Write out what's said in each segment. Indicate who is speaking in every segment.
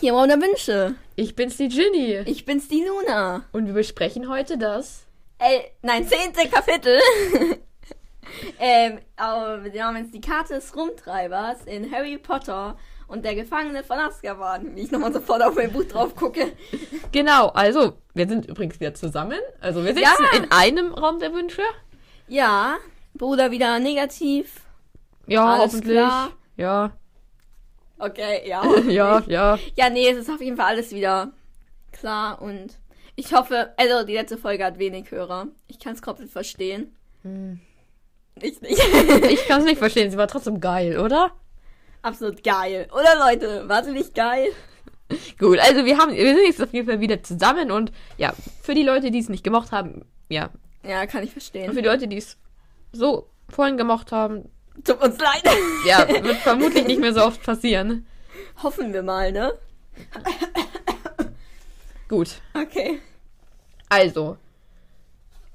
Speaker 1: hier im Raum der Wünsche.
Speaker 2: Ich bin's, die Ginny.
Speaker 1: Ich bin's, die Luna.
Speaker 2: Und wir besprechen heute das.
Speaker 1: Ey, nein, zehnte Kapitel. ähm, aber wir haben jetzt die Karte des Rumtreibers in Harry Potter und der Gefangene von Azkaban. Wie ich nochmal sofort auf mein Buch drauf gucke.
Speaker 2: Genau, also, wir sind übrigens wieder zusammen. Also, wir sitzen
Speaker 1: Ja.
Speaker 2: in einem Raum der Wünsche.
Speaker 1: Ja, Bruder wieder negativ.
Speaker 2: Ja,
Speaker 1: Alles
Speaker 2: hoffentlich.
Speaker 1: klar.
Speaker 2: Ja,
Speaker 1: Okay, ja.
Speaker 2: ja, ja.
Speaker 1: Ja, nee, es ist auf jeden Fall alles wieder klar und ich hoffe, also die letzte Folge hat wenig Hörer. Ich kann es komplett verstehen. Ich nicht.
Speaker 2: Ich kann's nicht verstehen, sie war trotzdem geil, oder?
Speaker 1: Absolut geil. Oder Leute, war sie nicht geil?
Speaker 2: Gut, also wir haben, wir sind jetzt auf jeden Fall wieder zusammen und ja, für die Leute, die es nicht gemocht haben, ja,
Speaker 1: Ja, kann ich
Speaker 2: und
Speaker 1: verstehen.
Speaker 2: für die Leute, die es so vorhin gemocht haben,
Speaker 1: Tut uns leid.
Speaker 2: ja, wird vermutlich nicht mehr so oft passieren.
Speaker 1: Hoffen wir mal, ne?
Speaker 2: Gut,
Speaker 1: Okay.
Speaker 2: also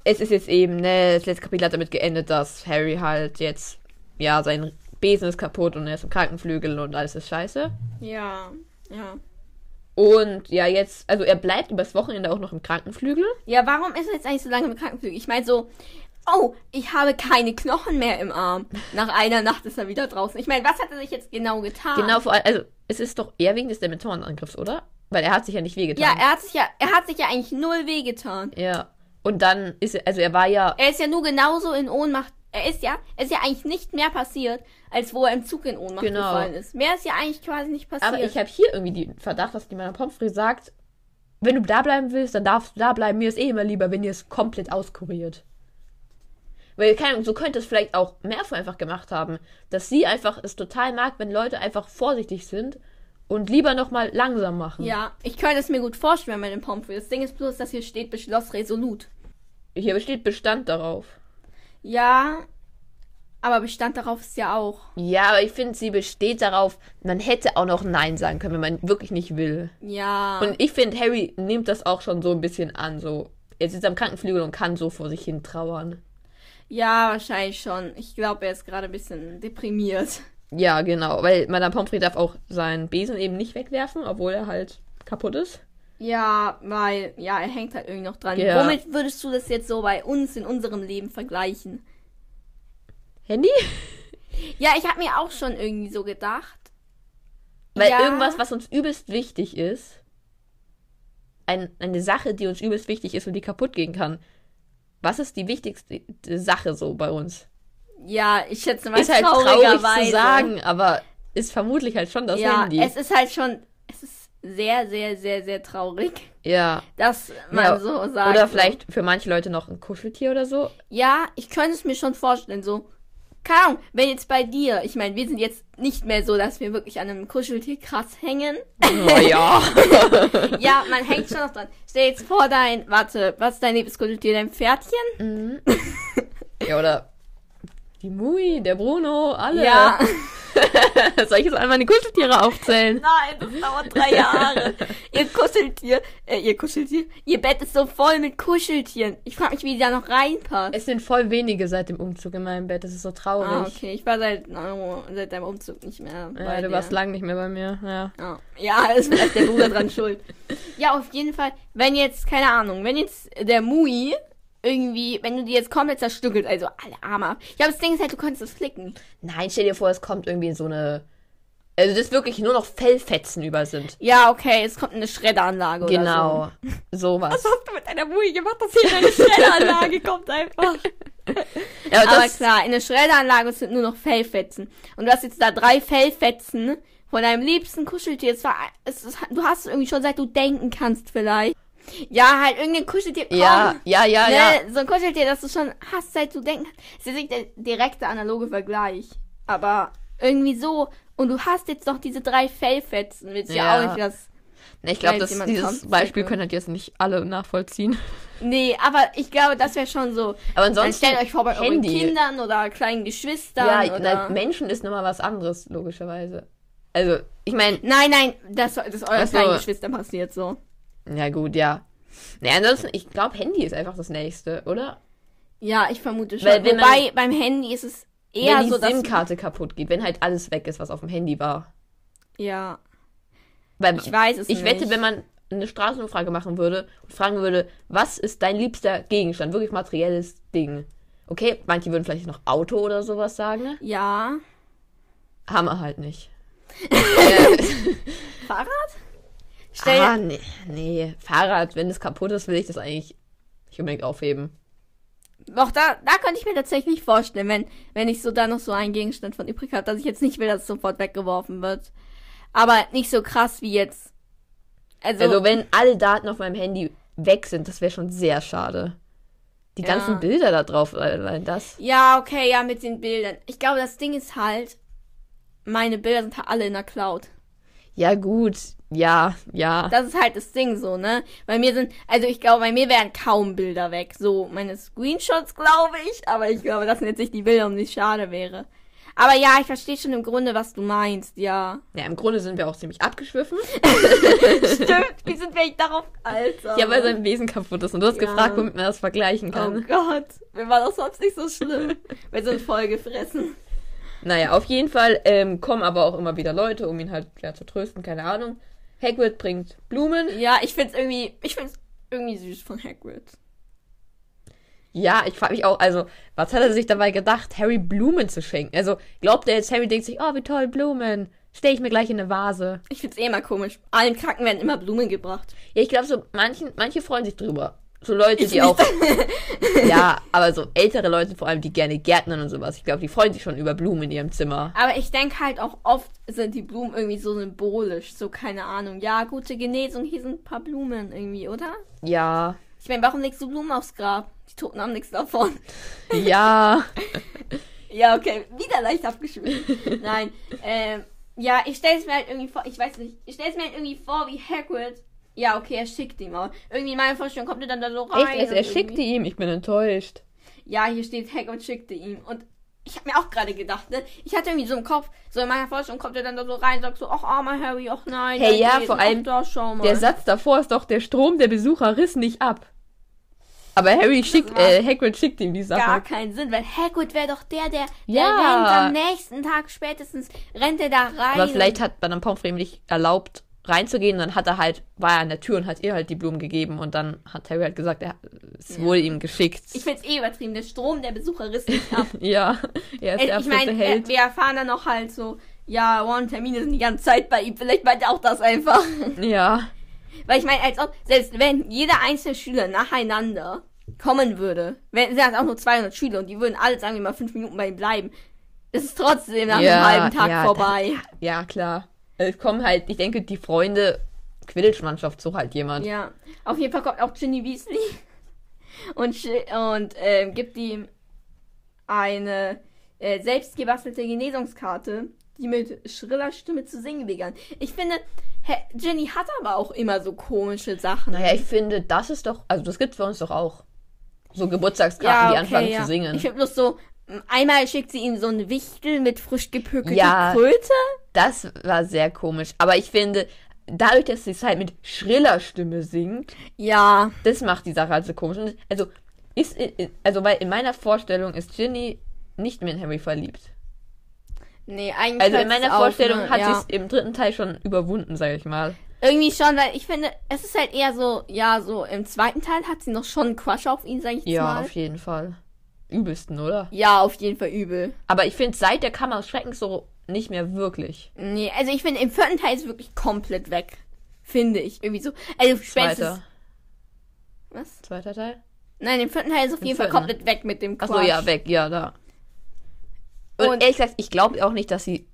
Speaker 2: es ist jetzt eben, ne, das letzte Kapitel hat damit geendet, dass Harry halt jetzt, ja, sein Besen ist kaputt und er ist im Krankenflügel und alles ist scheiße.
Speaker 1: Ja, ja.
Speaker 2: Und ja, jetzt, also er bleibt übers Wochenende auch noch im Krankenflügel.
Speaker 1: Ja, warum ist er jetzt eigentlich so lange im Krankenflug? Ich meine so, oh, ich habe keine Knochen mehr im Arm. Nach einer Nacht ist er wieder draußen. Ich meine, was hat er sich jetzt genau getan?
Speaker 2: Genau, vor allem, also es ist doch eher wegen des Dementorenangriffs, oder? Weil er hat sich ja nicht
Speaker 1: Ja,
Speaker 2: wehgetan.
Speaker 1: er hat sich ja, er hat sich ja eigentlich null wehgetan.
Speaker 2: Ja. ja. Und dann ist er, also er war ja,
Speaker 1: Er ist ja nur genauso in Ohnmacht. Er ist ja, es ist ja eigentlich nicht mehr passiert, als wo er im Zug in Ohnmacht
Speaker 2: Genau.
Speaker 1: gefallen ist. Mehr ist ja eigentlich quasi nicht passiert.
Speaker 2: aber ich habe hier irgendwie den Verdacht, dass die Madame Pomfrey sagt, wenn du da bleiben willst, dann darfst du da bleiben. Mir ist eh immer lieber, wenn ihr es komplett auskuriert. Weil, keine Ahnung, so könnte es vielleicht auch Merfo einfach gemacht haben, dass sie einfach es total mag, wenn Leute einfach vorsichtig sind und lieber nochmal langsam machen.
Speaker 1: ja, ich könnte es mir gut vorstellen bei dem Pomfrey. Das Ding ist bloß, dass hier steht, beschloss resolut.
Speaker 2: Hier besteht Bestand darauf.
Speaker 1: Ja, aber Bestand darauf ist ja auch.
Speaker 2: Ja, aber ich finde, sie besteht darauf, man hätte auch noch Nein sagen können, wenn man wirklich nicht will.
Speaker 1: Ja.
Speaker 2: Und ich finde, Harry nimmt das auch schon so ein bisschen an. So, er sitzt am Krankenflügel und kann so vor sich hin trauern.
Speaker 1: ja, wahrscheinlich schon. Ich glaube, er ist gerade ein bisschen deprimiert.
Speaker 2: Ja, genau, weil Madame Pomfrey darf auch seinen Besen eben nicht wegwerfen, obwohl er halt kaputt ist.
Speaker 1: Ja, weil, ja, er hängt halt irgendwie noch dran.
Speaker 2: Ja.
Speaker 1: Womit würdest du das jetzt so bei uns in unserem Leben vergleichen?
Speaker 2: Handy?
Speaker 1: Ja, ich habe mir auch schon irgendwie so gedacht.
Speaker 2: Weil
Speaker 1: Ja.
Speaker 2: irgendwas, was uns übelst wichtig ist, ein, eine Sache, die uns übelst wichtig ist und die kaputt gehen kann. Was ist die wichtigste Sache so bei uns?
Speaker 1: Ja, ich schätze mal
Speaker 2: ist halt traurig
Speaker 1: traurigerweise.
Speaker 2: zu sagen, aber ist vermutlich halt schon das
Speaker 1: ja,
Speaker 2: Handy.
Speaker 1: es ist halt schon, es ist sehr, sehr, sehr, sehr traurig,
Speaker 2: ja.
Speaker 1: dass man
Speaker 2: Ja,
Speaker 1: so sagt.
Speaker 2: Oder vielleicht für manche Leute noch ein Kuscheltier oder so.
Speaker 1: Ja, ich könnte es mir schon vorstellen, so. Keine Ahnung, wenn jetzt bei dir, ich meine, wir sind jetzt nicht mehr so, dass wir wirklich an einem Kuscheltier krass hängen.
Speaker 2: Naja.
Speaker 1: ja, man hängt schon noch dran. Stell jetzt vor dein, warte, was ist dein liebes Kuscheltier? Dein Pferdchen?
Speaker 2: ja, oder die Mui, der Bruno, alle.
Speaker 1: Ja.
Speaker 2: Soll ich jetzt einmal die Kuscheltiere aufzählen?
Speaker 1: Nein, das dauert drei Jahre. ihr Kuscheltier, äh, ihr Kuscheltier, ihr Bett ist so voll mit Kuscheltieren. Ich frage mich, wie die da noch reinpasst.
Speaker 2: Es sind voll wenige seit dem Umzug in meinem Bett. Das ist so traurig.
Speaker 1: Ah, okay, ich Äh, war seit, oh, seit deinem Umzug nicht mehr bei
Speaker 2: Ja, du
Speaker 1: dir.
Speaker 2: warst lang nicht mehr bei mir. Ja.
Speaker 1: Ah. Ja, ist vielleicht der Bruder dran schuld. Ja, auf jeden Fall, wenn jetzt, keine Ahnung, wenn jetzt der Mui irgendwie, wenn du die jetzt komplett zerstückelt, also alle Arme ab. Ich glaube, das Ding ist halt, du konntest es flicken.
Speaker 2: Nein, stell dir vor, es kommt irgendwie so eine. Also, dass wirklich nur noch Fellfetzen über sind.
Speaker 1: Ja, okay, es kommt eine Schredderanlage oder so.
Speaker 2: Genau. Sowas.
Speaker 1: Was hast du mit deiner Mui gemacht, dass hier eine Schredderanlage kommt einfach?
Speaker 2: ja, aber
Speaker 1: Aber
Speaker 2: das,
Speaker 1: klar, in der Schredderanlage sind nur noch Fellfetzen. Und du hast jetzt da drei Fellfetzen von deinem liebsten Kuscheltier. Es war, es, es, du hast es irgendwie schon seit du denken kannst vielleicht. Ja, halt irgendein Kuscheltier. Komm,
Speaker 2: ja, ja, ja,
Speaker 1: ne?
Speaker 2: Ah, ja.
Speaker 1: So ein Kuscheltier, das du schon hast, seit du denken kannst. Es ist nicht der direkte analoge Vergleich. Aber irgendwie so. Und du hast jetzt noch diese drei Fellfetzen. Willst du ja,
Speaker 2: Ja.
Speaker 1: auch nicht das.
Speaker 2: Ne, Ich glaube,
Speaker 1: Falls
Speaker 2: das
Speaker 1: jemand
Speaker 2: dieses
Speaker 1: kommt,
Speaker 2: Beispiel
Speaker 1: bitte.
Speaker 2: können halt jetzt nicht alle nachvollziehen.
Speaker 1: Nee, aber ich glaube, das wäre schon so.
Speaker 2: Aber
Speaker 1: Dann
Speaker 2: ansonsten
Speaker 1: stellt euch vor bei euren
Speaker 2: Handy.
Speaker 1: Kindern oder kleinen Geschwistern.
Speaker 2: ja,
Speaker 1: oder
Speaker 2: na, Menschen ist nochmal was anderes, logischerweise. Also, ich meine,
Speaker 1: Nein, nein, das, das ist euren
Speaker 2: Ach so.
Speaker 1: kleinen Geschwistern passiert so.
Speaker 2: ja gut, ja. Ne, ansonsten, ich glaube, Handy ist einfach das Nächste, oder?
Speaker 1: Ja, ich vermute schon.
Speaker 2: Weil wenn man-
Speaker 1: Wobei beim Handy ist es eher
Speaker 2: wenn die
Speaker 1: so, dass.
Speaker 2: SIM-Karte kaputt geht, wenn halt alles weg ist, was auf dem Handy war.
Speaker 1: Ja.
Speaker 2: Weil
Speaker 1: Ich weiß es
Speaker 2: ich
Speaker 1: nicht.
Speaker 2: wette, wenn man eine Straßenumfrage machen würde und fragen würde, was ist dein liebster Gegenstand, wirklich materielles Ding? Okay, manche würden vielleicht noch Auto oder sowas sagen.
Speaker 1: Ja.
Speaker 2: Hammer halt nicht.
Speaker 1: Fahrrad? Stell
Speaker 2: Ah, nee, nee. Fahrrad, wenn es kaputt ist, will ich das eigentlich nicht unbedingt aufheben.
Speaker 1: Doch, da, da könnte ich mir tatsächlich nicht vorstellen, wenn, wenn ich so da noch so einen Gegenstand von übrig habe, dass ich jetzt nicht will, dass es sofort weggeworfen wird. Aber nicht so krass wie jetzt. Also,
Speaker 2: Also, wenn alle Daten auf meinem Handy weg sind, das wäre schon sehr schade. Die
Speaker 1: Ja.
Speaker 2: ganzen Bilder da drauf, allein das.
Speaker 1: ja, okay, ja, mit den Bildern. Ich glaube, das Ding ist halt, meine Bilder sind halt alle in der Cloud.
Speaker 2: Ja, gut. Ja, ja.
Speaker 1: Das ist halt das Ding so, ne? Bei mir sind, also ich glaube, bei mir wären kaum Bilder weg. So, meine Screenshots, glaube ich, aber ich glaube, das sind jetzt nicht die Bilder, um die es schade wäre. Aber ja, ich verstehe schon im Grunde, was du meinst, ja.
Speaker 2: Ja, im Grunde sind wir auch ziemlich abgeschwiffen.
Speaker 1: Stimmt, wie sind wir eigentlich darauf? Alter.
Speaker 2: Ja, weil sein Wesen kaputt ist. Und du hast
Speaker 1: Ja.
Speaker 2: gefragt, womit man das vergleichen
Speaker 1: Oh
Speaker 2: kann.
Speaker 1: Gott, wir waren doch sonst nicht so schlimm. Wir sind voll gefressen.
Speaker 2: Naja, auf jeden Fall ähm, kommen aber auch immer wieder Leute, um ihn halt ja, zu trösten, keine Ahnung. Hagrid bringt Blumen.
Speaker 1: Ja, ich find's irgendwie, ich find's irgendwie süß von Hagrid.
Speaker 2: Ja, ich frage mich auch, also, was hat er sich dabei gedacht, Harry Blumen zu schenken? Also, glaubt er jetzt, Harry denkt sich, oh, wie toll, Blumen. Stell ich mir gleich in eine Vase.
Speaker 1: Ich find's eh immer komisch. Allen Kranken werden immer Blumen gebracht.
Speaker 2: Ja, ich glaube, so manchen, manche freuen sich drüber. So Leute,
Speaker 1: Ich
Speaker 2: die auch. ja, aber so ältere Leute vor allem, die gerne Gärtnern und sowas. Ich glaube, die freuen sich schon über Blumen in ihrem Zimmer.
Speaker 1: Aber ich denk halt auch oft sind die Blumen irgendwie so symbolisch, so keine Ahnung. Ja, gute Genesung, hier sind ein paar Blumen irgendwie, oder?
Speaker 2: Ja.
Speaker 1: Ich meine, warum legst du Blumen aufs Grab? Die Toten haben nichts davon.
Speaker 2: Ja.
Speaker 1: Ja, okay. Wieder leicht abgeschmissen. Nein. Ähm, ja, ich stelle es mir halt irgendwie vor, ich weiß nicht, ich stelle es mir halt irgendwie vor, wie Hagrid. Ja, okay, er schickt ihm aber. Irgendwie in meiner Vorstellung kommt er dann da so rein.
Speaker 2: Echt, also,
Speaker 1: und
Speaker 2: er schickte
Speaker 1: irgendwie-
Speaker 2: ihm. Ich bin enttäuscht.
Speaker 1: Ja, hier steht Hagrid schickte ihm. Und ich habe mir auch gerade gedacht, ne? Ich hatte irgendwie so im Kopf, so in meiner Vorstellung kommt er dann da so rein und sagt so, ach armer Harry, ach nein.
Speaker 2: Hey,
Speaker 1: dein
Speaker 2: ja,
Speaker 1: Wesen,
Speaker 2: vor
Speaker 1: ach
Speaker 2: allem
Speaker 1: da, schau mal.
Speaker 2: Der Satz davor ist doch, der Strom der Besucher riss nicht ab. Aber Harry schickt,
Speaker 1: macht
Speaker 2: äh, Hagrid schickt ihm die Sache.
Speaker 1: gar keinen Sinn, weil Hagrid wäre doch der, der,
Speaker 2: Ja.
Speaker 1: der rennt am nächsten Tag spätestens, rennt er da rein.
Speaker 2: Aber vielleicht hat man dem Pomfrey ihm nicht erlaubt, reinzugehen. Dann hat er halt, war er an der Tür und hat ihr halt die Blumen gegeben. Und dann hat Harry halt gesagt, er, es wurde ihm geschickt.
Speaker 1: ich find's eh übertrieben, der Strom der Besucher riss nicht ab.
Speaker 2: ja, er ist der
Speaker 1: Äh, ich
Speaker 2: absolute
Speaker 1: meine, äh,
Speaker 2: Held.
Speaker 1: wir erfahren dann noch halt so, ja, One Termine sind die ganze Zeit bei ihm. Vielleicht meint er auch das einfach.
Speaker 2: ja.
Speaker 1: Weil ich meine, als ob, selbst wenn jeder einzelne Schüler nacheinander kommen würde, wenn sind das auch nur 200 Schüler und die würden alle, sagen wir mal, fünf Minuten bei ihm bleiben, ist es trotzdem nach
Speaker 2: Ja,
Speaker 1: einem halben Tag
Speaker 2: ja,
Speaker 1: vorbei.
Speaker 2: Ja, klar. Es kommen halt, ich denke, die Freunde, Quidditch-Mannschaft, so halt jemand.
Speaker 1: Ja. Auf jeden Fall kommt auch Ginny Weasley und, schi- und ähm, gibt ihm eine äh, selbstgebastelte Genesungskarte, die mit schriller Stimme zu singen begann. Ich finde, hä, Ginny hat aber auch immer so komische Sachen.
Speaker 2: Naja, ich finde, das ist doch, also das gibt's bei uns doch auch. So Geburtstagskarten, die anfangen zu singen.
Speaker 1: Ich finde bloß so, m, einmal schickt sie ihm so eine Wichtel mit frisch gepökelter
Speaker 2: Ja.
Speaker 1: Kröte.
Speaker 2: Das war sehr komisch. Aber ich finde, dadurch, dass sie es halt mit schriller Stimme singt,
Speaker 1: Ja.
Speaker 2: das macht die Sache halt so komisch. Und also, ist, also, weil in meiner Vorstellung ist Ginny nicht mehr in Harry verliebt.
Speaker 1: Nee, eigentlich
Speaker 2: Also, in
Speaker 1: hört's
Speaker 2: meiner
Speaker 1: auf,
Speaker 2: Vorstellung
Speaker 1: ne?
Speaker 2: hat
Speaker 1: ja.
Speaker 2: sie es im dritten Teil schon überwunden, sag ich mal.
Speaker 1: Irgendwie schon, weil ich finde, es ist halt eher so, ja, so im zweiten Teil hat sie noch schon einen Crush auf ihn, sag ich jetzt
Speaker 2: Ja,
Speaker 1: mal.
Speaker 2: auf jeden Fall. Übelsten, oder?
Speaker 1: ja, auf jeden Fall übel.
Speaker 2: Aber ich finde, seit der Kammer des Schreckens so nicht mehr wirklich.
Speaker 1: Nee, also ich finde, im vierten Teil ist es wirklich komplett weg. Finde ich. Irgendwie so. Also spätestens.
Speaker 2: Zweiter,
Speaker 1: Was?
Speaker 2: zweiter Teil?
Speaker 1: Nein, im vierten Teil ist es auf jeden Fall
Speaker 2: vierten.
Speaker 1: komplett weg mit dem Crush.
Speaker 2: Achso, ja, weg, ja, da. Und,
Speaker 1: Und-
Speaker 2: ehrlich gesagt, ich glaube auch nicht, dass sie.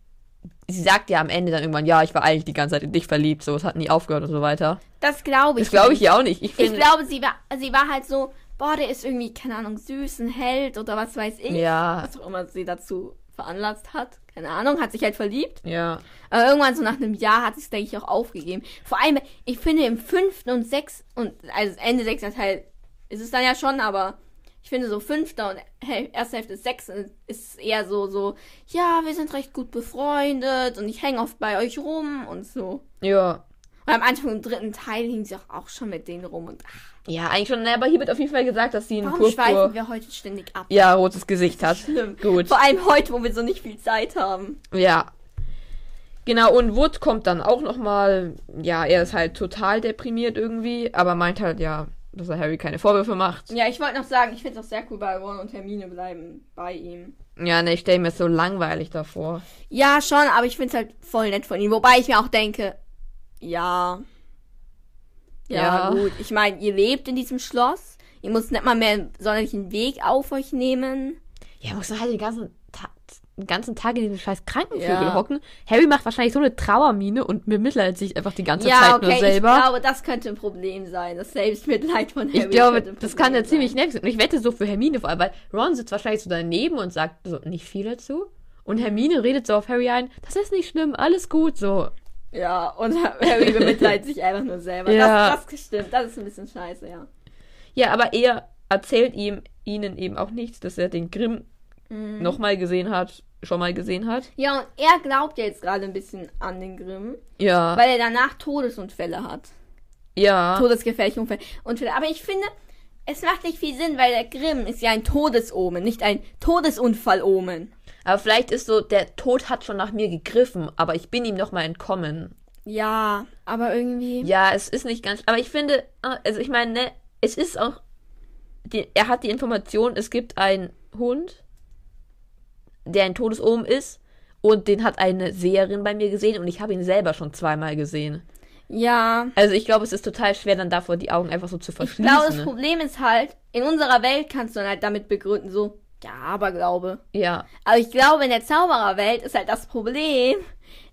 Speaker 2: Sie sagt ja am Ende dann irgendwann, ja, ich war eigentlich die ganze Zeit in dich verliebt, so, es hat nie aufgehört und so weiter.
Speaker 1: Das glaube ich.
Speaker 2: Das glaube ich
Speaker 1: nicht.
Speaker 2: ja auch nicht. Ich
Speaker 1: Ich
Speaker 2: finde.
Speaker 1: glaube, sie war, sie war halt so, boah, der ist irgendwie, keine Ahnung, süß, ein Held oder was weiß ich.
Speaker 2: ja,
Speaker 1: Was auch immer sie dazu veranlasst hat. Keine Ahnung, hat sich halt verliebt.
Speaker 2: ja.
Speaker 1: Aber irgendwann so nach einem Jahr hat sie es, denke ich, auch aufgegeben. Vor allem, ich finde im fünften und sechsten und also Ende sechster Teil ist es dann ja schon, aber ich finde so fünfter und Hel- erste Hälfte des sechsten ist es eher so, so, ja, wir sind recht gut befreundet und ich hänge oft bei euch rum und so.
Speaker 2: Ja.
Speaker 1: Und am Anfang im dritten Teil hing sie auch, auch schon mit denen rum und ach,
Speaker 2: Ja, eigentlich schon, naja, aber hier wird auf jeden Fall gesagt, dass sie ein
Speaker 1: warum
Speaker 2: Purpur.
Speaker 1: schweifen wir heute ständig ab?
Speaker 2: Ja, rotes Gesicht hat.
Speaker 1: Schlimm.
Speaker 2: Gut.
Speaker 1: Vor allem heute, wo wir so nicht viel Zeit haben.
Speaker 2: Ja. Genau, und Wood kommt dann auch nochmal. Ja, er ist halt total deprimiert irgendwie, aber meint halt ja, dass er Harry keine Vorwürfe macht.
Speaker 1: Ja, ich wollte noch sagen, ich finde es auch sehr cool bei Ron und Hermine bleiben bei ihm.
Speaker 2: Ja, ne, ich stelle mir so langweilig davor.
Speaker 1: Ja, schon, aber ich finde es halt voll nett von ihm. Wobei ich mir auch denke, ja. Ja,
Speaker 2: Ja.
Speaker 1: gut. Ich meine, ihr lebt in diesem Schloss. Ihr müsst nicht mal mehr einen sonderlichen Weg auf euch nehmen.
Speaker 2: Ja, muss halt den ganzen, Ta den ganzen Tag in diesem scheiß Krankenflügel
Speaker 1: Ja.
Speaker 2: hocken. Harry macht wahrscheinlich so eine Trauermiene und bemitleidet sich einfach die ganze
Speaker 1: ja,
Speaker 2: Zeit
Speaker 1: okay,
Speaker 2: nur selber.
Speaker 1: ich glaube, das könnte ein Problem sein. Das Selbstmitleid von Harry.
Speaker 2: Ich glaube,
Speaker 1: könnte ein
Speaker 2: das
Speaker 1: Problem
Speaker 2: kann ja
Speaker 1: sein.
Speaker 2: ziemlich nervig sein. Und ich wette so für Hermine vor allem, weil Ron sitzt wahrscheinlich so daneben und sagt so nicht viel dazu. Und Hermine redet so auf Harry ein, das ist nicht schlimm, alles gut, so.
Speaker 1: Ja, und Harry bemitleidet sich einfach nur selber.
Speaker 2: Ja.
Speaker 1: Das, das stimmt, das ist ein bisschen scheiße, ja.
Speaker 2: Ja, aber er erzählt ihm, ihnen eben auch nichts, dass er den Grimm
Speaker 1: Mhm.
Speaker 2: nochmal gesehen hat, schon mal gesehen hat.
Speaker 1: Ja, und er glaubt ja jetzt gerade ein bisschen an den Grimm,
Speaker 2: Ja,
Speaker 1: weil er danach Todesunfälle hat.
Speaker 2: ja,
Speaker 1: Todesgefährliche Unfälle. Unfälle. Aber ich finde, es macht nicht viel Sinn, weil der Grimm ist ja ein Todesomen, nicht ein Todesunfallomen.
Speaker 2: aber vielleicht ist so, der Tod hat schon nach mir gegriffen, aber ich bin ihm nochmal entkommen.
Speaker 1: Ja, aber irgendwie.
Speaker 2: Ja, es ist nicht ganz. Aber ich finde, äh, also ich meine, ne, es ist auch. Die, er hat die Information, es gibt einen Hund, der ein Todesohm ist. Und den hat eine Seherin bei mir gesehen und ich habe ihn selber schon zweimal gesehen.
Speaker 1: Ja.
Speaker 2: Also ich glaube, es ist total schwer, dann davor die Augen einfach so zu
Speaker 1: Ich glaube,
Speaker 2: verschließen. ne?
Speaker 1: das Problem ist halt, in unserer Welt kannst du dann halt damit begründen, so, ja, Aberglaube.
Speaker 2: ja.
Speaker 1: Aber ich glaube, in der Zaubererwelt ist halt das Problem,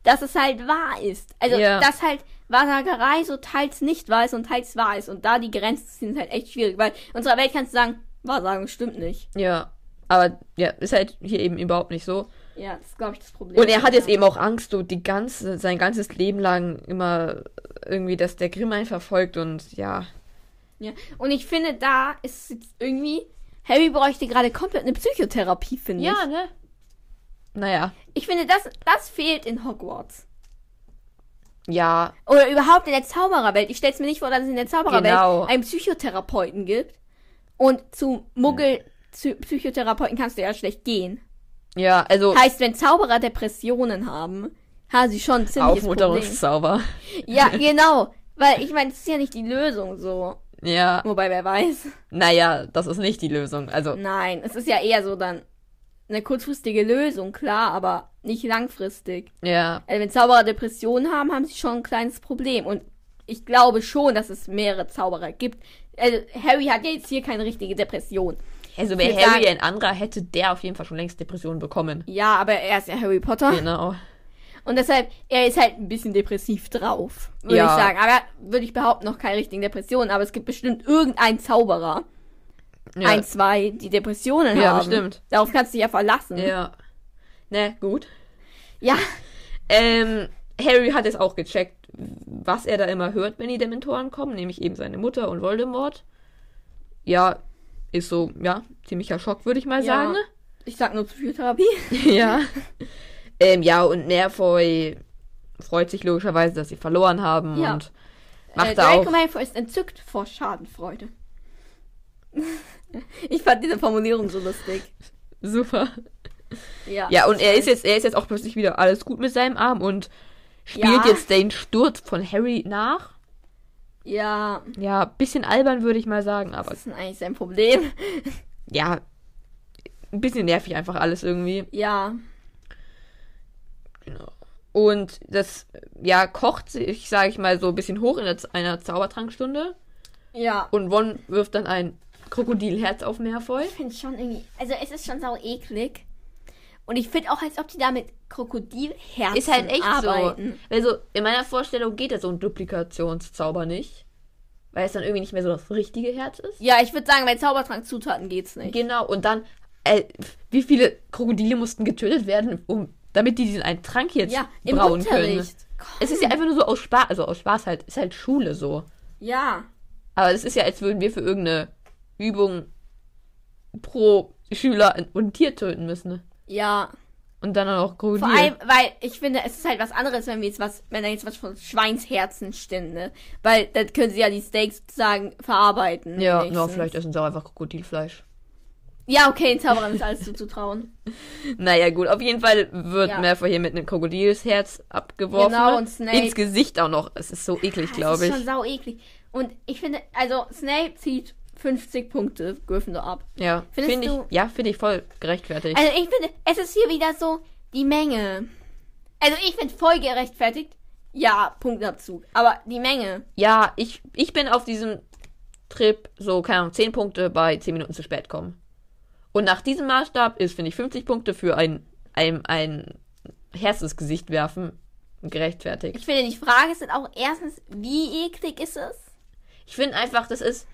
Speaker 1: dass es halt wahr ist. Also,
Speaker 2: Ja.
Speaker 1: dass halt Wahrsagerei so teils nicht wahr ist und teils wahr ist. Und da die Grenzen sind halt echt schwierig, weil in unserer Welt kannst du sagen, Wahrsagung stimmt nicht.
Speaker 2: Ja. Aber ja, ist halt hier eben überhaupt nicht so.
Speaker 1: Ja, das ist, glaube ich, das Problem.
Speaker 2: Und er hat jetzt
Speaker 1: Ja.
Speaker 2: eben auch Angst, so die ganze, sein ganzes Leben lang immer irgendwie, dass der Grimm einen verfolgt und ja.
Speaker 1: Ja. Und ich finde, da ist jetzt irgendwie, Harry bräuchte gerade komplett eine Psychotherapie, finde ich.
Speaker 2: ne? Naja.
Speaker 1: Ich finde, das, das fehlt in Hogwarts.
Speaker 2: Ja,
Speaker 1: Oder überhaupt in der Zaubererwelt. Ich stell's mir nicht vor, dass es in der Zaubererwelt
Speaker 2: Genau.
Speaker 1: einen Psychotherapeuten gibt. Und zu Muggel zu Psychotherapeuten kannst du ja schlecht gehen.
Speaker 2: ja, also
Speaker 1: Heißt, wenn Zauberer Depressionen haben, haben sie schon ein ziemliches Problem.
Speaker 2: Aufmunterungszauber.
Speaker 1: Ja, genau. Weil ich meine, das ist ja nicht die Lösung so.
Speaker 2: Ja,
Speaker 1: Wobei, wer weiß.
Speaker 2: naja, das ist nicht die Lösung. Also,
Speaker 1: Nein, es ist ja eher so dann eine kurzfristige Lösung, klar, aber nicht langfristig.
Speaker 2: ja,
Speaker 1: Also wenn Zauberer Depressionen haben, haben sie schon ein kleines Problem. Und ich glaube schon, dass es mehrere Zauberer gibt. Also Harry hat ja jetzt hier keine richtige Depression.
Speaker 2: also wäre
Speaker 1: Wir
Speaker 2: Harry
Speaker 1: sagen-
Speaker 2: ein anderer, hätte der auf jeden Fall schon längst Depressionen bekommen.
Speaker 1: Ja, aber er ist ja Harry Potter.
Speaker 2: Genau.
Speaker 1: Und deshalb, er ist halt ein bisschen depressiv drauf, würde
Speaker 2: Ja.
Speaker 1: ich sagen. Aber würde ich behaupten, noch keine richtigen Depressionen. Aber es gibt bestimmt irgendeinen Zauberer,
Speaker 2: Ja,
Speaker 1: ein, zwei, die Depressionen
Speaker 2: Ja,
Speaker 1: haben.
Speaker 2: bestimmt.
Speaker 1: Darauf kannst du dich ja verlassen.
Speaker 2: ja. Ne, gut.
Speaker 1: ja.
Speaker 2: Ähm, Harry hat jetzt auch gecheckt, was er da immer hört, wenn die Dementoren kommen, nämlich eben seine Mutter und Voldemort. Ja, ist so, ja, ziemlicher Schock, würde ich mal
Speaker 1: Ja.
Speaker 2: sagen.
Speaker 1: Ich sag nur Psychotherapie.
Speaker 2: ja. Ähm, ja, und Nervoy freut sich logischerweise, dass sie verloren haben
Speaker 1: Ja.
Speaker 2: und
Speaker 1: äh,
Speaker 2: macht da
Speaker 1: Draco
Speaker 2: auch.
Speaker 1: Malfoy ist entzückt vor Schadenfreude. ich fand diese Formulierung so lustig.
Speaker 2: Super.
Speaker 1: Ja,
Speaker 2: Ja, und er ist jetzt, er ist jetzt auch plötzlich wieder alles gut mit seinem Arm und
Speaker 1: Ja.
Speaker 2: spielt jetzt den Sturz von Harry nach.
Speaker 1: Ja,
Speaker 2: Ja, bisschen albern würde ich mal sagen, aber
Speaker 1: das ist eigentlich sein Problem.
Speaker 2: ja, ein bisschen nervig einfach alles irgendwie.
Speaker 1: Ja,
Speaker 2: Und das, ja, kocht sich, sage ich mal, so ein bisschen hoch in der, Z- einer Zaubertrankstunde.
Speaker 1: ja.
Speaker 2: Und Ron wirft dann ein Krokodilherz auf Malfoy.
Speaker 1: Ich finde schon irgendwie, also es ist schon sau eklig. Und ich finde auch, als ob die da mit Krokodilherzen
Speaker 2: Ist halt echt
Speaker 1: arbeiten.
Speaker 2: so. Also in meiner Vorstellung geht ja so ein Duplikationszauber nicht. Weil es dann irgendwie nicht mehr so das richtige Herz ist.
Speaker 1: Ja, ich würde sagen, bei Zaubertrank-Zutaten geht's nicht.
Speaker 2: Genau, und dann, äh, wie viele Krokodile mussten getötet werden, um, damit die diesen einen Trank jetzt
Speaker 1: ja, im
Speaker 2: brauen können.
Speaker 1: Unterricht. Komm.
Speaker 2: Es ist ja einfach nur so aus Spaß, also aus Spaß halt, ist halt Schule so.
Speaker 1: Ja,
Speaker 2: Aber es ist ja, als würden wir für irgendeine Übung pro Schüler ein, ein Tier töten müssen. ne?
Speaker 1: ja.
Speaker 2: Und dann auch Krokodil.
Speaker 1: Vor allem, weil ich finde, es ist halt was anderes, wenn wir jetzt was, wenn da jetzt was von Schweinsherzen stände. Weil dann können sie ja die Steaks sozusagen verarbeiten.
Speaker 2: ja,
Speaker 1: wenigstens.
Speaker 2: na, vielleicht essen sie auch einfach Krokodilfleisch.
Speaker 1: Ja, okay, den Zauberern ist alles zuzutrauen.
Speaker 2: Naja, gut, auf jeden Fall wird
Speaker 1: Ja.
Speaker 2: Malfoy hier mit einem Krokodilsherz abgeworfen.
Speaker 1: Genau, und Snape-
Speaker 2: Ins Gesicht auch noch. Es ist so eklig,
Speaker 1: Das
Speaker 2: glaube
Speaker 1: Ah, ist
Speaker 2: ich.
Speaker 1: schon sau eklig. Und ich finde, also Snape zieht 50 Punkte Gryffindor ab.
Speaker 2: Ja,
Speaker 1: Findest
Speaker 2: finde
Speaker 1: du-
Speaker 2: ich, ja, finde ich voll gerechtfertigt.
Speaker 1: Also ich finde, es ist hier wieder so die Menge. Also ich finde voll gerechtfertigt. Ja, Punktabzug. Aber die Menge.
Speaker 2: ja, ich, ich bin auf diesem Trip so, keine Ahnung, 10 Punkte bei 10 Minuten zu spät kommen. Und nach diesem Maßstab ist, finde ich, 50 Punkte für ein, ein, ein Herz ins Gesicht werfen gerechtfertigt.
Speaker 1: Ich finde, die Frage ist dann auch erstens, wie eklig ist es?
Speaker 2: Ich finde einfach, das ist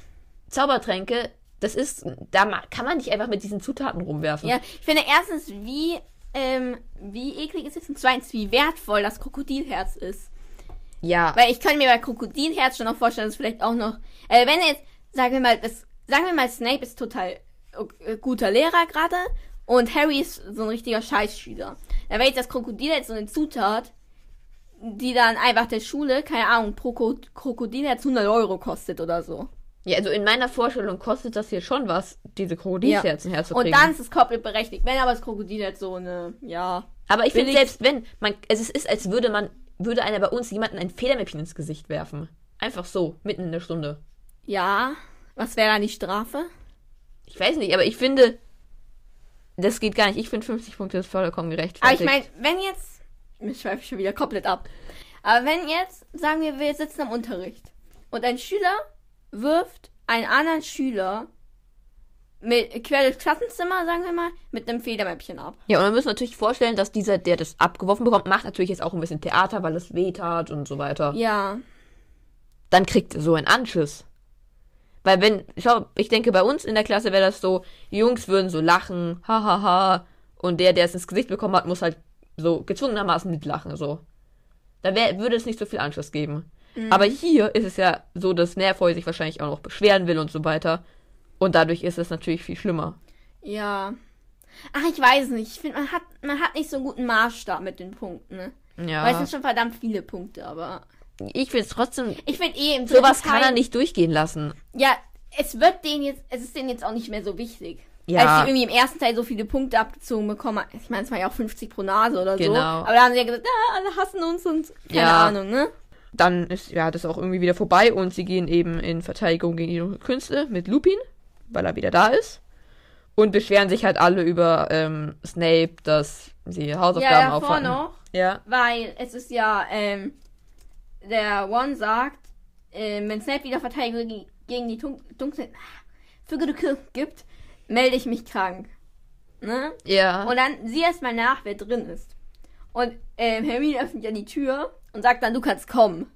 Speaker 2: Zaubertränke, das ist, da ma- kann man nicht einfach mit diesen Zutaten rumwerfen.
Speaker 1: Ja, ich finde erstens, wie, ähm, wie eklig ist es und zweitens, wie wertvoll das Krokodilherz ist.
Speaker 2: ja.
Speaker 1: Weil ich könnte mir bei Krokodilherz schon noch vorstellen, dass vielleicht auch noch, äh, wenn er jetzt, sagen wir mal, das, sagen wir mal, Snape ist total äh, guter Lehrer gerade und Harry ist so ein richtiger Scheißschüler. Da wäre jetzt das Krokodilherz so eine Zutat, die dann einfach der Schule, keine Ahnung, pro Ko Krokodilherz 100 Euro kostet oder so.
Speaker 2: Ja, also in meiner Vorstellung kostet das hier schon was, diese Krokodilsherzen
Speaker 1: Und
Speaker 2: herzukriegen.
Speaker 1: dann ist es komplett berechtigt. Wenn aber das Krokodilherz so eine, ja,
Speaker 2: Aber ich finde,
Speaker 1: billig-
Speaker 2: selbst wenn, man, also es ist, als würde man, würde einer bei uns jemanden ein Federmäppchen ins Gesicht werfen. Einfach so, mitten in der Stunde.
Speaker 1: ja, was wäre dann die Strafe?
Speaker 2: Ich weiß nicht, aber ich finde, das geht gar nicht. Ich finde 50 Punkte ist vollkommen
Speaker 1: Aber Also ich
Speaker 2: gerechtfertigt.
Speaker 1: meine, wenn jetzt. Ich schweife schon wieder komplett ab. Aber wenn jetzt, sagen wir, wir sitzen am Unterricht und ein Schüler wirft einen anderen Schüler mit, quer durchs Klassenzimmer, sagen wir mal, mit einem Federmäppchen ab.
Speaker 2: Ja, und wir müssen natürlich vorstellen, dass dieser, der das abgeworfen bekommt, macht natürlich jetzt auch ein bisschen Theater, weil es weh tat und so weiter.
Speaker 1: Ja.
Speaker 2: dann kriegt so ein Anschiss. Weil wenn, schau, ich denke, bei uns in der Klasse wäre das so, die Jungs würden so lachen, hahaha, und der, der es ins Gesicht bekommen hat, muss halt so gezwungenermaßen mitlachen, so. Da wär, würde es nicht so viel Anschluss geben. Aber hier ist es ja so, dass Nervoy sich wahrscheinlich auch noch beschweren will und so weiter. Und dadurch ist es natürlich viel schlimmer.
Speaker 1: Ja. Ach, ich weiß nicht. Ich finde, man hat, man hat nicht so einen guten Maßstab mit den Punkten, ne? Weil es
Speaker 2: Ja.
Speaker 1: sind schon verdammt viele Punkte, aber.
Speaker 2: Ich finde es trotzdem,
Speaker 1: Ich finde eh im
Speaker 2: sowas
Speaker 1: dritten
Speaker 2: kann er
Speaker 1: Teil-
Speaker 2: nicht durchgehen lassen.
Speaker 1: Ja, es wird denen jetzt, es ist denen jetzt auch nicht mehr so wichtig.
Speaker 2: Ja.
Speaker 1: Als sie irgendwie im ersten Teil so viele Punkte abgezogen bekommen, haben- ich meine, es waren ja auch 50 pro Nase oder so.
Speaker 2: Genau.
Speaker 1: Aber da haben sie ja gesagt, ah, alle hassen uns und keine
Speaker 2: Ja.
Speaker 1: Ahnung, ne?
Speaker 2: dann ist ja das auch irgendwie wieder vorbei und sie gehen eben in Verteidigung gegen ihre Künste mit Lupin, weil er wieder da ist. Und beschweren sich halt alle über ähm, Snape, dass sie Hausaufgaben
Speaker 1: Ja, davor
Speaker 2: aufhatten.
Speaker 1: noch,
Speaker 2: Ja,
Speaker 1: weil es ist ja, ähm, der One sagt, ähm, wenn Snape wieder Verteidigung ge- gegen die Dun- dunklen Vögel gibt, melde ich mich krank. Ne?
Speaker 2: ja.
Speaker 1: Und dann sieh erst mal nach, wer drin ist. Und ähm, Hermine öffnet ja die Tür und sagt dann, du kannst kommen.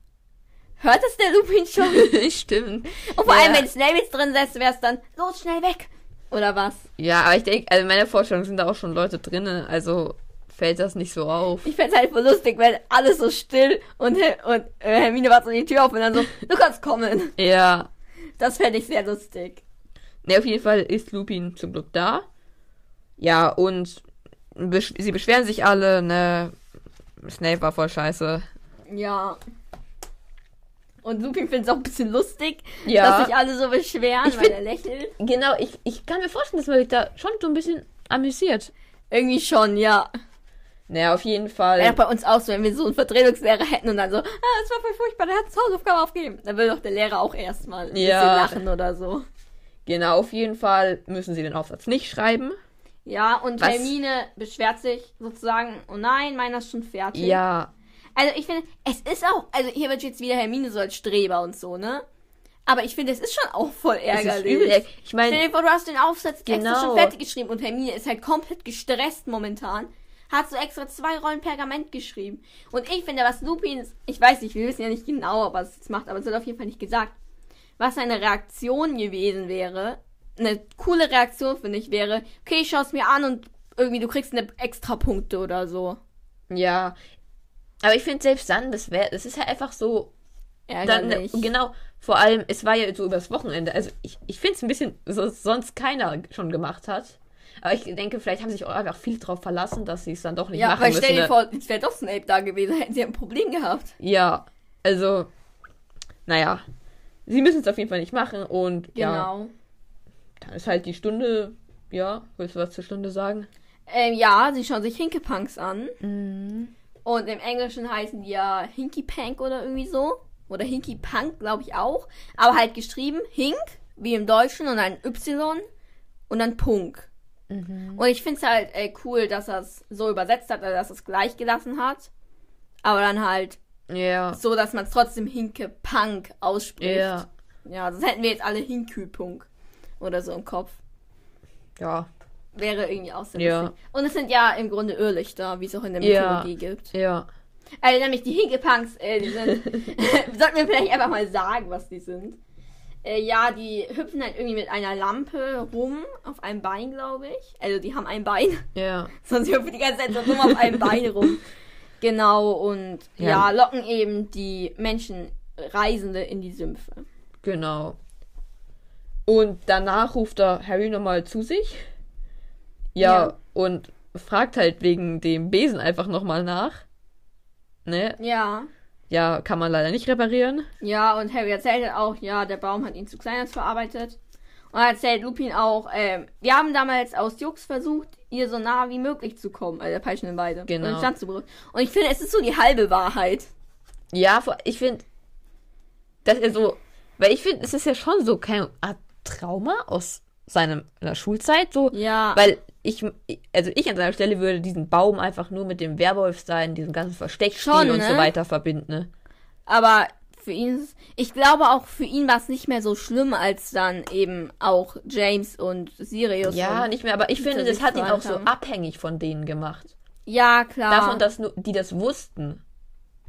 Speaker 1: Hört das der Lupin schon?
Speaker 2: Stimmt.
Speaker 1: Und vor allem,
Speaker 2: Ja.
Speaker 1: wenn Snape jetzt drin sitzt, wäre es dann, los, schnell weg. Oder was?
Speaker 2: Ja, aber ich denke, also in meiner Vorstellung sind da auch schon Leute drin, also fällt das nicht so auf.
Speaker 1: Ich fänd's halt voll lustig, wenn alles so still und, Her- und äh, Hermine macht so die Tür auf und dann so, du kannst kommen.
Speaker 2: Ja.
Speaker 1: Das fände ich sehr lustig.
Speaker 2: Ne, auf jeden Fall ist Lupin zum Glück da. Ja, und besch sie beschweren sich alle, ne? Snape war voll scheiße.
Speaker 1: Ja. Und Lupin findet es auch ein bisschen lustig,
Speaker 2: Ja.
Speaker 1: dass sich alle so beschweren,
Speaker 2: Ich
Speaker 1: weil
Speaker 2: find-
Speaker 1: er lächelt.
Speaker 2: Genau, ich, ich kann mir vorstellen, dass man sich da schon so ein bisschen amüsiert.
Speaker 1: Irgendwie schon, ja.
Speaker 2: Naja, auf jeden
Speaker 1: Wäre
Speaker 2: Fall.
Speaker 1: doch bei uns auch so, wenn wir so einen Vertretungslehrer hätten und dann so, ah, es war voll furchtbar, der hat das Hausaufgabe aufgegeben. Dann würde doch der Lehrer auch erstmal ein
Speaker 2: Ja.
Speaker 1: bisschen lachen oder so.
Speaker 2: Genau, auf jeden Fall müssen sie den Aufsatz nicht schreiben.
Speaker 1: Ja, und
Speaker 2: Was?
Speaker 1: Hermine beschwert sich sozusagen, oh nein, meiner ist schon fertig.
Speaker 2: Ja,
Speaker 1: Also ich finde, es ist auch, also hier wird jetzt wieder Hermine so als Streber und so, ne? Aber ich finde, es ist schon auch voll
Speaker 2: es ist
Speaker 1: ärgerlich.
Speaker 2: übel. Ich
Speaker 1: Stell
Speaker 2: meine,
Speaker 1: dir vor, du hast den Aufsatz extra
Speaker 2: Genau.
Speaker 1: schon fertig geschrieben und Hermine ist halt komplett gestresst momentan. Hat so extra zwei Rollen Pergament geschrieben. Und ich finde, was Lupin, ich weiß nicht, wir wissen ja nicht genau, was es jetzt macht, aber es wird auf jeden Fall nicht gesagt. Was seine Reaktion gewesen wäre, eine coole Reaktion, finde ich, wäre, okay, ich schaue es mir an und irgendwie du kriegst eine extra Punkte oder so.
Speaker 2: ja. Aber ich finde selbst dann, das wäre, das ist halt einfach so. Dann,
Speaker 1: Ärgerlich.
Speaker 2: genau, vor allem, es war ja so übers Wochenende. Also ich, ich finde es ein bisschen, so sonst keiner schon gemacht hat. Aber ich denke, vielleicht haben sich auch einfach viel drauf verlassen, dass sie es dann doch nicht
Speaker 1: ja,
Speaker 2: machen
Speaker 1: weil
Speaker 2: müssen.
Speaker 1: stell dir
Speaker 2: ne?
Speaker 1: vor, jetzt wäre doch Snape da gewesen, hätten sie ein Problem gehabt.
Speaker 2: Ja, also, naja. Sie müssen es auf jeden Fall nicht machen und ja,
Speaker 1: Genau.
Speaker 2: dann ist halt die Stunde Ja, willst du was zur Stunde sagen?
Speaker 1: Ähm, ja, sie schauen sich Hinkepunks an. Und im Englischen heißen die ja Hinky Pank oder irgendwie so. Oder Hinky Punk, glaube ich auch. Aber halt geschrieben Hink, wie im Deutschen, und ein Y und dann Punk.
Speaker 2: Mhm.
Speaker 1: Und ich finde es halt äh, cool, dass er es so übersetzt hat, oder dass er es gleich gelassen hat. Aber dann halt
Speaker 2: Ja.
Speaker 1: so, dass man es trotzdem Hinke Punk ausspricht.
Speaker 2: Ja.
Speaker 1: Ja, sonst hätten wir jetzt alle Hinkü Punk oder so im Kopf.
Speaker 2: Ja.
Speaker 1: Wäre irgendwie auch sehr
Speaker 2: Ja.
Speaker 1: lustig. Und es sind ja im Grunde Irrlichter, wie es auch in der
Speaker 2: Ja.
Speaker 1: Mythologie gibt.
Speaker 2: Ja.
Speaker 1: Also nämlich die Hinkepunks, äh, die sind. sollten wir vielleicht einfach mal sagen, was die sind. Äh, ja, die hüpfen halt irgendwie mit einer Lampe rum, auf einem Bein, glaube ich. Also die haben ein Bein,
Speaker 2: Ja.
Speaker 1: sonst hüpfen die ganze Zeit so rum auf einem Bein rum. Genau, und ja.
Speaker 2: Ja.
Speaker 1: locken eben die Menschen, Reisende in die Sümpfe.
Speaker 2: Genau. Und danach ruft er Harry nochmal zu sich. Ja,
Speaker 1: Ja.
Speaker 2: und fragt halt wegen dem Besen einfach nochmal nach. Ne?
Speaker 1: Ja.
Speaker 2: Ja, kann man leider nicht reparieren.
Speaker 1: Ja, und Harry erzählt halt auch, ja, der Baum hat ihn zu Kleiners verarbeitet. Und dann erzählt Lupin auch, ähm, wir haben damals aus Jux versucht, ihr so nah wie möglich zu kommen, also der peitschenden Weide.
Speaker 2: Genau.
Speaker 1: Und den Stand zu berühren. Und ich finde, es ist so die halbe Wahrheit.
Speaker 2: Ja, vor- ich finde, dass er so, weil ich finde, es ist ja schon so kein Art Trauma aus seinem, seiner Schulzeit, so,
Speaker 1: Ja.
Speaker 2: weil ich, also ich an seiner Stelle würde diesen Baum einfach nur mit dem Werwolf sein, diesem ganzen Versteckspiel
Speaker 1: Schon,
Speaker 2: und so
Speaker 1: ne?
Speaker 2: weiter verbinden, ne?
Speaker 1: Aber für ihn ist es, ich glaube auch für ihn war es nicht mehr so schlimm, als dann eben auch James und Sirius.
Speaker 2: Ja,
Speaker 1: und,
Speaker 2: nicht mehr, aber ich finde,
Speaker 1: sich
Speaker 2: das hat ihn auch so
Speaker 1: verhalten.
Speaker 2: abhängig von denen gemacht.
Speaker 1: ja klar.
Speaker 2: Davon, dass nur, die das wussten.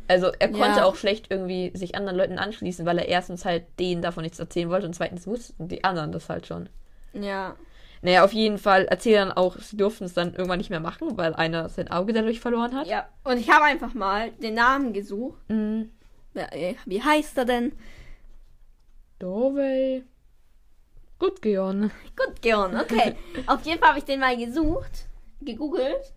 Speaker 2: Also er konnte
Speaker 1: Ja.
Speaker 2: auch schlecht irgendwie sich anderen Leuten anschließen, weil er erstens halt denen davon nichts erzählen wollte und zweitens wussten die anderen das halt schon.
Speaker 1: ja.
Speaker 2: Naja, auf jeden Fall erzählen dann auch, sie durften es dann irgendwann nicht mehr machen, weil einer sein Auge dadurch verloren hat.
Speaker 1: Ja. Und ich habe einfach mal den Namen gesucht.
Speaker 2: Mhm.
Speaker 1: Wer- äh, Wie heißt er denn?
Speaker 2: Dovey. Gut, Geon.
Speaker 1: Gut, Gion, okay. Auf jeden Fall habe ich den mal gesucht, gegoogelt.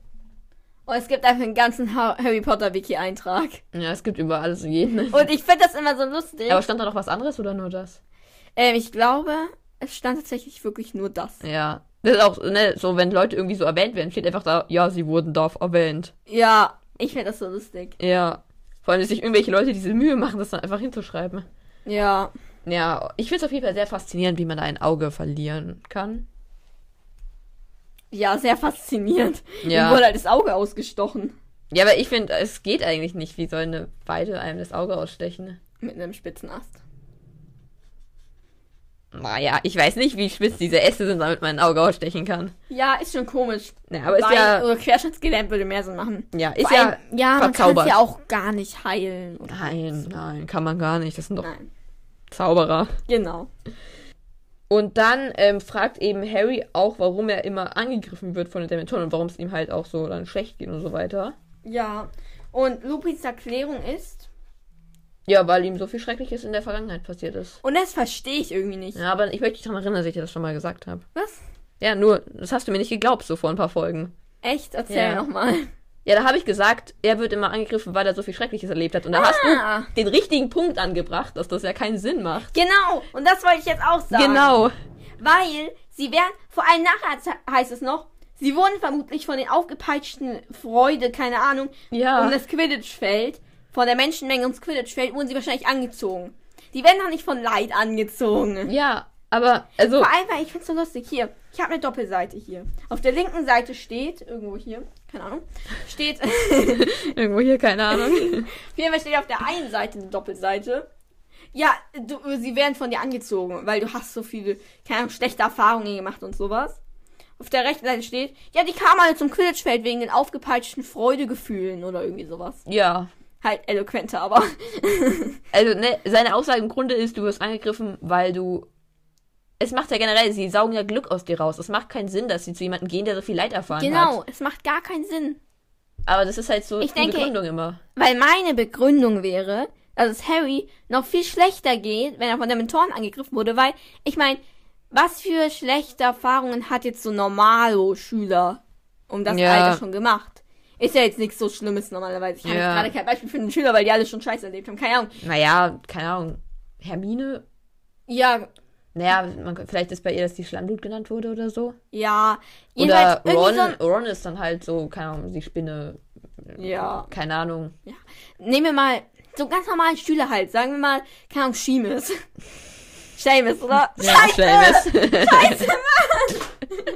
Speaker 1: Und es gibt einfach einen ganzen Ha- Harry Potter Wiki-Eintrag.
Speaker 2: Ja, es gibt über alles und jeden.
Speaker 1: Und ich finde das immer so lustig.
Speaker 2: Aber stand da noch was anderes oder nur das?
Speaker 1: Ähm, ich glaube, es stand tatsächlich wirklich nur das.
Speaker 2: Ja. Das ist auch ne, so, wenn Leute irgendwie so erwähnt werden, steht einfach da, ja, sie wurden da erwähnt.
Speaker 1: Ja, ich finde das so lustig.
Speaker 2: Ja. Vor allem, dass sich irgendwelche Leute diese Mühe machen, das dann einfach hinzuschreiben.
Speaker 1: Ja,
Speaker 2: Ja, ich finde es auf jeden Fall sehr faszinierend, wie man da ein Auge verlieren kann.
Speaker 1: ja, sehr faszinierend.
Speaker 2: Ja.
Speaker 1: Ihm wurde halt das Auge ausgestochen.
Speaker 2: Ja, aber ich finde, es geht eigentlich nicht. Wie soll eine Weide einem das Auge ausstechen?
Speaker 1: Mit einem spitzen Ast.
Speaker 2: Naja, ich weiß nicht, wie spitz diese Äste sind, damit man ein Auge ausstechen kann.
Speaker 1: Ja, ist schon komisch.
Speaker 2: Ja, aber ist
Speaker 1: Bein-
Speaker 2: ja-
Speaker 1: Oder Querschnittsgelähmt würde mehr Sinn machen.
Speaker 2: Ja, ist
Speaker 1: Vor
Speaker 2: ja,
Speaker 1: allem, ja, man kann es
Speaker 2: verzaubert.
Speaker 1: ja auch gar nicht heilen. Oder?
Speaker 2: Nein, nein, kann man gar nicht. Das sind doch
Speaker 1: Nein,
Speaker 2: Zauberer.
Speaker 1: genau.
Speaker 2: Und dann ähm, fragt eben Harry auch, warum er immer angegriffen wird von den Dementoren und warum es ihm halt auch so dann schlecht geht und so weiter.
Speaker 1: Ja, und Lupins Erklärung ist,
Speaker 2: Ja, weil ihm so viel Schreckliches in der Vergangenheit passiert ist.
Speaker 1: und das verstehe ich irgendwie nicht.
Speaker 2: Ja, aber ich möchte dich daran erinnern, dass ich dir das schon mal gesagt habe.
Speaker 1: Was?
Speaker 2: Ja, nur, das hast du mir nicht geglaubt, so vor ein paar Folgen.
Speaker 1: Echt? Erzähl
Speaker 2: Ja.
Speaker 1: noch nochmal.
Speaker 2: Ja, da habe ich gesagt, er wird immer angegriffen, weil er so viel Schreckliches erlebt hat. Und da hast
Speaker 1: Ah.
Speaker 2: du den richtigen Punkt angebracht, dass das ja keinen Sinn macht.
Speaker 1: Genau, und das wollte ich jetzt auch sagen.
Speaker 2: Genau.
Speaker 1: Weil sie werden, vor allem nachher ze- heißt es noch, sie wurden vermutlich von den aufgepeitschten Freude, keine Ahnung,
Speaker 2: Ja.
Speaker 1: um das Quidditch-Feld, von der Menschenmenge ums Quidditch-Feld wurden sie wahrscheinlich angezogen. Die werden doch nicht von Leid angezogen.
Speaker 2: Ja, aber, also.
Speaker 1: Vor allem, weil ich find's so lustig. Hier, ich habe eine Doppelseite hier. Auf der linken Seite steht, irgendwo hier, keine Ahnung, steht,
Speaker 2: Irgendwo hier, keine Ahnung.
Speaker 1: Auf jeden Fall steht auf der einen Seite eine Doppelseite. Ja, du, sie werden von dir angezogen, weil du hast so viele, keine Ahnung, schlechte Erfahrungen gemacht und sowas. Auf der rechten Seite steht, ja, die kamen alle zum Quidditch-Feld wegen den aufgepeitschten Freudegefühlen oder irgendwie sowas.
Speaker 2: ja.
Speaker 1: Halt eloquenter, aber.
Speaker 2: Also, ne, seine Aussage im Grunde ist, du wirst angegriffen, weil du. Es macht ja generell, sie saugen ja Glück aus dir raus. Es macht keinen Sinn, dass sie zu jemandem gehen, der so viel Leid erfahren hat.
Speaker 1: Genau, es macht gar keinen Sinn.
Speaker 2: Aber das ist halt so
Speaker 1: Ich
Speaker 2: die
Speaker 1: denke-
Speaker 2: Begründung immer.
Speaker 1: Weil meine Begründung wäre, dass es Harry noch viel schlechter geht, wenn er von Dementoren angegriffen wurde, weil, ich meine, was für schlechte Erfahrungen hat jetzt so Normalo-Schüler um das
Speaker 2: Ja.
Speaker 1: Alter schon gemacht? Ist ja jetzt nichts so Schlimmes normalerweise. Ich habe
Speaker 2: Ja.
Speaker 1: jetzt gerade kein Beispiel für einen Schüler, weil die alle schon Scheiße erlebt haben. Keine Ahnung.
Speaker 2: Naja, keine Ahnung. Hermine
Speaker 1: Ja,
Speaker 2: Naja, man, vielleicht ist bei ihr, dass die Schlammblut genannt wurde oder so.
Speaker 1: Ja, jedenfalls
Speaker 2: Oder
Speaker 1: irgendwie
Speaker 2: Ron,
Speaker 1: so ein,
Speaker 2: Ron ist dann halt so, keine Ahnung, die Spinne.
Speaker 1: Ja.
Speaker 2: Keine Ahnung.
Speaker 1: Nehmen wir mal so einen ganz normalen Schüler halt. Sagen wir mal, keine Ahnung, Seamus. Seamus, oder?
Speaker 2: Ja, Seamus. Scheiße, Mann!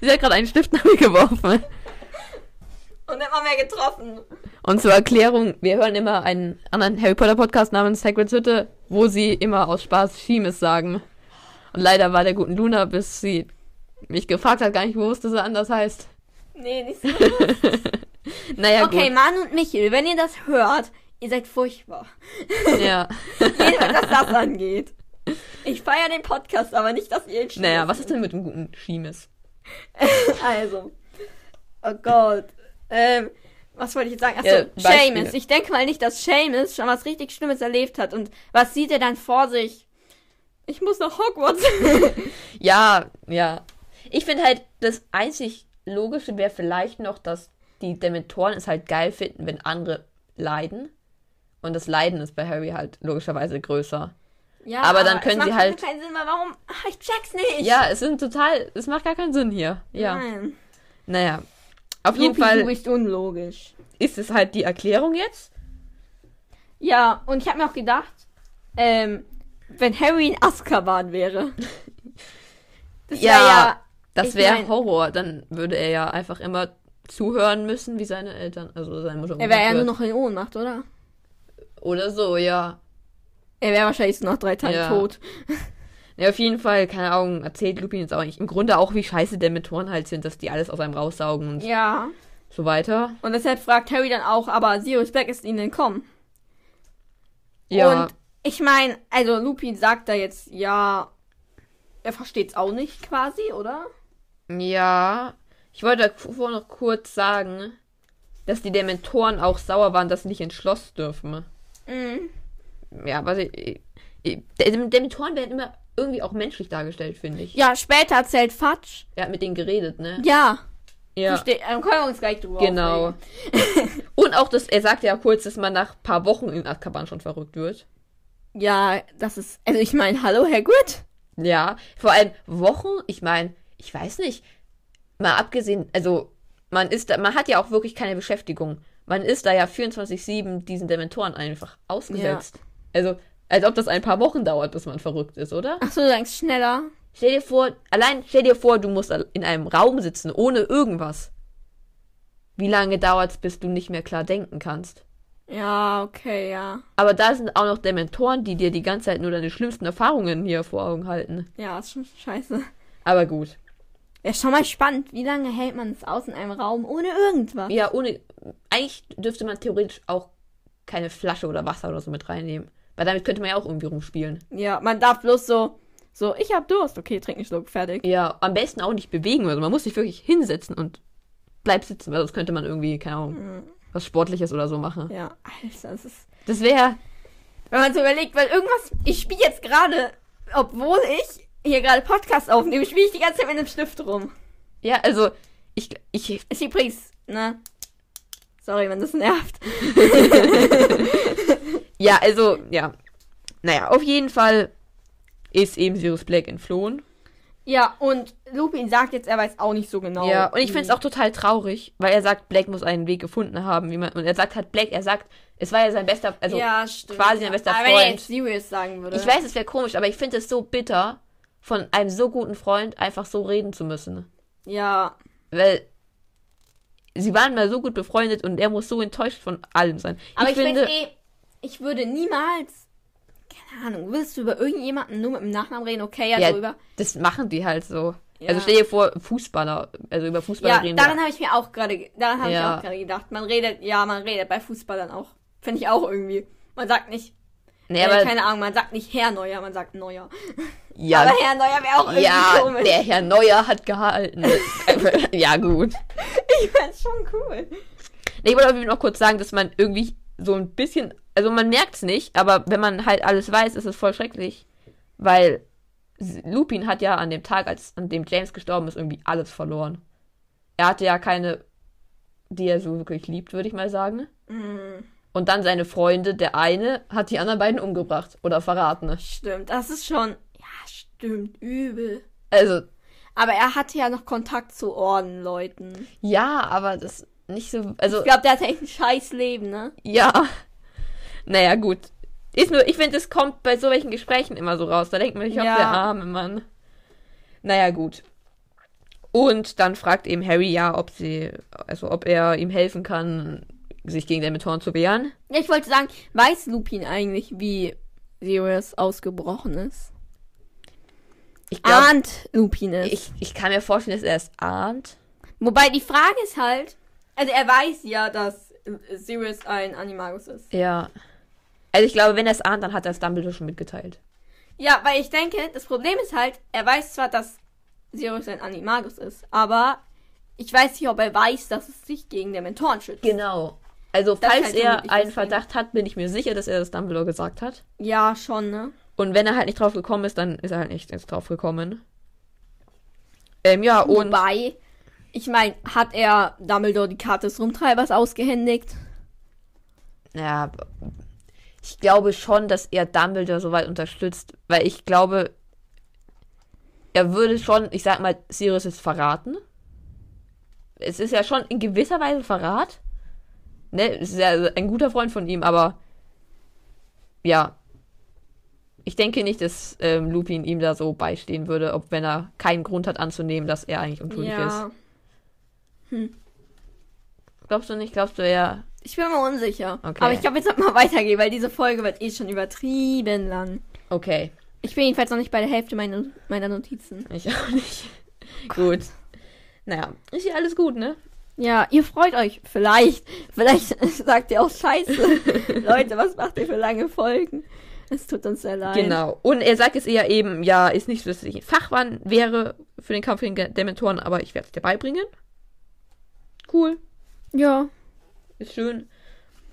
Speaker 2: Sie hat gerade einen Stift nach mir geworfen.
Speaker 1: Und immer mehr getroffen.
Speaker 2: Und zur Erklärung, wir hören immer einen anderen Harry Potter Podcast namens Hagrid's Hütte, wo sie immer aus Spaß Schiemes sagen. Und leider war der guten Luna, bis sie mich gefragt hat, gar nicht wusste, dass er anders heißt.
Speaker 1: Nee, nicht so.
Speaker 2: Naja,
Speaker 1: okay,
Speaker 2: gut.
Speaker 1: Manu und Michel, wenn ihr das hört, ihr seid furchtbar.
Speaker 2: Ja.
Speaker 1: Jedenfalls, was das angeht. Ich feiere den Podcast, aber nicht, dass ihr ihn schmeißt.
Speaker 2: Naja, was ist denn mit dem guten Schiemes?
Speaker 1: Also. Oh Gott. Ähm, was wollte ich jetzt sagen? Achso,
Speaker 2: Ja, Beispiele.
Speaker 1: Seamus. Ich denke mal nicht, dass Seamus schon was richtig Schlimmes erlebt hat. Und was sieht er dann vor sich? Ich muss nach Hogwarts.
Speaker 2: Ja, ja. Ich finde halt, das einzig Logische wäre vielleicht noch, dass die Dementoren es halt geil finden, wenn andere leiden. Und das Leiden ist bei Harry halt logischerweise größer.
Speaker 1: ja,
Speaker 2: Aber dann können
Speaker 1: es
Speaker 2: sie
Speaker 1: macht
Speaker 2: halt-
Speaker 1: keinen Sinn mehr. Warum? Ach, ich check's nicht.
Speaker 2: Ja, es sind total, es macht gar keinen Sinn hier. Ja.
Speaker 1: Nein.
Speaker 2: Naja. Auf
Speaker 1: Auf
Speaker 2: jeden Fall
Speaker 1: bist unlogisch.
Speaker 2: ist es halt die Erklärung jetzt.
Speaker 1: Ja, und ich habe mir auch gedacht, ähm, wenn Harry in Azkaban wäre. Das wär
Speaker 2: Ja,
Speaker 1: ja. ich
Speaker 2: Das wäre
Speaker 1: mein-
Speaker 2: Horror. Dann würde er ja einfach immer zuhören müssen, wie seine Eltern, also seine Mutter.
Speaker 1: Er wäre ja
Speaker 2: umgebracht
Speaker 1: nur
Speaker 2: wird.
Speaker 1: noch in Ohnmacht, oder?
Speaker 2: Oder so, ja.
Speaker 1: Er wäre wahrscheinlich so nach drei Tagen
Speaker 2: Ja.
Speaker 1: tot.
Speaker 2: Ja, auf jeden Fall, keine Ahnung, erzählt Lupin jetzt auch nicht. Im Grunde auch, wie scheiße Dementoren halt sind, dass die alles aus einem raussaugen und
Speaker 1: Ja.
Speaker 2: so weiter.
Speaker 1: Und deshalb fragt Harry dann auch, aber Sirius Black ist ihnen entkommen.
Speaker 2: Ja.
Speaker 1: Und ich meine, also Lupin sagt da jetzt, ja, er versteht's auch nicht quasi, oder?
Speaker 2: Ja, ich wollte davor noch kurz sagen, dass die Dementoren auch sauer waren, dass sie nicht ins Schloss dürfen.
Speaker 1: Mhm.
Speaker 2: Ja, was ich. ich Dem- Dementoren werden immer irgendwie auch menschlich dargestellt, finde ich.
Speaker 1: Ja, später erzählt Fatsch.
Speaker 2: Er hat mit denen geredet, ne?
Speaker 1: Ja,
Speaker 2: Ja,
Speaker 1: versteht. Dann können wir uns gleich drüber
Speaker 2: genau.
Speaker 1: aufregen.
Speaker 2: Und auch, das, er sagte ja kurz, dass man nach ein paar Wochen in Azkaban schon verrückt wird.
Speaker 1: Ja, das ist, also ich meine, hallo Hagrid?
Speaker 2: Ja, vor allem Wochen, ich meine, ich weiß nicht, mal abgesehen, also man ist da, man hat ja auch wirklich keine Beschäftigung. Man ist da ja 24-7 diesen Dementoren einfach ausgesetzt. Also, als ob das ein paar Wochen dauert, bis man verrückt ist, oder?
Speaker 1: Ach so, du denkst schneller.
Speaker 2: Stell dir vor, allein stell dir vor, du musst al- in einem Raum sitzen, ohne irgendwas. Wie lange dauert's, bis du nicht mehr klar denken kannst?
Speaker 1: Ja, okay, ja.
Speaker 2: Aber da sind auch noch Dementoren, die dir die ganze Zeit nur deine schlimmsten Erfahrungen hier vor Augen halten.
Speaker 1: Ja, ist schon scheiße.
Speaker 2: Aber gut.
Speaker 1: Ja, schon mal spannend, wie lange hält man es aus in einem Raum ohne irgendwas?
Speaker 2: Ja, ohne. Eigentlich dürfte man theoretisch auch keine Flasche oder Wasser oder so mit reinnehmen. Weil damit könnte man ja auch irgendwie rumspielen.
Speaker 1: Ja, man darf bloß so, so, ich hab Durst, okay, trink einen Schluck, fertig.
Speaker 2: Ja, am besten auch nicht bewegen. Also man muss sich wirklich hinsetzen und bleibt sitzen, weil sonst könnte man irgendwie, keine Ahnung, was Sportliches oder so machen.
Speaker 1: Ja, Alter, das ist.
Speaker 2: Das wäre
Speaker 1: Wenn man so überlegt, weil irgendwas, ich spiele jetzt gerade, obwohl ich hier gerade Podcast aufnehme, spiele ich die ganze Zeit mit einem Stift rum.
Speaker 2: Ja, also ich, ich,
Speaker 1: Ist übrigens, ne? Sorry, wenn das nervt.
Speaker 2: ja, also, ja. Naja, auf jeden Fall ist eben Sirius Black entflohen.
Speaker 1: Ja, und Lupin sagt jetzt, er weiß auch nicht so genau.
Speaker 2: ja, und ich
Speaker 1: wie.
Speaker 2: finde es auch total traurig, weil er sagt, Black muss einen Weg gefunden haben, wie man, und er sagt halt, Black, er sagt, es war ja sein bester, also,
Speaker 1: ja, stimmt.
Speaker 2: quasi sein bester
Speaker 1: Aber wenn er
Speaker 2: Freund.
Speaker 1: jetzt serious sagen würde.
Speaker 2: ich weiß, es wäre komisch, aber ich finde es so bitter, von einem so guten Freund einfach so reden zu müssen.
Speaker 1: Ja,
Speaker 2: Weil sie waren mal so gut befreundet und er muss so enttäuscht von allem sein.
Speaker 1: aber ich, finde, eh, ich würde niemals, keine Ahnung, willst du über irgendjemanden nur mit dem Nachnamen reden? Okay, ja,
Speaker 2: ja,
Speaker 1: so über.
Speaker 2: das machen die halt so.
Speaker 1: eh Ja.
Speaker 2: Also stell dir vor, Fußballer, also über Fußballer
Speaker 1: Ja,
Speaker 2: reden wir
Speaker 1: daran habe ich mir auch gerade, ge- daran habe ich
Speaker 2: Ja.
Speaker 1: auch gerade gedacht. Man redet, ja, man redet bei Fußballern auch. Finde ich auch irgendwie. Man sagt nicht,
Speaker 2: Nee,
Speaker 1: äh,
Speaker 2: aber
Speaker 1: keine Ahnung, man sagt nicht Herr Neuer, man sagt Neuer.
Speaker 2: ja,
Speaker 1: Aber Herr Neuer wäre auch irgendwie
Speaker 2: ja,
Speaker 1: komisch.
Speaker 2: der Herr Neuer hat gehalten. ja, gut.
Speaker 1: Ich fände schon cool.
Speaker 2: Nee, ich wollte auf jeden Fall noch kurz sagen, dass man irgendwie so ein bisschen, also man merkt es nicht, aber wenn man halt alles weiß, ist es voll schrecklich, weil S- Lupin hat ja an dem Tag, als an dem James gestorben ist, irgendwie alles verloren. Er hatte ja keine, die er so wirklich liebt, würde ich mal sagen. Und dann seine Freunde, der eine hat die anderen beiden umgebracht oder verraten.
Speaker 1: Stimmt, das ist schon, ja, sch- Stimmt, übel.
Speaker 2: Also,
Speaker 1: Aber er hatte ja noch Kontakt zu Ordenleuten.
Speaker 2: ja, aber das nicht so. Also,
Speaker 1: Ich glaube, der hatte echt ein scheiß Leben, ne?
Speaker 2: ja. Naja, gut. Ist nur, ich finde, es kommt bei so welchen Gesprächen immer so raus. Da denkt man sich auch,
Speaker 1: Ja.
Speaker 2: der arme Mann. Naja, gut. Und dann fragt eben Harry ja, ob sie, also ob er ihm helfen kann, sich gegen den Mentoren zu wehren.
Speaker 1: Ja, Ich wollte sagen, weiß Lupin eigentlich, wie Sirius ausgebrochen ist?
Speaker 2: Ich glaube,
Speaker 1: Ahnt Lupin es?
Speaker 2: ich, ich kann mir vorstellen, dass er es ahnt.
Speaker 1: Wobei die Frage ist halt, also er weiß ja, dass äh, Sirius ein Animagus ist.
Speaker 2: Ja. Also ich glaube, wenn er es ahnt, dann hat er es Dumbledore schon mitgeteilt.
Speaker 1: Ja, weil ich denke, das Problem ist halt, er weiß zwar, dass Sirius ein Animagus ist, aber ich weiß nicht, ob er weiß, dass es sich gegen den Mentoren schützt.
Speaker 2: Genau. Also
Speaker 1: Das
Speaker 2: falls
Speaker 1: halt
Speaker 2: er
Speaker 1: vermutlich
Speaker 2: einen
Speaker 1: deswegen.
Speaker 2: Verdacht hat, bin ich mir sicher, dass er das Dumbledore gesagt hat.
Speaker 1: Ja, schon, ne?
Speaker 2: Und wenn er halt nicht drauf gekommen ist, dann ist er halt nicht jetzt drauf gekommen. Ähm, ja, und
Speaker 1: Wobei, ich meine, hat er Dumbledore die Karte des Rumtreibers ausgehändigt?
Speaker 2: ja, ich glaube schon, dass er Dumbledore soweit unterstützt, weil ich glaube, er würde schon, ich sag mal, Sirius ist verraten. Es ist ja schon in gewisser Weise Verrat. Ne, es ist ja ein guter Freund von ihm, aber ja. Ich denke nicht, dass ähm, Lupin ihm da so beistehen würde, ob wenn er keinen Grund hat anzunehmen, dass er eigentlich unschuldig ist.
Speaker 1: Ja.
Speaker 2: Glaubst du nicht? Glaubst du eher,
Speaker 1: Ich bin mir unsicher.
Speaker 2: Okay.
Speaker 1: Aber ich glaube, jetzt sollten wir weitergehen, weil diese Folge wird eh schon übertrieben lang.
Speaker 2: okay,
Speaker 1: Ich bin jedenfalls noch nicht bei der Hälfte meiner, meiner Notizen.
Speaker 2: Ich auch nicht. gut. Naja, ist ja alles gut, ne?
Speaker 1: Ja, ihr freut euch. Vielleicht. Vielleicht sagt ihr auch Scheiße. Leute, was macht ihr für lange Folgen? Es tut uns sehr leid.
Speaker 2: Genau. Und er sagt es eher eben, ja, ist nicht so, dass ich ein Fachmann wäre für den Kampf gegen Dementoren, aber ich werde es dir beibringen. Cool.
Speaker 1: Ja.
Speaker 2: Ist schön.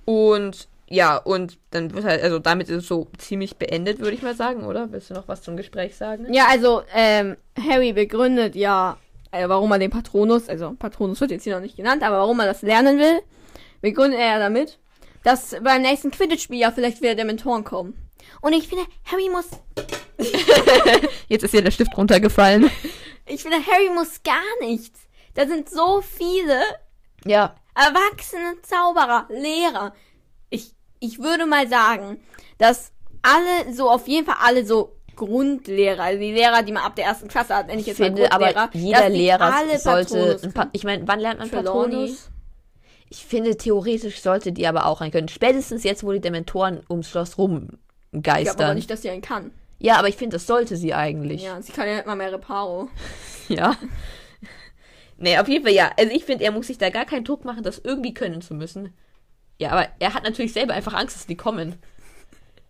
Speaker 2: Und ja, und dann wird halt, also damit ist es so ziemlich beendet, würde ich mal sagen, oder? Willst du noch was zum Gespräch sagen?
Speaker 1: Ja, also, ähm, Harry begründet ja, äh, warum er den Patronus, also Patronus wird jetzt hier noch nicht genannt, aber warum er das lernen will, begründet er ja damit, dass beim nächsten Quidditch-Spiel ja vielleicht wieder Dementoren kommen. Und ich finde, Harry muss,
Speaker 2: Jetzt ist hier der Stift runtergefallen.
Speaker 1: ich finde, Harry muss gar nichts. Da sind so viele
Speaker 2: Ja.
Speaker 1: Erwachsene, Zauberer, Lehrer. Ich, ich würde mal sagen, dass alle so, auf jeden Fall alle so Grundlehrer, also die Lehrer, die man ab der ersten Klasse hat, wenn ich
Speaker 2: Ich
Speaker 1: jetzt
Speaker 2: finde,
Speaker 1: mal Grundlehrer,
Speaker 2: aber jeder
Speaker 1: dass die
Speaker 2: Lehrer
Speaker 1: alle
Speaker 2: sollte.
Speaker 1: Patronus
Speaker 2: Ein pa ich meine, wann lernt man
Speaker 1: Trelawney.
Speaker 2: Patronus? Ich finde, theoretisch sollte die aber auch rein können. Spätestens jetzt, wo die Dementoren ums Schloss
Speaker 1: Ich glaube aber
Speaker 2: rumgeistern.
Speaker 1: nicht, dass sie einen kann.
Speaker 2: ja, aber ich finde, das sollte sie eigentlich. Ja.
Speaker 1: Ja, sie kann ja nicht mal mehr Reparo.
Speaker 2: Nee, auf jeden Fall ja. Also ich finde, er muss sich da gar keinen Druck machen, das irgendwie können zu müssen. Ja, aber er hat natürlich selber einfach Angst, dass die kommen.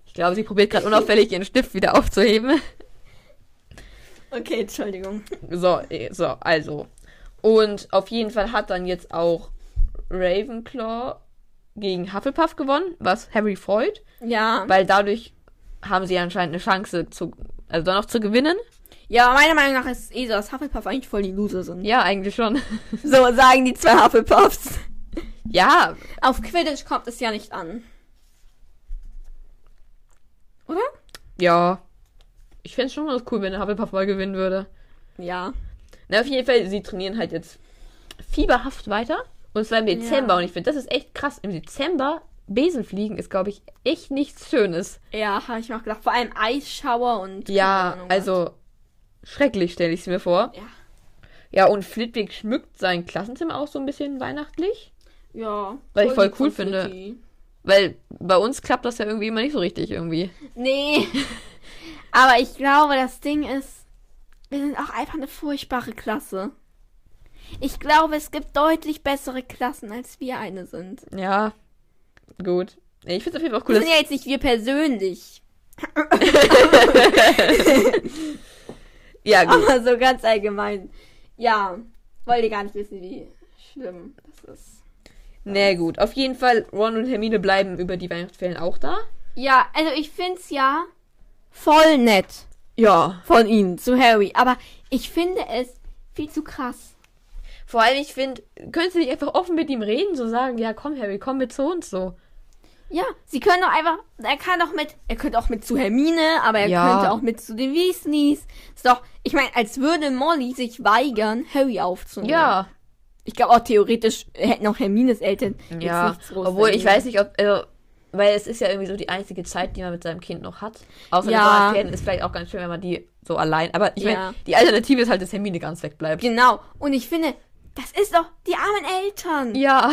Speaker 2: Ich glaube, sie probiert gerade unauffällig ihren Stift wieder aufzuheben.
Speaker 1: Okay, Entschuldigung.
Speaker 2: So, eh, so, also. Und auf jeden Fall hat dann jetzt auch Ravenclaw gegen Hufflepuff gewonnen, was Harry freut.
Speaker 1: Ja.
Speaker 2: Weil dadurch haben sie anscheinend eine Chance, zu, also dann auch zu gewinnen.
Speaker 1: Ja, aber meiner Meinung nach ist es eh so, dass Hufflepuff eigentlich voll die Loser sind.
Speaker 2: Ja, eigentlich schon.
Speaker 1: So sagen die zwei Hufflepuffs.
Speaker 2: ja,
Speaker 1: Auf Quidditch kommt es ja nicht an. Oder?
Speaker 2: ja. Ich fände es schon mal cool, wenn der Hufflepuff mal gewinnen würde.
Speaker 1: Ja.
Speaker 2: Na, auf jeden Fall, sie trainieren halt jetzt fieberhaft weiter. Und zwar im Dezember.
Speaker 1: Ja.
Speaker 2: Und ich finde, das ist echt krass. Im Dezember Besen fliegen ist, glaube ich, echt nichts Schönes.
Speaker 1: Ja, habe ich mir auch gedacht. Vor allem Eisschauer und. keine
Speaker 2: Ja,
Speaker 1: Ahnung was.
Speaker 2: also schrecklich stelle ich es mir vor.
Speaker 1: Ja.
Speaker 2: Ja, und Flitwick schmückt sein Klassenzimmer auch so ein bisschen weihnachtlich.
Speaker 1: Ja.
Speaker 2: Weil ich voll
Speaker 1: lieb
Speaker 2: cool
Speaker 1: von
Speaker 2: finde.
Speaker 1: Flicky.
Speaker 2: Weil bei uns klappt das ja irgendwie immer nicht so richtig irgendwie.
Speaker 1: Nee. Aber ich glaube, das Ding ist, wir sind auch einfach eine furchtbare Klasse. Ich glaube, es gibt deutlich bessere Klassen, als wir eine sind.
Speaker 2: Ja, gut. Nee, Ich finde es auf jeden Fall auch
Speaker 1: Wir
Speaker 2: cool.
Speaker 1: sind
Speaker 2: Dass,
Speaker 1: ja jetzt nicht wir persönlich,
Speaker 2: ja, gut.
Speaker 1: aber so ganz allgemein. Ja, wollt ihr gar nicht wissen, wie schlimm das ist.
Speaker 2: Nee, gut. Auf jeden Fall, Ron und Hermine bleiben über die Weihnachtsferien auch da.
Speaker 1: Ja, also ich find's ja voll nett
Speaker 2: Ja.
Speaker 1: von ihnen zu Harry, aber ich finde es viel zu krass.
Speaker 2: Vor allem, ich finde, könntest du nicht einfach offen mit ihm reden, so sagen, ja, komm, Harry, komm mit zu uns so.
Speaker 1: Ja, sie können doch einfach, er kann doch mit, er könnte auch mit zu Hermine, aber er
Speaker 2: Ja.
Speaker 1: könnte auch mit zu den Weasleys. Ist doch, ich meine, als würde Molly sich weigern, Harry aufzunehmen.
Speaker 2: Ja,
Speaker 1: Ich glaube auch theoretisch hätten auch Hermines Eltern jetzt
Speaker 2: ja.
Speaker 1: nichts groß
Speaker 2: Obwohl, ich
Speaker 1: dagegen.
Speaker 2: weiß nicht, ob. Also, weil es ist ja irgendwie so die einzige Zeit, die man mit seinem Kind noch hat. Außer
Speaker 1: Ja.
Speaker 2: ja. Quarantäne ist vielleicht auch ganz schön, wenn man die so allein. Aber ich
Speaker 1: Ja.
Speaker 2: meine, die Alternative ist halt, dass Hermine ganz wegbleibt.
Speaker 1: Genau. Und ich finde, das ist doch die armen Eltern.
Speaker 2: Ja.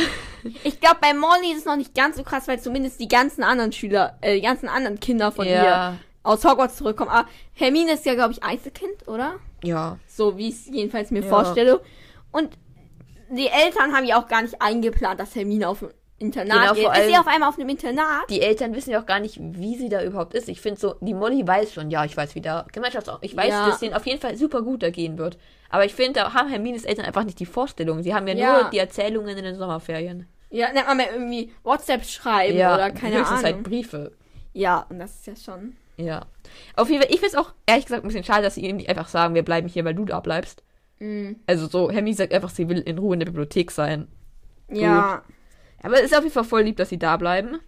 Speaker 1: Ich glaube, bei Molly ist es noch nicht ganz so krass, weil zumindest die ganzen anderen Schüler, äh, die ganzen anderen Kinder von
Speaker 2: Ja.
Speaker 1: ihr aus Hogwarts zurückkommen. Aber Hermine ist ja, glaube ich, Einzelkind, oder?
Speaker 2: Ja.
Speaker 1: So wie ich es jedenfalls mir
Speaker 2: Ja.
Speaker 1: vorstelle. Und die Eltern haben ja auch gar nicht eingeplant, dass Hermine auf dem Internat
Speaker 2: Genau,
Speaker 1: geht.
Speaker 2: vor
Speaker 1: Ist sie
Speaker 2: allem-
Speaker 1: auf einmal auf einem Internat?
Speaker 2: Die Eltern wissen ja auch gar nicht, wie sie da überhaupt ist. Ich finde so, die Molly weiß schon, ja, ich weiß wieder. Gemeinschaftsraum. Ich weiß,
Speaker 1: Ja.
Speaker 2: dass denen auf jeden Fall super gut da gehen wird. Aber ich finde, da haben Hermines Eltern einfach nicht die Vorstellung. Sie haben ja,
Speaker 1: Ja.
Speaker 2: nur die Erzählungen in den Sommerferien.
Speaker 1: Ja, nennt man mal irgendwie WhatsApp schreiben oder keine
Speaker 2: höchstens
Speaker 1: Ahnung.
Speaker 2: halt Briefe.
Speaker 1: Ja, und das ist ja schon.
Speaker 2: Ja. Auf jeden Fall, ich finde es auch ehrlich gesagt ein bisschen schade, dass sie ihm nicht einfach sagen, wir bleiben hier, weil du da bleibst.
Speaker 1: Mhm.
Speaker 2: Also so, Hermine sagt einfach, sie will in Ruhe in der Bibliothek sein.
Speaker 1: Ja.
Speaker 2: Aber es ist auf jeden Fall voll lieb, dass sie da bleiben.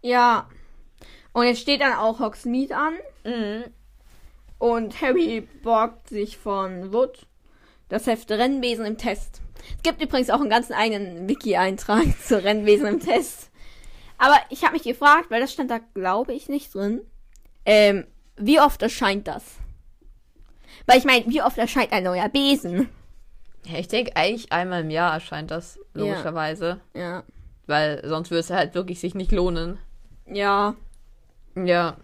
Speaker 1: Ja. Und jetzt steht dann auch Hogsmeade an.
Speaker 2: Mhm.
Speaker 1: Und Harry borgt sich von Wood das Heft Rennwesen im Test. Es gibt übrigens auch einen ganzen eigenen Wiki-Eintrag zu Rennwesen im Test. Aber ich habe mich gefragt, weil das stand da, glaube ich, nicht drin. Ähm, wie oft erscheint das? Weil ich meine, wie oft erscheint ein neuer Besen?
Speaker 2: Ja, ich denke, eigentlich einmal im Jahr erscheint das,
Speaker 1: Ja.
Speaker 2: logischerweise.
Speaker 1: Ja.
Speaker 2: Weil sonst würde es halt wirklich sich nicht lohnen.
Speaker 1: Ja.
Speaker 2: Ja.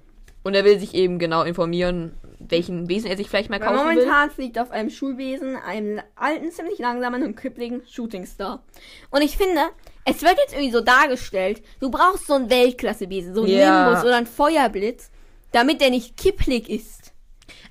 Speaker 2: Und er will sich eben genau informieren, welchen Besen er sich vielleicht mal
Speaker 1: Weil
Speaker 2: kaufen will.
Speaker 1: momentan fliegt auf einem Schulwesen einem alten, ziemlich langsamen und kribbligen Shootingstar. Und ich finde, es wird jetzt irgendwie so dargestellt, du brauchst so einen Weltklassebesen, so einen
Speaker 2: Ja.
Speaker 1: Nimbus oder einen Feuerblitz, damit der nicht kipplig ist.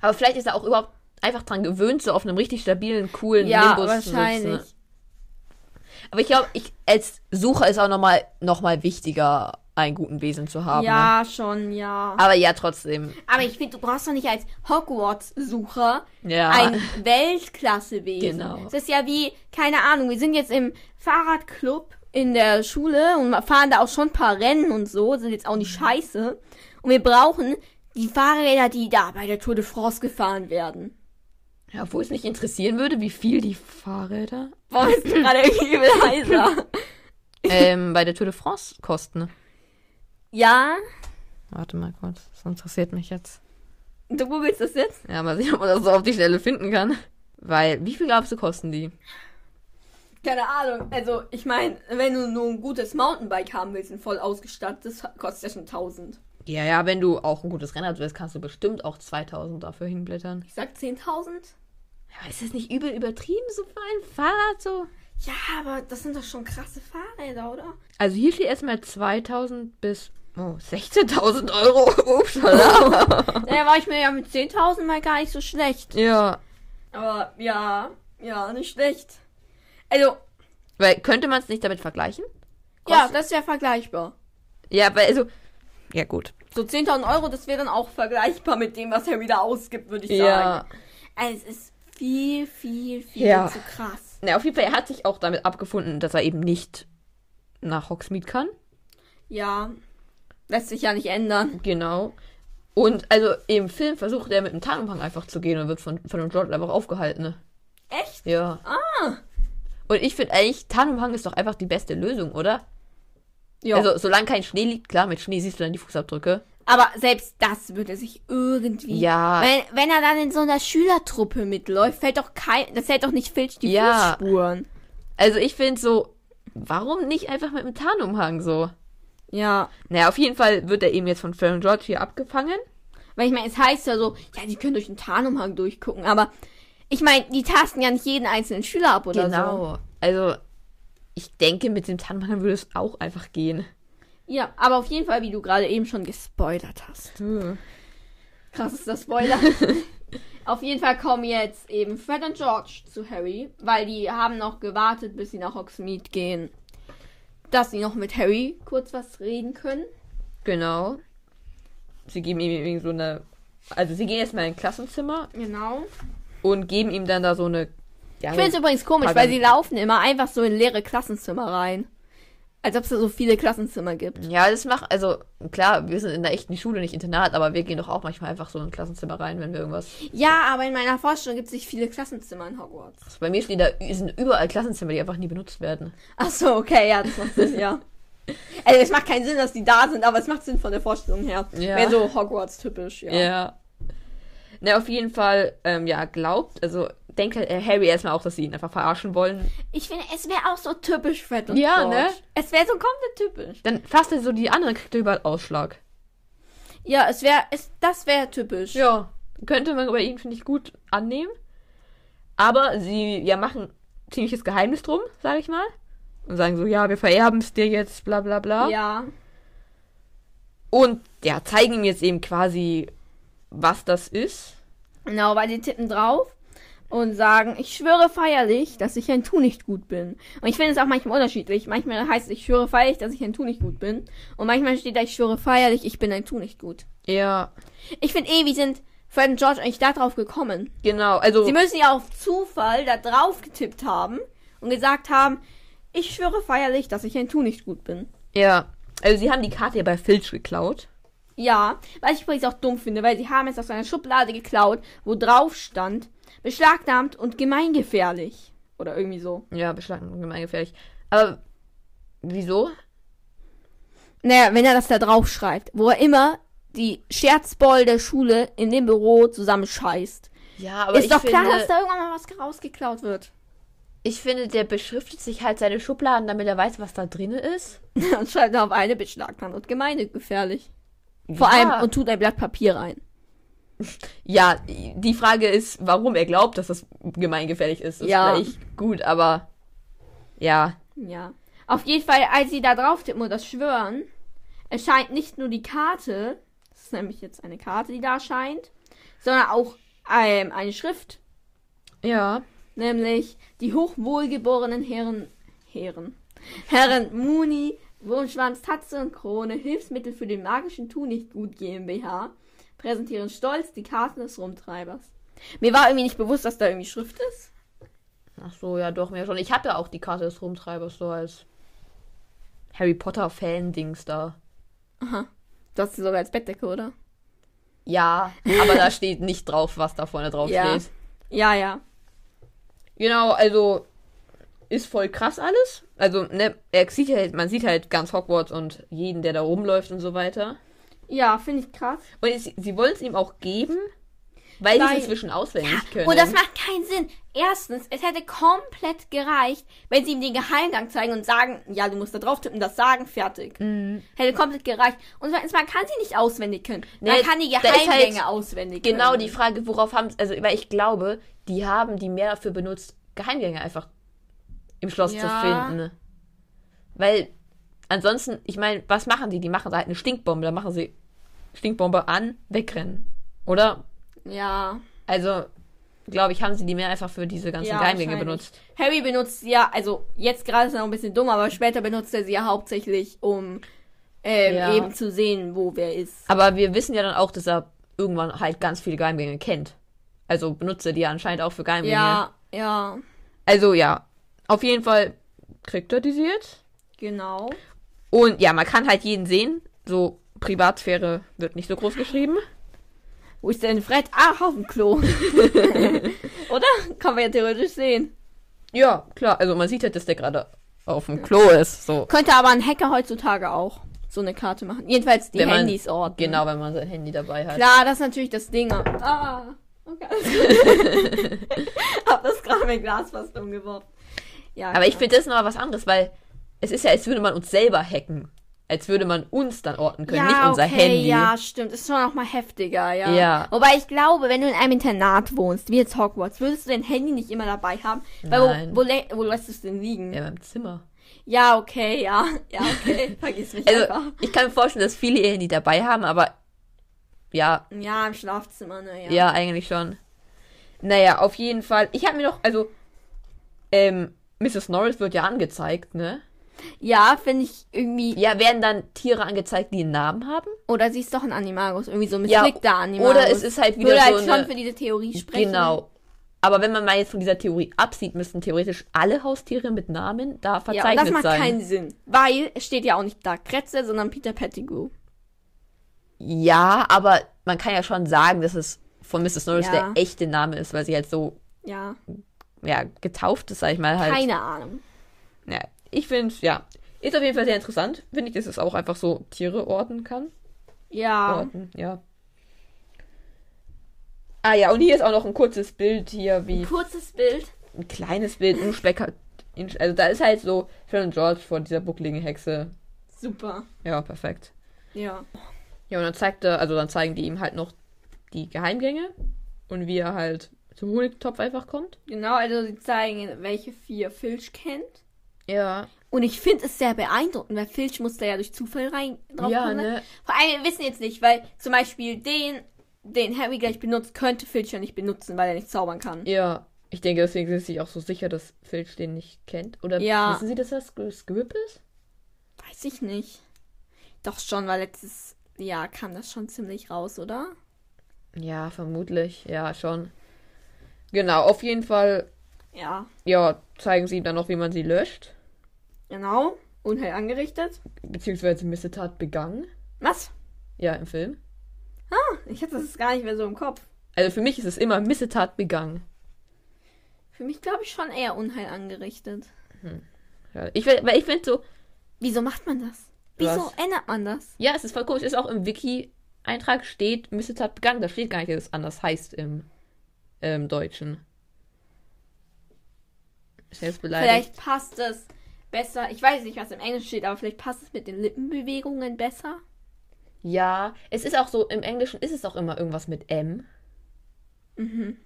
Speaker 2: Aber vielleicht ist er auch überhaupt einfach dran gewöhnt, so auf einem richtig stabilen, coolen
Speaker 1: Ja,
Speaker 2: Nimbus zu
Speaker 1: wahrscheinlich.
Speaker 2: sitzen. ne? Aber ich glaube, ich als Sucher ist auch nochmal noch mal wichtiger, einen guten Besen zu haben. ne?
Speaker 1: Ja, schon, ja.
Speaker 2: Aber ja, trotzdem.
Speaker 1: Aber ich finde, du brauchst doch nicht als Hogwarts-Sucher
Speaker 2: Ja.
Speaker 1: ein Weltklassewesen.
Speaker 2: Genau.
Speaker 1: Das ist ja wie, keine Ahnung, wir sind jetzt im Fahrradclub in der Schule und fahren da auch schon ein paar Rennen und so, sind jetzt auch nicht scheiße. Und wir brauchen die Fahrräder, die da bei der Tour de France gefahren werden.
Speaker 2: ja, obwohl es mich interessieren würde, wie viel die Fahrräder
Speaker 1: Boah, ist gerade irgendwie übel heiser.
Speaker 2: ähm, bei der Tour de France kosten. ne?
Speaker 1: Ja,
Speaker 2: Warte mal kurz, das interessiert mich jetzt.
Speaker 1: du googelst das jetzt?
Speaker 2: Ja, mal sehen, ob man das so auf die Schnelle finden kann. Weil, wie viel glaubst du, kosten die?
Speaker 1: Keine Ahnung, also ich meine, wenn du nur ein gutes Mountainbike haben willst, ein voll ausgestattetes, kostet ja schon 1000.
Speaker 2: Ja, ja, wenn du auch ein gutes Rennrad willst, kannst du bestimmt auch 2000 dafür hinblättern.
Speaker 1: Ich sag 10.000?
Speaker 2: Aber ist das nicht übel übertrieben, so für ein Fahrrad so?
Speaker 1: Ja, aber das sind doch schon krasse Fahrräder, oder?
Speaker 2: Also hier steht erstmal 2000 bis oh, 16.000 Euro. Ups, hallo.
Speaker 1: Naja, war ich mir ja mit 10.000 mal gar nicht so schlecht.
Speaker 2: ja.
Speaker 1: Aber ja, ja, nicht schlecht. Also,
Speaker 2: Weil könnte man es nicht damit vergleichen?
Speaker 1: ja,
Speaker 2: Kostet-
Speaker 1: das wäre vergleichbar.
Speaker 2: Ja, weil also. Ja, gut.
Speaker 1: So 10.000 Euro, das wäre dann auch vergleichbar mit dem, was Harry da ausgibt, würde ich
Speaker 2: Ja.
Speaker 1: sagen. Also, es ist viel, viel, viel
Speaker 2: Ja.
Speaker 1: zu krass.
Speaker 2: Na, auf jeden Fall, er hat sich auch damit abgefunden, dass er eben nicht nach Hogsmeade kann.
Speaker 1: Ja, lässt sich ja nicht ändern.
Speaker 2: Genau. Und also im Film versucht er mit dem Tarnumhang einfach zu gehen und wird von, von dem Trottel einfach aufgehalten. Ne?
Speaker 1: Echt?
Speaker 2: Ja. Ah. Und ich finde eigentlich, Tarnumhang ist doch einfach die beste Lösung, oder?
Speaker 1: Ja.
Speaker 2: Also, solange kein Schnee liegt, klar, mit Schnee siehst du dann die Fußabdrücke.
Speaker 1: Aber selbst das würde sich irgendwie.
Speaker 2: Ja.
Speaker 1: Wenn, wenn er dann in so einer Schülertruppe mitläuft, fällt doch kein. Das hält doch nicht Filch die
Speaker 2: Ja.
Speaker 1: Fußspuren.
Speaker 2: Also, ich finde so, warum nicht einfach mit dem Tarnumhang so?
Speaker 1: Ja.
Speaker 2: Naja, auf jeden Fall wird er eben jetzt von Fred und George hier abgefangen.
Speaker 1: Weil ich meine, es heißt ja so, ja, die können durch den Tarnumhang durchgucken, aber ich meine, die tasten ja nicht jeden einzelnen Schüler ab oder so.
Speaker 2: Also, ich denke, mit dem Tarnumhang würde es auch einfach gehen.
Speaker 1: Ja, aber auf jeden Fall, wie du gerade eben schon gespoilert hast. Krass ist das Spoiler. auf jeden Fall kommen jetzt eben Fred und George zu Harry, weil die haben noch gewartet, bis sie nach Hogsmeade gehen. Dass sie noch mit Harry kurz was reden können.
Speaker 2: Genau. Sie geben ihm irgendwie so eine. Also, sie gehen erstmal in ein Klassenzimmer
Speaker 1: Genau. Also,
Speaker 2: und geben ihm dann da so eine. Ja,
Speaker 1: Ich finde es übrigens komisch, weil sie laufen immer einfach so in leere Klassenzimmer rein. Als ob es da so viele Klassenzimmer gibt.
Speaker 2: Ja, das macht, also klar, wir sind in der echten Schule, nicht Internat, aber wir gehen doch auch manchmal einfach so in ein Klassenzimmer rein, wenn wir irgendwas.
Speaker 1: Ja, aber in meiner Vorstellung gibt es nicht viele Klassenzimmer in Hogwarts.
Speaker 2: Also bei mir stehen da, sind überall Klassenzimmer, die einfach nie benutzt werden.
Speaker 1: Ach so, okay, ja, das macht Sinn, ja. Also es macht keinen Sinn, dass die da sind, aber es macht Sinn von der Vorstellung her.
Speaker 2: Ja.
Speaker 1: Wäre so Hogwarts-typisch, ja.
Speaker 2: Ja. Na, auf jeden Fall, ähm, ja, glaubt, also denkt halt, äh, Harry erstmal auch, dass sie ihn einfach verarschen wollen.
Speaker 1: Ich finde, es wäre auch so typisch Fred und
Speaker 2: Ja,
Speaker 1: George.
Speaker 2: ne?
Speaker 1: Es wäre so komplett typisch.
Speaker 2: Dann fasst er so die anderen, kriegt er überall Ausschlag.
Speaker 1: Ja, es wäre, es, das wäre typisch.
Speaker 2: Ja. Könnte man bei ihnen, finde ich, gut annehmen. Aber sie, ja, machen ziemliches Geheimnis drum, sage ich mal. Und sagen so, ja, wir vererben es dir jetzt, bla bla bla.
Speaker 1: Ja.
Speaker 2: Und ja, zeigen ihm jetzt eben quasi, was das ist.
Speaker 1: Genau, weil die tippen drauf und sagen, ich schwöre feierlich, dass ich ein Tu nicht gut bin. Und ich finde es auch manchmal unterschiedlich. Manchmal heißt es, ich schwöre feierlich, dass ich ein Tu nicht gut bin. Und manchmal steht da, ich schwöre feierlich, ich bin ein Tu nicht gut.
Speaker 2: Ja,
Speaker 1: Ich finde eh, wie sind Fred und George eigentlich da drauf gekommen?
Speaker 2: genau. Also,
Speaker 1: Sie müssen ja auf Zufall da drauf getippt haben und gesagt haben, ich schwöre feierlich, dass ich ein Tu nicht gut bin.
Speaker 2: ja. Also, sie haben die Karte ja bei Filch geklaut.
Speaker 1: Ja, was ich übrigens auch dumm finde, weil sie haben es aus einer Schublade geklaut, wo drauf stand, beschlagnahmt und gemeingefährlich. Oder irgendwie so.
Speaker 2: Ja, beschlagnahmt gemeingefährlich. Aber wieso?
Speaker 1: Naja, wenn er das da drauf schreibt, wo er immer die Scherzboll der Schule in dem Büro zusammenscheißt.
Speaker 2: Ja, aber
Speaker 1: ist doch klar, dass da irgendwann mal was rausgeklaut wird.
Speaker 2: ich finde, der beschriftet sich halt seine Schubladen, damit er weiß, was da drin ist.
Speaker 1: und schreibt er auf eine beschlagnahmt und gemeingefährlich. Vor allem und tut ein Blatt Papier rein.
Speaker 2: Ja, die Frage ist, warum er glaubt, dass das gemeingefährlich ist. Ist
Speaker 1: Ja.
Speaker 2: vielleicht gut, aber ja.
Speaker 1: Ja. Auf jeden Fall, als sie da drauf tippen und das schwören, erscheint nicht nur die Karte, das ist nämlich jetzt eine Karte, die da erscheint, sondern auch ähm, eine Schrift,
Speaker 2: Ja.
Speaker 1: nämlich die hochwohlgeborenen Herren, Herren, Herren Muni, Wurmschwanz, Tatze und Krone, Hilfsmittel für den magischen Tu nicht gut GmbH, präsentieren stolz die Karten des Rumtreibers. Mir war irgendwie nicht bewusst, dass da irgendwie Schrift ist.
Speaker 2: Ach so, ja, doch, mir schon. Ich habe ja auch die Karte des Rumtreibers so als Harry Potter-Fan-Dings da.
Speaker 1: Du hast sie sogar als Bettdecke, oder?
Speaker 2: Ja, aber da steht nicht drauf, was da vorne drauf
Speaker 1: Ja.
Speaker 2: steht.
Speaker 1: Ja, ja.
Speaker 2: Genau, also ist voll krass alles. Also, ne, er sieht halt, man sieht halt ganz Hogwarts und jeden, der da rumläuft und so weiter.
Speaker 1: Ja, finde ich krass.
Speaker 2: Und es, sie wollen es ihm auch geben, weil sie es
Speaker 1: Weil-
Speaker 2: inzwischen auswendig können.
Speaker 1: Ah, Und das macht keinen Sinn. Erstens, es hätte komplett gereicht, wenn sie ihm den Geheimgang zeigen und sagen, ja, du musst da drauf tippen, das sagen, fertig.
Speaker 2: Mhm.
Speaker 1: Hätte komplett gereicht. Und zweitens, man kann sie nicht auswendig können. Man
Speaker 2: Nee,
Speaker 1: kann die
Speaker 2: da ist halt
Speaker 1: Geheimgänge auswendig
Speaker 2: genau
Speaker 1: können.
Speaker 2: die Frage, worauf haben sie, also, weil ich glaube, die haben die mehr dafür benutzt, Geheimgänge einfach im Schloss
Speaker 1: Ja.
Speaker 2: zu finden. Weil ansonsten, ich meine, was machen die? Die machen da halt eine Stinkbombe, da machen sie Stinkbombe an, wegrennen. Oder?
Speaker 1: Ja.
Speaker 2: Also, glaube ich, haben sie die mehr einfach für diese ganzen
Speaker 1: ja
Speaker 2: Geheimgänge
Speaker 1: wahrscheinlich.
Speaker 2: benutzt.
Speaker 1: Harry benutzt sie ja, also jetzt gerade ist er noch ein bisschen dumm, aber später benutzt er sie ja hauptsächlich, um ähm,
Speaker 2: Ja.
Speaker 1: eben zu sehen, wo wer ist.
Speaker 2: Aber wir wissen ja dann auch, dass er irgendwann halt ganz viele Geheimgänge kennt. Also benutzt er die ja anscheinend auch für Geheimgänge.
Speaker 1: Ja, ja,
Speaker 2: Also ja, auf jeden Fall kriegt er diese jetzt.
Speaker 1: genau.
Speaker 2: Und ja, man kann halt jeden sehen. So Privatsphäre wird nicht so groß geschrieben.
Speaker 1: Wo ist denn Fred? Ah, auf dem Klo. Oder? Kann man ja theoretisch sehen.
Speaker 2: Ja, klar. Also man sieht halt, dass der gerade auf dem Klo ist. So.
Speaker 1: Könnte aber ein Hacker heutzutage auch so eine Karte machen. Jedenfalls die
Speaker 2: Wenn man-
Speaker 1: Handys ordnen.
Speaker 2: Genau, wenn man sein Handy dabei hat.
Speaker 1: Klar, das ist natürlich das Ding. Ah, okay. alles gut. Hab das gerade mein Glas fast umgeworfen. Ja,
Speaker 2: Aber ich
Speaker 1: klar.
Speaker 2: finde das noch was anderes, weil es ist ja, als würde man uns selber hacken. Als würde man uns dann orten können,
Speaker 1: ja,
Speaker 2: nicht unser
Speaker 1: okay,
Speaker 2: Handy.
Speaker 1: Ja, stimmt. Ist schon noch mal heftiger, ja.
Speaker 2: Ja.
Speaker 1: Wobei ich glaube, wenn du in einem Internat wohnst, wie jetzt Hogwarts, würdest du dein Handy nicht immer dabei haben? Weil
Speaker 2: Nein.
Speaker 1: wo, wo, lä- wo lässt du es denn liegen?
Speaker 2: In meinem Zimmer.
Speaker 1: Ja, okay, ja. Ja, okay. Vergiss mich
Speaker 2: Also,
Speaker 1: einfach.
Speaker 2: ich kann mir vorstellen, dass viele ihr Handy dabei haben, aber ja,
Speaker 1: Ja, im Schlafzimmer, naja.
Speaker 2: ja, eigentlich schon. Naja, auf jeden Fall. Ich habe mir noch, also, ähm, Mrs. Norris wird ja angezeigt, ne?
Speaker 1: Ja, finde ich irgendwie.
Speaker 2: Ja, werden dann Tiere angezeigt, die einen Namen haben?
Speaker 1: Oder sie ist doch ein Animagus. Irgendwie so ein
Speaker 2: Ja,
Speaker 1: misslickter Animagus.
Speaker 2: oder es ist halt wieder
Speaker 1: Würde
Speaker 2: so
Speaker 1: halt schon
Speaker 2: eine-
Speaker 1: für diese Theorie sprechen.
Speaker 2: Genau. Aber wenn man mal jetzt von dieser Theorie absieht, müssten theoretisch alle Haustiere mit Namen da
Speaker 1: Ja, und
Speaker 2: verzeichnet
Speaker 1: das macht
Speaker 2: sein.
Speaker 1: keinen Sinn. Weil es steht ja auch nicht da Kretze, sondern Peter Pettigrew.
Speaker 2: Ja, aber man kann ja schon sagen, dass es von Mrs. Norris
Speaker 1: Ja.
Speaker 2: der echte Name ist, weil sie halt so
Speaker 1: Ja,
Speaker 2: ja, getauft ist, sag ich mal halt.
Speaker 1: keine Ahnung.
Speaker 2: Ja, ich finde, ja, ist auf jeden Fall sehr interessant. Finde ich, dass es auch einfach so Tiere orten kann.
Speaker 1: Ja,
Speaker 2: Orten, ja. Ah ja, und hier ist auch noch ein kurzes Bild hier, wie
Speaker 1: kurzes Bild.
Speaker 2: ein kleines Bild, ein Speck. Also da ist halt so Phil und George vor dieser buckligen Hexe.
Speaker 1: Super.
Speaker 2: Ja, perfekt.
Speaker 1: Ja.
Speaker 2: Ja, und dann zeigt er, also dann zeigen die ihm halt noch die Geheimgänge und wie er halt zum Honigtopf einfach kommt.
Speaker 1: Genau, also sie zeigen, welche vier Filch kennt.
Speaker 2: Ja.
Speaker 1: Und ich finde es sehr beeindruckend, weil Filch muss da ja durch Zufall rein drauf
Speaker 2: Ja,
Speaker 1: kommen.
Speaker 2: ne?
Speaker 1: Vor allem, wir wissen jetzt nicht, weil zum Beispiel den, den Harry gleich benutzt, könnte Filch ja nicht benutzen, weil er nicht zaubern kann.
Speaker 2: Ja. Ich denke, deswegen sind sie auch so sicher, dass Filch den nicht kennt. Oder
Speaker 1: Ja.
Speaker 2: wissen sie, dass das Squ- Squib ist?
Speaker 1: Weiß ich nicht. Doch schon, weil letztes Jahr kam das schon ziemlich raus, oder?
Speaker 2: Ja, vermutlich. Ja, schon. Genau, auf jeden Fall,
Speaker 1: Ja,
Speaker 2: ja, zeigen sie ihm dann noch, wie man sie löscht.
Speaker 1: genau. Unheil angerichtet.
Speaker 2: Beziehungsweise Missetat begangen.
Speaker 1: Was?
Speaker 2: Ja, im Film.
Speaker 1: Ich hatte das gar nicht mehr so im Kopf.
Speaker 2: Also für mich ist es immer Missetat begangen.
Speaker 1: Für mich glaube ich schon eher Unheil angerichtet.
Speaker 2: Ja, ich will, weil ich finde so,
Speaker 1: Wieso macht man das? Wieso
Speaker 2: Was?
Speaker 1: ändert man das?
Speaker 2: Ja, es ist voll komisch. Ist auch im Wiki-Eintrag steht, Missetat begangen. Da steht gar nicht, dass es anders heißt im ähm, Deutschen. Ist jetzt beleidigt.
Speaker 1: Vielleicht passt es besser. Ich weiß nicht, was im Englischen steht, aber vielleicht passt es mit den Lippenbewegungen besser.
Speaker 2: Ja, es ist auch so, im Englischen ist es auch immer irgendwas mit M.
Speaker 1: Mhm.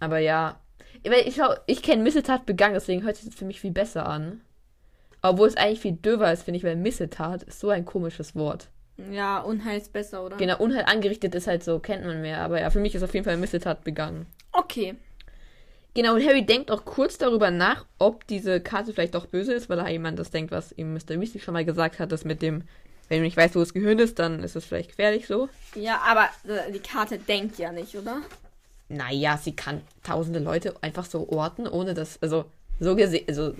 Speaker 2: Aber ja. Ich, mein, ich, schau- ich kenne Missetat begangen, deswegen hört sich das für mich viel besser an. Obwohl es eigentlich viel döver ist, finde ich, weil Missetat ist so ein komisches Wort.
Speaker 1: Ja, Unheil ist besser, oder?
Speaker 2: Genau, Unheil angerichtet ist halt so, kennt man mehr. Aber ja, für mich ist auf jeden Fall Missetat begangen.
Speaker 1: Okay.
Speaker 2: Genau, und Harry denkt auch kurz darüber nach, ob diese Karte vielleicht doch böse ist, weil er jemand das denkt, was ihm Mr. Weasley schon mal gesagt hat, dass mit dem, wenn du nicht weißt, wo das Gehirn ist, dann ist es vielleicht gefährlich so.
Speaker 1: Ja, aber äh, die Karte denkt ja nicht, oder?
Speaker 2: Naja, sie kann tausende Leute einfach so orten, ohne dass, also, so gesehen, also,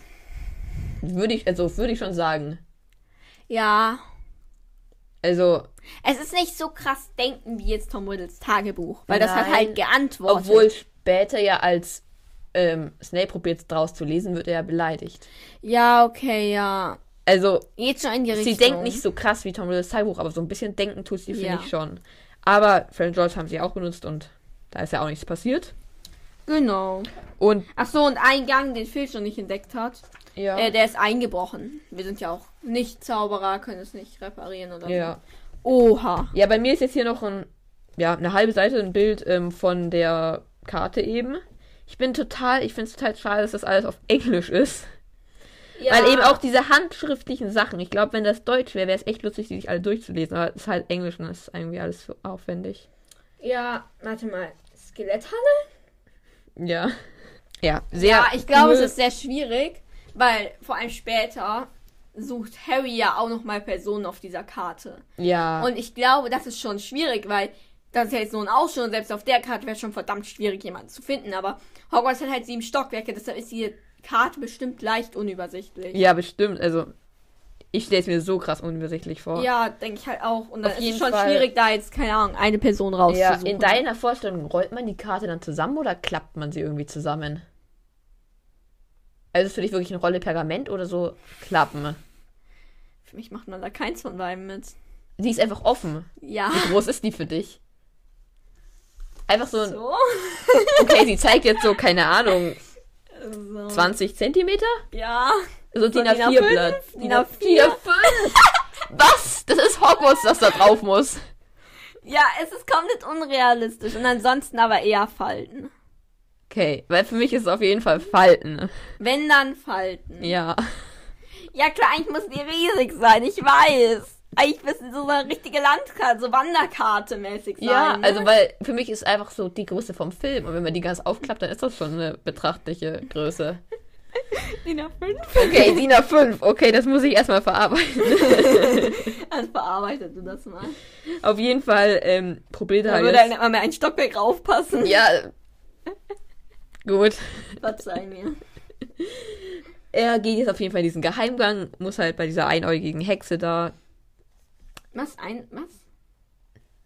Speaker 2: würde ich, also, würde ich schon sagen.
Speaker 1: Ja.
Speaker 2: Also,
Speaker 1: Es ist nicht so krass denken wie jetzt Tom Riddles Tagebuch, weil das hat
Speaker 2: Nein.
Speaker 1: halt geantwortet.
Speaker 2: obwohl später ja als ähm, Snape probiert draus zu lesen, wird er ja beleidigt.
Speaker 1: Ja, okay, ja.
Speaker 2: Also,
Speaker 1: Geht schon in die Richtung.
Speaker 2: Sie denkt nicht so krass wie Tom Riddles Tagebuch, aber so ein bisschen denken tut sie, finde
Speaker 1: Ja.
Speaker 2: ich schon. Aber Fred und George haben sie auch benutzt und da ist ja auch nichts passiert.
Speaker 1: Genau.
Speaker 2: Und
Speaker 1: Ach so, und ein Gang, den Filch noch nicht entdeckt hat,
Speaker 2: ja,
Speaker 1: äh, der ist eingebrochen. Wir sind ja auch nicht Zauberer, können es nicht reparieren oder
Speaker 2: ja.
Speaker 1: so. Oha.
Speaker 2: ja, bei mir ist jetzt hier noch ein, ja, eine halbe Seite ein Bild ähm, von der Karte eben. Ich bin total, ich finde es total schade, dass das alles auf Englisch ist.
Speaker 1: Ja.
Speaker 2: Weil eben auch diese handschriftlichen Sachen. Ich glaube, wenn das Deutsch wäre, wäre es echt lustig, die sich alle durchzulesen. Aber es ist halt Englisch und das ist irgendwie alles so aufwendig.
Speaker 1: Ja, warte mal. Skeletthalle?
Speaker 2: Ja. Ja, sehr.
Speaker 1: Ja, Ah, ich glaube, es
Speaker 2: cool.
Speaker 1: ist sehr schwierig, weil vor allem später sucht Harry ja auch nochmal Personen auf dieser Karte.
Speaker 2: Ja.
Speaker 1: Und ich glaube, das ist schon schwierig, weil das ist ja jetzt nur ein Ausschnitt und selbst auf der Karte wäre schon verdammt schwierig, jemanden zu finden. Aber Hogwarts hat halt sieben Stockwerke, deshalb ist die Karte bestimmt leicht unübersichtlich.
Speaker 2: Ja, bestimmt. Also, ich stelle es mir so krass unübersichtlich vor.
Speaker 1: Ja, denke ich halt auch. Und dann
Speaker 2: Auf
Speaker 1: ist
Speaker 2: jeden
Speaker 1: es schon
Speaker 2: Fall.
Speaker 1: schwierig, da jetzt, keine Ahnung, eine Person
Speaker 2: Ja,
Speaker 1: rauszusuchen.
Speaker 2: in deiner Vorstellung rollt man die Karte dann zusammen oder klappt man sie irgendwie zusammen? Also ist für dich wirklich eine Rolle Pergament oder so klappen?
Speaker 1: Für mich macht man da keins von beiden mit.
Speaker 2: Die ist einfach offen.
Speaker 1: Ja.
Speaker 2: Wie groß ist die für dich? Einfach so, ein-
Speaker 1: So.
Speaker 2: okay, sie zeigt jetzt so, keine Ahnung,
Speaker 1: so.
Speaker 2: 20 Zentimeter?
Speaker 1: Ja.
Speaker 2: So DIN
Speaker 1: DIN A5,
Speaker 2: A4-Blatt.
Speaker 1: DIN A4.
Speaker 2: Was? Das ist Hogwarts, das da drauf muss.
Speaker 1: Ja, es ist komplett unrealistisch. Und ansonsten aber eher Falten.
Speaker 2: Okay, weil für mich ist es auf jeden Fall Falten.
Speaker 1: Wenn dann Falten.
Speaker 2: Ja.
Speaker 1: Ja klar, eigentlich muss die riesig sein, ich weiß. Eigentlich müssen so eine richtige Landkarte, so Wanderkarte mäßig sein.
Speaker 2: Ja,
Speaker 1: ne?
Speaker 2: also weil für mich ist einfach so die Größe vom Film und wenn man die ganz aufklappt, dann ist das schon eine betrachtliche Größe.
Speaker 1: DIN A5.
Speaker 2: Okay, DIN A5, okay, das muss ich erstmal verarbeiten.
Speaker 1: Also verarbeitet du das mal.
Speaker 2: Auf jeden Fall ähm, probiert
Speaker 1: Da
Speaker 2: er
Speaker 1: würde
Speaker 2: jetzt.
Speaker 1: dann immer mehr ein Stockwerk raufpassen.
Speaker 2: Ja. Gut.
Speaker 1: Verzeih mir.
Speaker 2: Er geht jetzt auf jeden Fall diesen Geheimgang, muss halt bei dieser einäugigen Hexe da.
Speaker 1: Was? Ein, was?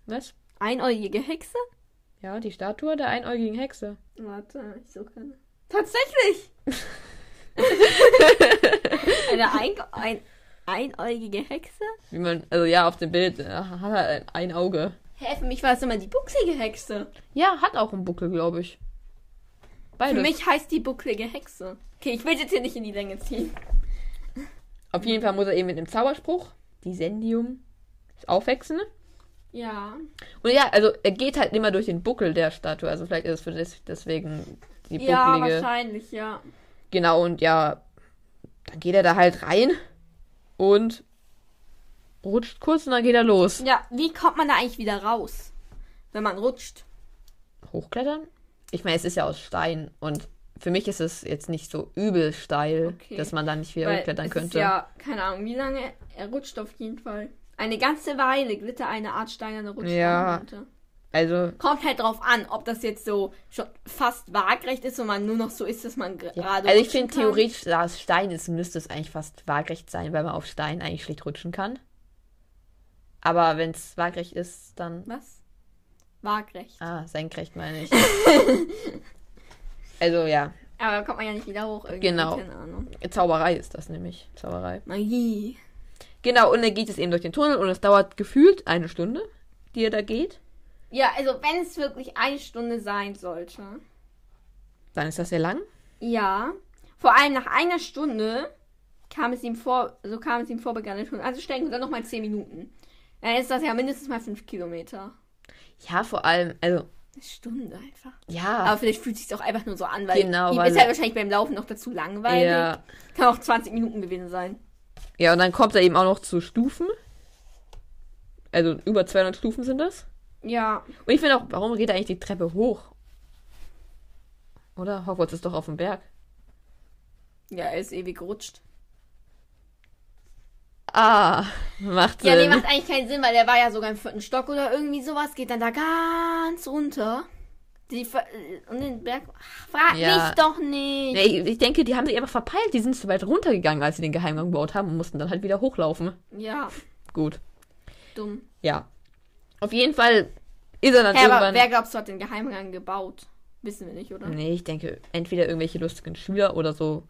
Speaker 2: Was?
Speaker 1: Einäugige Hexe?
Speaker 2: Ja, die Statue der einäugigen Hexe.
Speaker 1: Warte, ich suche keine. Tatsächlich! Eine ein, ein, einäugige Hexe?
Speaker 2: Wie man, also ja, auf dem Bild äh, hat er ein, ein Auge.
Speaker 1: Hä, für mich war es immer die bucklige Hexe.
Speaker 2: Ja, hat auch einen Buckel, glaube ich. Beides.
Speaker 1: Für mich heißt die bucklige Hexe. Okay, ich will jetzt hier nicht in die Länge ziehen.
Speaker 2: Auf jeden Fall muss er eben mit einem Zauberspruch, Disendium, das Aufwechseln. ne?
Speaker 1: Ja.
Speaker 2: Und ja, also er geht halt immer durch den Buckel der Statue. Also vielleicht ist es für das, deswegen die bucklige.
Speaker 1: Ja, wahrscheinlich, ja.
Speaker 2: Genau, und ja, dann geht er da halt rein und rutscht kurz und dann geht er los.
Speaker 1: Ja, wie kommt man da eigentlich wieder raus? Wenn man rutscht.
Speaker 2: Hochklettern? Ich meine, es ist ja aus Stein und für mich ist es jetzt nicht so übel steil,
Speaker 1: Okay.
Speaker 2: dass man da nicht wieder
Speaker 1: Weil
Speaker 2: hochklettern
Speaker 1: es
Speaker 2: könnte.
Speaker 1: Ist ja, keine Ahnung, wie lange er rutscht auf jeden Fall. Eine ganze Weile glitter eine Art steinerne Rutschbahn
Speaker 2: Ja.
Speaker 1: runter.
Speaker 2: Also,
Speaker 1: Kommt halt drauf an, ob das jetzt so schon fast waagrecht ist und man nur noch so ist, dass man gerade.
Speaker 2: also ich
Speaker 1: Ah, rutschen
Speaker 2: finde
Speaker 1: kann.
Speaker 2: theoretisch, da es Stein ist, müsste es eigentlich fast waagrecht sein, weil man auf Stein eigentlich schlecht rutschen kann. Aber wenn es waagrecht ist, dann
Speaker 1: Was? Waagrecht.
Speaker 2: Ah, senkrecht meine ich. also ja,
Speaker 1: Aber da kommt man ja nicht wieder hoch irgendwie.
Speaker 2: Genau.
Speaker 1: Keine Ahnung.
Speaker 2: Zauberei ist das nämlich. Zauberei.
Speaker 1: Magie.
Speaker 2: Genau, und dann geht es eben durch den Tunnel und es dauert gefühlt eine Stunde, die er da geht.
Speaker 1: Ja, also wenn es wirklich eine Stunde sein sollte.
Speaker 2: Dann ist das sehr lang.
Speaker 1: Ja. Vor allem nach einer Stunde kam es ihm vor, so kam es ihm vor, begann der Tunnel anzusteigen und Also dann nochmal 10 Minuten. Dann ist das ja mindestens mal 5 Kilometer.
Speaker 2: Ja, vor allem, also,
Speaker 1: Eine Stunde einfach.
Speaker 2: ja.
Speaker 1: Aber vielleicht fühlt es sich auch einfach nur so an, weil
Speaker 2: Genau,
Speaker 1: ihm
Speaker 2: weil-
Speaker 1: ist halt wahrscheinlich beim Laufen noch dazu langweilig.
Speaker 2: ja.
Speaker 1: Kann auch 20 Minuten gewesen sein.
Speaker 2: Ja, und dann kommt er eben auch noch zu Stufen. Also über 200 Stufen sind das.
Speaker 1: Ja.
Speaker 2: Und ich finde auch, warum geht er eigentlich die Treppe hoch? Oder? Hogwarts ist doch auf dem Berg.
Speaker 1: Ja, er ist ewig gerutscht.
Speaker 2: Ah, macht
Speaker 1: Ja,
Speaker 2: Sinn.
Speaker 1: nee, macht eigentlich keinen Sinn, weil der war ja sogar im vierten Stock oder irgendwie sowas, geht dann da ganz runter. Die ver äh, und den Berg. Ach, frag
Speaker 2: Ja.
Speaker 1: mich doch nicht.
Speaker 2: Nee, ich- ich denke, die haben sich einfach verpeilt. Die sind zu weit runtergegangen, als sie den Geheimgang gebaut haben und mussten dann halt wieder hochlaufen.
Speaker 1: Ja,
Speaker 2: Gut.
Speaker 1: dumm.
Speaker 2: Ja. Auf jeden Fall ist er dann
Speaker 1: Hä, aber
Speaker 2: Also irgendwann.
Speaker 1: wer glaubst du hat den Geheimgang gebaut? Wissen wir nicht, oder?
Speaker 2: nee, ich denke, entweder irgendwelche lustigen Schüler oder so.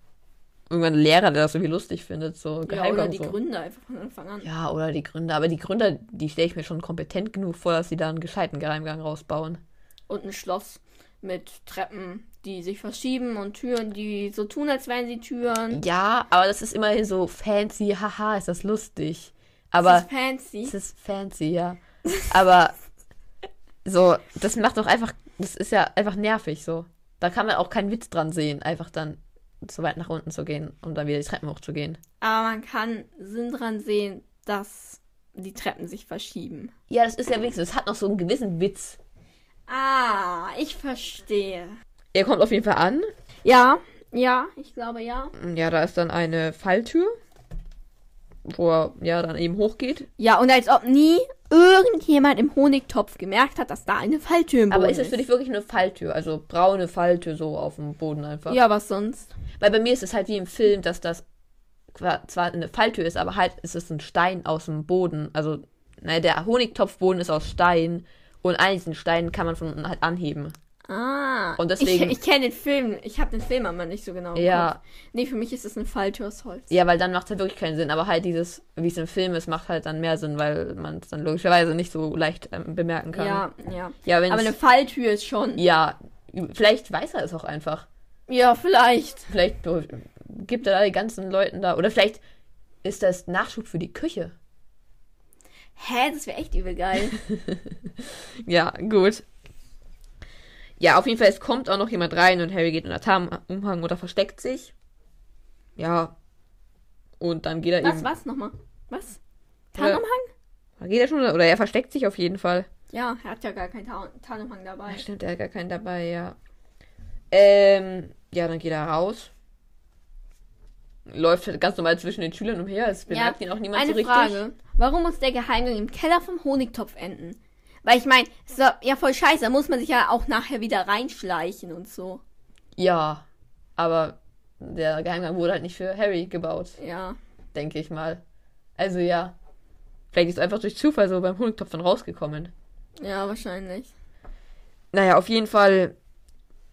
Speaker 2: Irgendwann ein Lehrer, der das irgendwie lustig findet. So
Speaker 1: Ja,
Speaker 2: Geheimgang.
Speaker 1: oder die
Speaker 2: so.
Speaker 1: Gründer einfach von Anfang an.
Speaker 2: ja, oder die Gründer. Aber die Gründer, die stelle ich mir schon kompetent genug vor, dass sie da einen gescheiten Geheimgang rausbauen.
Speaker 1: Und ein Schloss mit Treppen, die sich verschieben und Türen, die so tun, als wären sie Türen.
Speaker 2: Ja, aber das ist immerhin so fancy. Haha, ist das lustig.
Speaker 1: Das
Speaker 2: Aber
Speaker 1: ist fancy.
Speaker 2: Es ist fancy, ja. Aber so, das macht doch einfach, das ist ja einfach nervig so. Da kann man auch keinen Witz dran sehen, einfach dann so weit nach unten zu gehen und dann wieder die Treppen hochzugehen.
Speaker 1: Aber man kann Sinn dran sehen, dass die Treppen sich verschieben.
Speaker 2: Ja, das ist ja wenigstens, das hat noch so einen gewissen Witz.
Speaker 1: Ah, ich verstehe.
Speaker 2: Er kommt auf jeden Fall an.
Speaker 1: Ja, ja, ich glaube ja.
Speaker 2: Ja, da ist dann eine Falltür, wo er ja dann eben hochgeht.
Speaker 1: Ja, und als ob nie irgendjemand im Honigtopf gemerkt hat, dass da eine Falltür im
Speaker 2: Aber
Speaker 1: Boden
Speaker 2: ist es für dich wirklich eine Falltür? Also braune Falltür so auf dem Boden einfach.
Speaker 1: Ja, was sonst?
Speaker 2: Weil bei mir ist es halt wie im Film, dass das qua- zwar eine Falltür ist, aber halt ist es ein Stein aus dem Boden. Also, ne, der Honigtopfboden ist aus Stein und einen diesen Steinen kann man von unten halt anheben.
Speaker 1: Ah.
Speaker 2: Und deswegen-
Speaker 1: Ich, ich kenne den Film. Ich habe den Film aber nicht so genau. im
Speaker 2: Ja.
Speaker 1: Kopf. Nee, für mich ist es eine Falltür aus Holz.
Speaker 2: Ja, weil dann macht es halt wirklich keinen Sinn. Aber halt dieses, wie es im Film ist, macht halt dann mehr Sinn, weil man es dann logischerweise nicht so leicht ähm, bemerken kann.
Speaker 1: Ja, ja.
Speaker 2: ja wenn
Speaker 1: Aber eine Falltür ist schon.
Speaker 2: Ja, vielleicht weiß er es auch einfach.
Speaker 1: Ja, vielleicht.
Speaker 2: Vielleicht be- gibt er da die ganzen Leuten da. Oder vielleicht ist das Nachschub für die Küche.
Speaker 1: Hä, das wäre echt übel geil.
Speaker 2: Ja, gut. Ja, auf jeden Fall, es kommt auch noch jemand rein und Harry geht unter Tarn- Umhang oder versteckt sich. Ja. Und dann geht er
Speaker 1: was,
Speaker 2: eben.
Speaker 1: was nochmal? Was?
Speaker 2: Ja.
Speaker 1: Tarnumhang?
Speaker 2: Geht er schon oder er versteckt sich auf jeden Fall.
Speaker 1: Ja, er hat ja gar keinen Tarn- Tarnumhang dabei.
Speaker 2: Ja, stimmt, er hat gar keinen dabei, ja. Ähm, ja, dann geht er raus. Läuft halt ganz normal zwischen den Schülern umher. Es bemerkt ihn auch niemand
Speaker 1: eine
Speaker 2: so richtig.
Speaker 1: Frage. Warum muss der Geheimgang im Keller vom Honigtopf enden? Weil ich meine, ist doch ja voll scheiße, da muss man sich ja auch nachher wieder reinschleichen und so.
Speaker 2: Ja, aber der Geheimgang wurde halt nicht für Harry gebaut,
Speaker 1: Ja.
Speaker 2: denke ich mal. Also ja. Vielleicht ist es einfach durch Zufall so beim Honigtopf dann rausgekommen.
Speaker 1: Ja, wahrscheinlich.
Speaker 2: Naja, auf jeden Fall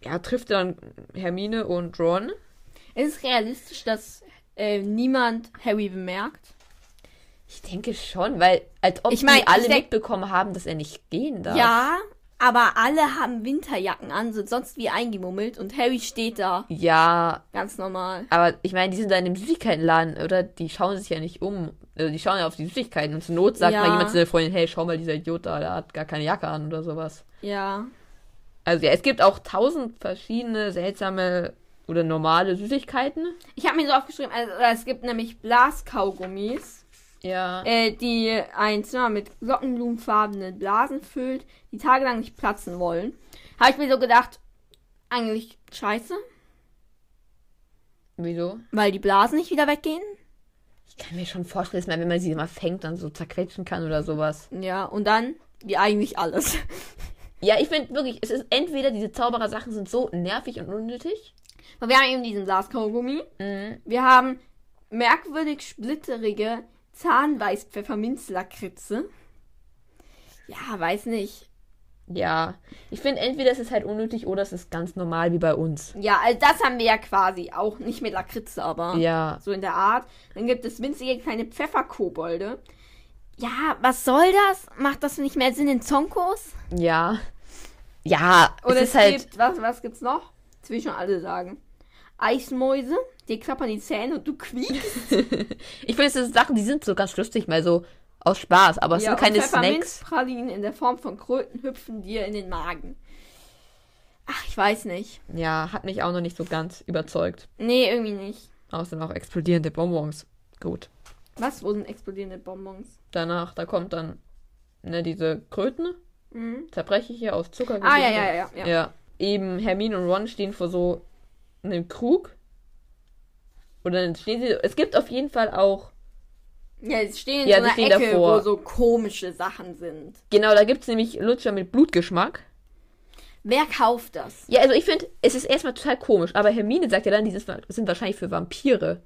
Speaker 2: ja, trifft er dann Hermine und Ron.
Speaker 1: Ist es realistisch, dass äh, niemand Harry bemerkt?
Speaker 2: Ich denke schon, weil als ob
Speaker 1: Ich mein,
Speaker 2: die alle
Speaker 1: ich denk-
Speaker 2: mitbekommen haben, dass er nicht gehen darf.
Speaker 1: Ja, aber alle haben Winterjacken an, sind sonst wie eingemummelt und Harry steht da
Speaker 2: Ja,
Speaker 1: ganz normal.
Speaker 2: aber ich meine, die sind da in einem Süßigkeitenladen, oder? Die schauen sich ja nicht um. Also die schauen ja auf die Süßigkeiten und zur Not sagt
Speaker 1: Ja.
Speaker 2: mal jemand zu der Freundin, hey, schau mal, dieser Idiot da, der hat gar keine Jacke an oder sowas.
Speaker 1: Ja.
Speaker 2: Also ja, es gibt auch tausend verschiedene seltsame oder normale Süßigkeiten.
Speaker 1: Ich habe mir so aufgeschrieben, also, es gibt nämlich Blaskaugummis,
Speaker 2: Ja.
Speaker 1: äh, die ein Zimmer mit glockenblumenfarbenen Blasen füllt, die tagelang nicht platzen wollen. Habe ich mir so gedacht, eigentlich scheiße,
Speaker 2: Wieso?
Speaker 1: weil die Blasen nicht wieder weggehen.
Speaker 2: Ich kann mir schon vorstellen, dass man, wenn man sie mal fängt, dann so zerquetschen kann oder sowas.
Speaker 1: Ja, und dann, wie eigentlich alles.
Speaker 2: Ja, ich finde wirklich, es ist entweder diese Zauberer-Sachen sind so nervig und unnötig.
Speaker 1: Weil Wir haben eben diesen Blaskaugummi. Wir haben merkwürdig splitterige Zahnweiß-Pfefferminzlakritze. Ja, weiß nicht.
Speaker 2: Ja. Ich finde, entweder es ist halt unnötig oder es ist ganz normal wie bei uns.
Speaker 1: Ja, also das haben wir ja quasi auch. Nicht mit Lakritze, aber
Speaker 2: Ja.
Speaker 1: so in der Art. Dann gibt es winzige kleine Pfefferkobolde. Ja, was soll das? Macht das nicht mehr Sinn in Zonkos?
Speaker 2: Ja. Ja,
Speaker 1: Oder
Speaker 2: es ist halt.
Speaker 1: gibt, was, was gibt's noch? Das will ich schon alle sagen. Eismäuse, dir klappern die Zähne und du quiekst.
Speaker 2: Ich finde, es sind Sachen, die sind so ganz lustig, mal so aus Spaß, aber es
Speaker 1: Ja,
Speaker 2: sind keine
Speaker 1: und
Speaker 2: Snacks.
Speaker 1: Pfefferminzpralinen in der Form von Kröten hüpfen dir in den Magen. Ach, ich weiß nicht.
Speaker 2: Ja, hat mich auch noch nicht so ganz überzeugt.
Speaker 1: Nee, irgendwie nicht.
Speaker 2: Außer noch explodierende Bonbons. Gut.
Speaker 1: Was? Wo sind explodierende Bonbons?
Speaker 2: Danach, da kommt dann ne, diese Kröten,
Speaker 1: Mhm.
Speaker 2: zerbreche ich hier aus Zucker.
Speaker 1: Ah, ja,
Speaker 2: gewickelt.
Speaker 1: ja, ja, ja.
Speaker 2: Ja. Eben Hermine und Ron stehen vor so einem Krug. Oder dann stehen sie. Es gibt auf jeden Fall auch.
Speaker 1: Ja, sie stehen in
Speaker 2: Ja,
Speaker 1: so
Speaker 2: die
Speaker 1: einer
Speaker 2: stehen
Speaker 1: Ecke,
Speaker 2: davor.
Speaker 1: wo so komische Sachen sind.
Speaker 2: Genau, da gibt es nämlich Lutscher mit Blutgeschmack.
Speaker 1: Wer kauft das?
Speaker 2: Ja, also ich finde, es ist erstmal total komisch. Aber Hermine sagt ja dann, die sind, sind wahrscheinlich für Vampire.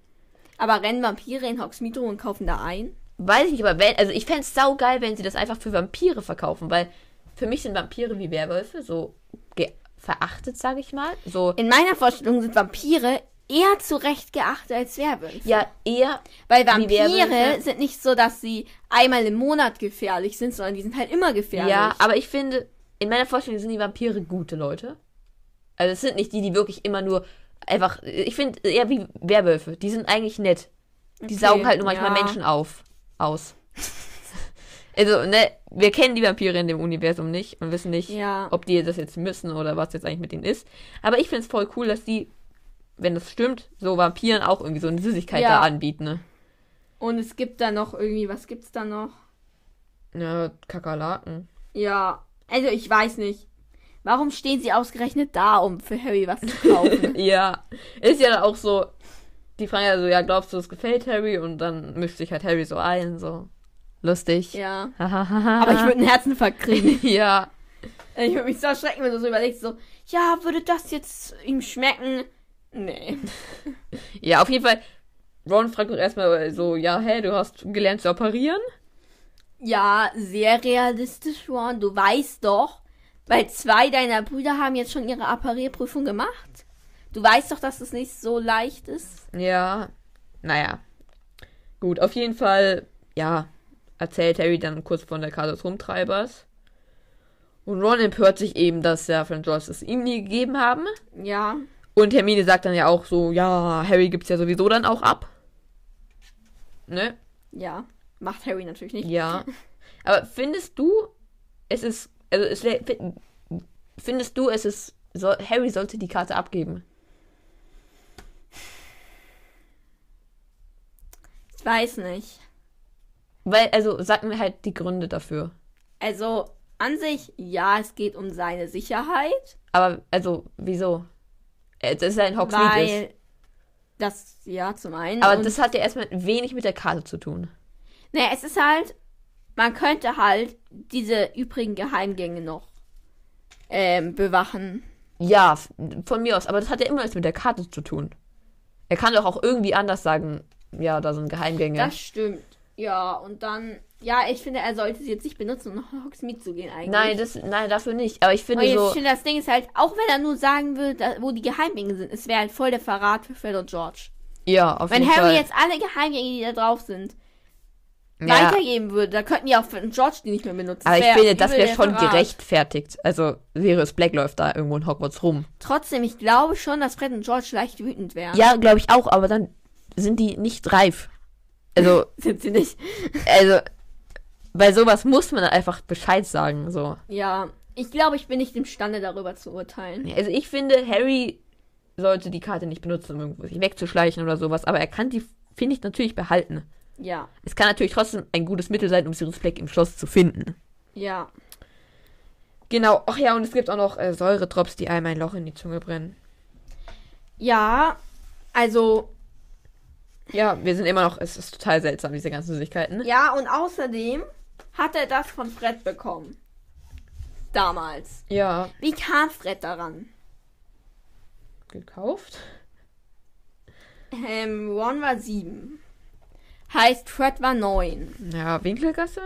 Speaker 1: Aber rennen Vampire in Hogsmeade und kaufen da ein?
Speaker 2: Weiß ich nicht, aber wenn. Also ich fände es saugeil, wenn sie das einfach für Vampire verkaufen. Weil für mich sind Vampire wie Werwölfe so ge verachtet, sage ich mal. So.
Speaker 1: In meiner Vorstellung sind Vampire eher zurecht geachtet als Werwölfe.
Speaker 2: Ja, eher
Speaker 1: Weil
Speaker 2: Wie
Speaker 1: Vampire
Speaker 2: Werwölfe.
Speaker 1: sind nicht so, dass sie einmal im Monat gefährlich sind, sondern die sind halt immer gefährlich.
Speaker 2: Ja, aber ich finde, in meiner Vorstellung sind die Vampire gute Leute. Also es sind nicht die, die wirklich immer nur einfach. Ich finde eher wie Werwölfe. Die sind eigentlich nett. Die saugen halt nur manchmal
Speaker 1: ja.
Speaker 2: Menschen auf. Aus. also, ne, wir kennen die Vampire in dem Universum nicht und wissen nicht,
Speaker 1: Ja.
Speaker 2: ob die das jetzt müssen oder was jetzt eigentlich mit ihnen ist. Aber ich finde es voll cool, dass die, wenn das stimmt, so Vampiren auch irgendwie so eine Süßigkeit
Speaker 1: Ja.
Speaker 2: da anbieten. Ne?
Speaker 1: Und es gibt da noch irgendwie, was gibt's da noch?
Speaker 2: Ja, Kakerlaken.
Speaker 1: Ja, also ich weiß nicht. Warum stehen sie ausgerechnet da, um für Harry was zu kaufen?
Speaker 2: Ja, ist ja dann auch so. Die fragen ja so, ja, glaubst du, es gefällt Harry? Und dann mischt sich halt Harry so ein, so. Lustig.
Speaker 1: ja. Aber
Speaker 2: Aber
Speaker 1: ich würde einen Herzinfarkt kriegen.
Speaker 2: Ja,
Speaker 1: Ich würde mich so erschrecken, wenn du so überlegst, so, ja, würde das jetzt ihm schmecken? Nee.
Speaker 2: ja, auf jeden Fall. Ron fragt doch erstmal so, ja, hey, du hast gelernt zu operieren?
Speaker 1: Ja, sehr realistisch, Ron. Du weißt doch, weil zwei deiner Brüder haben jetzt schon ihre Apparierprüfung gemacht. Du weißt doch, dass es nicht so leicht ist.
Speaker 2: Ja. Naja. Gut, auf jeden Fall, ja, erzählt Harry dann kurz von der Karte des Rumtreibers. Und Ron empört sich eben, dass ja von George es ihm nie gegeben haben.
Speaker 1: Ja.
Speaker 2: Und Hermine sagt dann ja auch so, ja, Harry gibt's ja sowieso dann auch ab. Ne?
Speaker 1: Ja. Macht Harry natürlich nicht.
Speaker 2: Ja. Aber findest du, es ist, also es, lä- fin- findest du, es ist, so, Harry sollte die Karte abgeben?
Speaker 1: Ich weiß nicht.
Speaker 2: Weil, also sag mir halt die Gründe dafür.
Speaker 1: Also, an sich, ja, es geht um seine Sicherheit,
Speaker 2: Aber, also, wieso? Äh, Das ist ja ein Hogsmeade.
Speaker 1: weil das, ja, zum einen.
Speaker 2: Aber
Speaker 1: und,
Speaker 2: das hat ja erstmal wenig mit der Karte zu tun.
Speaker 1: naja, es ist halt, man könnte halt diese übrigen Geheimgänge noch ähm, bewachen.
Speaker 2: Ja, f- von mir aus. Aber das hat ja immer nichts mit der Karte zu tun. Er kann doch auch irgendwie anders sagen, ja, da sind Geheimgänge.
Speaker 1: Das stimmt. Ja, und dann. Ja, ich finde, er sollte sie jetzt nicht benutzen, um nach Hogsmeade zu gehen eigentlich.
Speaker 2: nein, das, nein, dafür nicht. Aber ich
Speaker 1: Aber
Speaker 2: finde
Speaker 1: Hm? Oh, jetzt,
Speaker 2: so,
Speaker 1: ich finde, das Ding ist halt, auch wenn er nur sagen würde, da- wo die Geheimgänge sind, es wäre halt voll der Verrat für Fred und George.
Speaker 2: ja, auf
Speaker 1: Wenn
Speaker 2: jeden
Speaker 1: Harry
Speaker 2: Fall.
Speaker 1: jetzt alle Geheimgänge, die da drauf sind,
Speaker 2: ja,
Speaker 1: weitergeben würde, dann könnten die auch Fred und George die nicht mehr benutzen.
Speaker 2: Aber ich
Speaker 1: wär
Speaker 2: finde, das
Speaker 1: übel
Speaker 2: wäre
Speaker 1: der
Speaker 2: schon
Speaker 1: Verrat.
Speaker 2: gerechtfertigt. Also, Sirius Black läuft da irgendwo in Hogwarts rum.
Speaker 1: Trotzdem, ich glaube schon, dass Fred und George leicht wütend wären.
Speaker 2: Ja, glaube ich auch, aber dann sind die nicht reif. Also,
Speaker 1: Sind sie nicht.
Speaker 2: also, bei sowas muss man einfach Bescheid sagen, so.
Speaker 1: Ja, ich glaube, ich bin nicht imstande, darüber zu urteilen.
Speaker 2: Also, ich finde, Harry sollte die Karte nicht benutzen, um irgendwo sich wegzuschleichen oder sowas, aber er kann die, finde ich, natürlich behalten.
Speaker 1: Ja,
Speaker 2: Es kann natürlich trotzdem ein gutes Mittel sein, um Sirius Black im Schloss zu finden.
Speaker 1: ja.
Speaker 2: Genau, ach ja, und es gibt auch noch äh, Säuredrops, die einem ein Loch in die Zunge brennen.
Speaker 1: Ja, also
Speaker 2: Ja, wir sind immer noch, es ist total seltsam, diese ganzen Süßigkeiten. ne?
Speaker 1: Ja, und außerdem hat er das von Fred bekommen. Damals.
Speaker 2: Ja,
Speaker 1: Wie kam Fred daran?
Speaker 2: gekauft.
Speaker 1: Ähm, Ron war sieben. Heißt, Fred war neun.
Speaker 2: Ja, Winkelgasse?